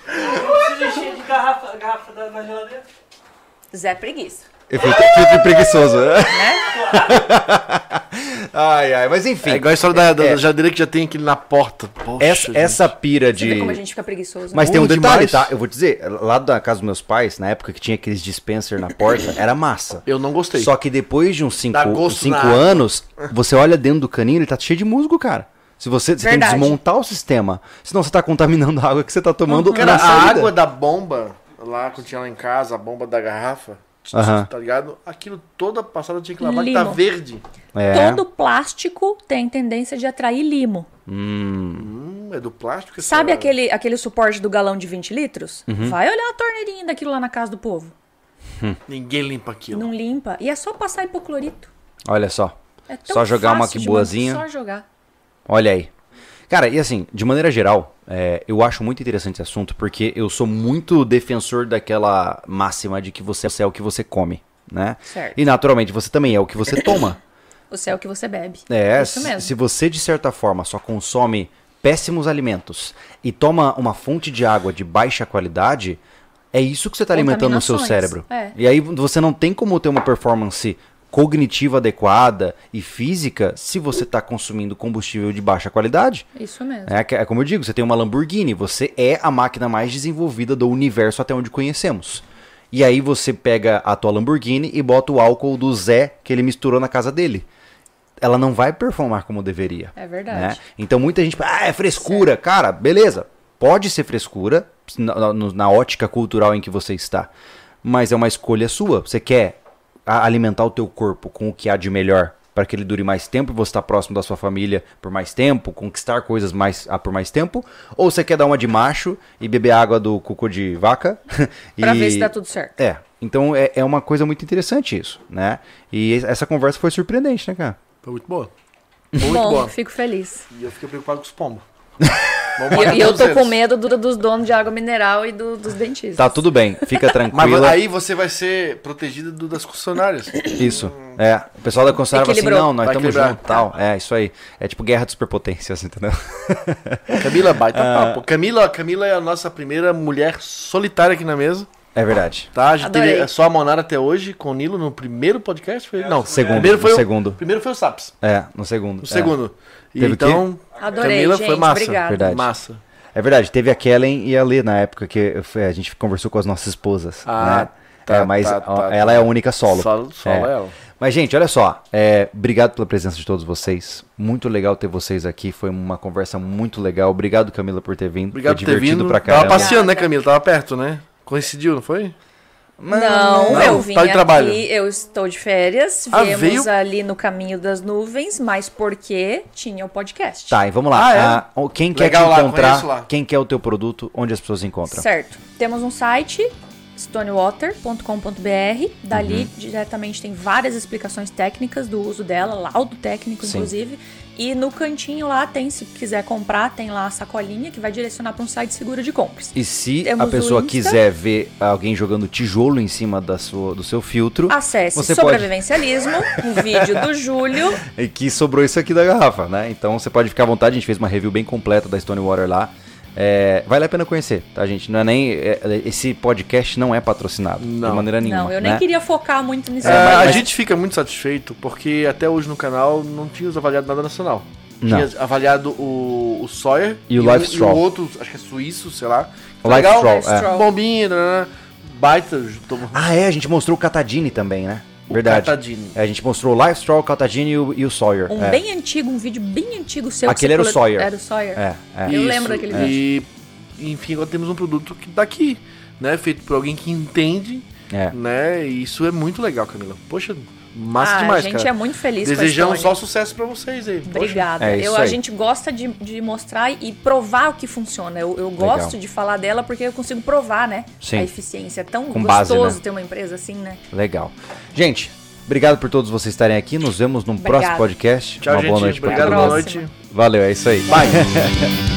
Speaker 8: Precisa encher de garrafa, garrafa da- na geladeira.
Speaker 3: Zé preguiça.
Speaker 1: É filtro, filtro de preguiçoso.
Speaker 3: Né?
Speaker 1: <laughs> ai, ai, mas enfim.
Speaker 2: É igual a história da, da,
Speaker 1: É.
Speaker 2: da geladeira que já tem aquele na porta. Poxa,
Speaker 1: essa,
Speaker 2: gente.
Speaker 1: essa pira
Speaker 3: Você vê
Speaker 1: de.
Speaker 3: como a gente fica preguiçoso. né?
Speaker 1: Mas tem um
Speaker 2: Bom
Speaker 1: detalhe,
Speaker 2: demais.
Speaker 1: tá? Eu vou dizer, lá da casa dos meus pais, na época que tinha aqueles dispenser na porta, era massa.
Speaker 2: Eu não gostei.
Speaker 1: Só que depois de uns 5
Speaker 2: Dá gosto na água.
Speaker 1: anos, você olha dentro do caninho, ele tá cheio de musgo, cara. Se você, você tem que
Speaker 3: Verdade.
Speaker 1: desmontar o sistema, senão você tá contaminando a água que você tá
Speaker 3: Uhum.
Speaker 1: tomando
Speaker 2: Cara,
Speaker 1: na
Speaker 2: a
Speaker 1: saída.
Speaker 2: água da bomba, lá que eu tinha lá em casa, a bomba da garrafa,
Speaker 1: Aham.
Speaker 2: tá ligado? Aquilo toda passada eu tinha que lavar que tá
Speaker 3: Limo.
Speaker 2: verde.
Speaker 1: É.
Speaker 3: Todo plástico tem tendência de atrair limo.
Speaker 2: Hum, é do plástico? essa-
Speaker 3: Sabe aquele, aquele suporte do galão de 20 litros? Vai olhar a torneirinha daquilo lá na casa do povo.
Speaker 2: Ninguém limpa aquilo.
Speaker 3: Não limpa. E é só passar hipoclorito.
Speaker 1: Olha só.
Speaker 3: É tão
Speaker 1: Só jogar uma
Speaker 3: fácil de
Speaker 1: quiboazinha.
Speaker 3: man- Só jogar.
Speaker 1: Olha aí. Cara, e assim, de maneira geral, é, eu acho muito interessante esse assunto porque eu sou muito defensor daquela máxima de que você é o que você come, né?
Speaker 3: Certo.
Speaker 1: E naturalmente você também é o que você toma.
Speaker 3: Você é o que você bebe.
Speaker 1: É,
Speaker 3: Isso
Speaker 1: se-
Speaker 3: mesmo.
Speaker 1: se você de certa forma só consome péssimos alimentos e toma uma fonte de água de baixa qualidade, é isso que você está alimentando no seu
Speaker 3: Contaminações,
Speaker 1: cérebro.
Speaker 3: é.
Speaker 1: E aí você não tem como ter uma performance cognitiva adequada e física se você está consumindo combustível de baixa qualidade.
Speaker 3: Isso mesmo.
Speaker 1: É, que- é como eu digo, você tem uma Lamborghini, você é a máquina mais desenvolvida do universo até onde conhecemos. E aí você pega a tua Lamborghini e bota o álcool do Zé que ele misturou na casa dele. Ela não vai performar como deveria.
Speaker 3: É verdade.
Speaker 1: né? Então muita gente fala, ah, é frescura. Cara, beleza. Pode ser frescura na, na- na ótica cultural em que você está. Mas é uma escolha sua. Você quer a- alimentar o teu corpo com o que há de melhor para que ele dure mais tempo e você está próximo da sua família por mais tempo, conquistar coisas mais ah, por mais tempo? Ou você quer dar uma de macho e beber água do cocô de vaca? <laughs>
Speaker 3: Pra
Speaker 1: e-
Speaker 3: ver se dá tudo certo.
Speaker 1: É. Então é, é uma coisa muito interessante isso, né? E es- essa conversa foi surpreendente, né, cara?
Speaker 2: Foi muito boa. Muito
Speaker 3: Bom,
Speaker 2: boa.
Speaker 3: fico feliz.
Speaker 2: E eu fiquei preocupado com os
Speaker 3: <laughs>
Speaker 2: pombos.
Speaker 3: E eu, e eu tô com medo do- dos donos de água mineral e do- dos dentistas.
Speaker 1: Tá tudo bem,
Speaker 2: <laughs>
Speaker 1: fica
Speaker 2: Mas
Speaker 1: tranquila.
Speaker 2: aí você vai ser protegida do- das funcionárias.
Speaker 1: Isso. É. O pessoal da concessionária fala assim,
Speaker 3: Equilibrou.
Speaker 1: não, nós
Speaker 2: Vai
Speaker 1: estamos
Speaker 2: equilibrar.
Speaker 1: juntos tal. É, isso aí. É tipo guerra de superpotências, <laughs> entendeu?
Speaker 2: <coughs> Camila, baita
Speaker 1: Ah.
Speaker 2: papo. Camila, Camila é a nossa primeira mulher solitária aqui na mesa.
Speaker 1: É verdade.
Speaker 2: Tá, a gente
Speaker 3: Adorei.
Speaker 2: teve só a Monara até hoje, com o Nilo no primeiro podcast. Foi... Não,
Speaker 1: Segundo,
Speaker 2: primeiro foi
Speaker 1: no
Speaker 2: o...
Speaker 1: segundo.
Speaker 2: Primeiro foi o Saps.
Speaker 1: É, no segundo.
Speaker 2: O
Speaker 1: É.
Speaker 2: segundo. E
Speaker 1: Teve o quê?
Speaker 2: então,
Speaker 3: Adorei,
Speaker 2: Camila
Speaker 3: gente.
Speaker 2: foi massa.
Speaker 3: Obrigada.
Speaker 1: Verdade.
Speaker 2: Massa.
Speaker 1: É verdade, teve a Kellen e a Lê na época que eu fui- a gente conversou com as nossas esposas.
Speaker 2: Ah,
Speaker 1: né?
Speaker 2: tá,
Speaker 1: É, mas
Speaker 2: tá,
Speaker 1: ó,
Speaker 2: tá,
Speaker 1: ela é a única solo.
Speaker 2: Solo- solo
Speaker 1: é.
Speaker 2: é ela.
Speaker 1: Mas, gente, olha só. é, obrigado pela presença de todos vocês. Muito legal ter vocês aqui. Foi uma conversa muito legal. Obrigado, Camila, por ter vindo.
Speaker 2: Obrigado
Speaker 1: Foi
Speaker 2: por ter
Speaker 1: divertido
Speaker 2: vindo.
Speaker 1: pra
Speaker 2: Tava
Speaker 1: caramba.
Speaker 2: passeando, né, Camila? Tava perto, né? Coincidiu, não foi?
Speaker 3: Não,
Speaker 2: Não,
Speaker 3: eu vim
Speaker 2: tá de
Speaker 3: aqui,
Speaker 2: trabalho.
Speaker 3: eu estou de férias,
Speaker 2: Ah,
Speaker 3: viemos
Speaker 2: veio?
Speaker 3: ali no caminho das nuvens, mas porque tinha o podcast.
Speaker 1: Tá, e vamos lá.
Speaker 2: Ah, é?
Speaker 1: Ah, o- quem quer
Speaker 2: Legal lá,
Speaker 1: te encontrar,
Speaker 2: conheço lá.
Speaker 1: quem quer o teu produto, onde as pessoas encontram.
Speaker 3: Certo. Temos um site stonewater.com.br. Dali
Speaker 1: Uhum.
Speaker 3: diretamente tem várias explicações técnicas do uso dela, laudo técnico,
Speaker 1: Sim.
Speaker 3: inclusive. E no cantinho lá tem, se quiser comprar, tem lá a sacolinha que vai direcionar para um site seguro de compras.
Speaker 1: E se
Speaker 3: Temos
Speaker 1: a
Speaker 3: o
Speaker 1: pessoa
Speaker 3: Insta.
Speaker 1: quiser ver alguém jogando tijolo em cima da sua, do seu filtro,
Speaker 3: Acesse
Speaker 1: Você pode-
Speaker 3: sobrevivencialismo, um vídeo
Speaker 1: <laughs>
Speaker 3: do Júlio.
Speaker 1: é que sobrou isso aqui da garrafa, né? Então você pode ficar à vontade, a gente fez uma review bem completa da Stonewater lá. É, vale a pena conhecer, tá, gente? Não é nem. é, esse podcast não é patrocinado de
Speaker 2: Não.
Speaker 1: maneira nenhuma.
Speaker 3: Não, eu nem
Speaker 1: né?
Speaker 3: queria focar muito nisso.
Speaker 2: É,
Speaker 3: mas-
Speaker 2: A gente fica muito satisfeito porque até hoje no canal não tínhamos avaliado nada nacional.
Speaker 1: Não.
Speaker 2: Tinha avaliado o, o Sawyer
Speaker 1: E o
Speaker 2: um-
Speaker 1: Life Straw.
Speaker 2: o outro, acho que é suíço, sei lá.
Speaker 1: O Life
Speaker 2: Legal,
Speaker 1: Straw,
Speaker 3: Life é. Straw.
Speaker 2: bombinha, né? baita. Tô...
Speaker 1: Ah, é, a gente mostrou o Catadini também, né? Verdade.
Speaker 2: Catadini.
Speaker 1: É, a gente mostrou o Lifestyle, o Catadini e o, e o Sawyer.
Speaker 3: Um
Speaker 1: é.
Speaker 3: bem antigo, um vídeo bem antigo seu. que
Speaker 1: Aquele
Speaker 3: você
Speaker 1: era o
Speaker 3: cole-
Speaker 1: Sawyer.
Speaker 3: Era o Sawyer.
Speaker 1: É, é.
Speaker 3: Eu lembro daquele vídeo.
Speaker 2: E, enfim, agora temos um produto que daqui, né? Feito por alguém que entende,
Speaker 1: É.
Speaker 2: né? E isso é muito legal, Camila. Poxa, massa
Speaker 3: Ah,
Speaker 2: demais,
Speaker 3: a gente
Speaker 2: cara.
Speaker 3: é muito feliz
Speaker 2: Desejamos
Speaker 3: com a
Speaker 2: só
Speaker 3: Estônia.
Speaker 2: sucesso pra vocês aí. Poxa.
Speaker 3: Obrigada.
Speaker 1: É
Speaker 3: eu,
Speaker 1: isso
Speaker 3: a
Speaker 1: aí.
Speaker 3: gente gosta de, de mostrar e provar o que funciona. Eu, eu gosto de falar dela porque eu consigo provar, né?
Speaker 1: Sim.
Speaker 3: A eficiência. É tão
Speaker 1: Com base,
Speaker 3: gostoso
Speaker 1: né?
Speaker 3: ter uma empresa assim, né?
Speaker 1: Legal. Gente, obrigado por todos vocês estarem aqui. Nos vemos num
Speaker 3: Obrigada.
Speaker 1: próximo podcast.
Speaker 2: Tchau,
Speaker 1: Uma
Speaker 2: gente.
Speaker 1: boa noite pra
Speaker 2: Obrigado,
Speaker 1: todo
Speaker 2: boa
Speaker 1: mundo.
Speaker 3: Até a
Speaker 2: noite.
Speaker 3: próxima.
Speaker 1: Valeu, é isso aí.
Speaker 2: Bye.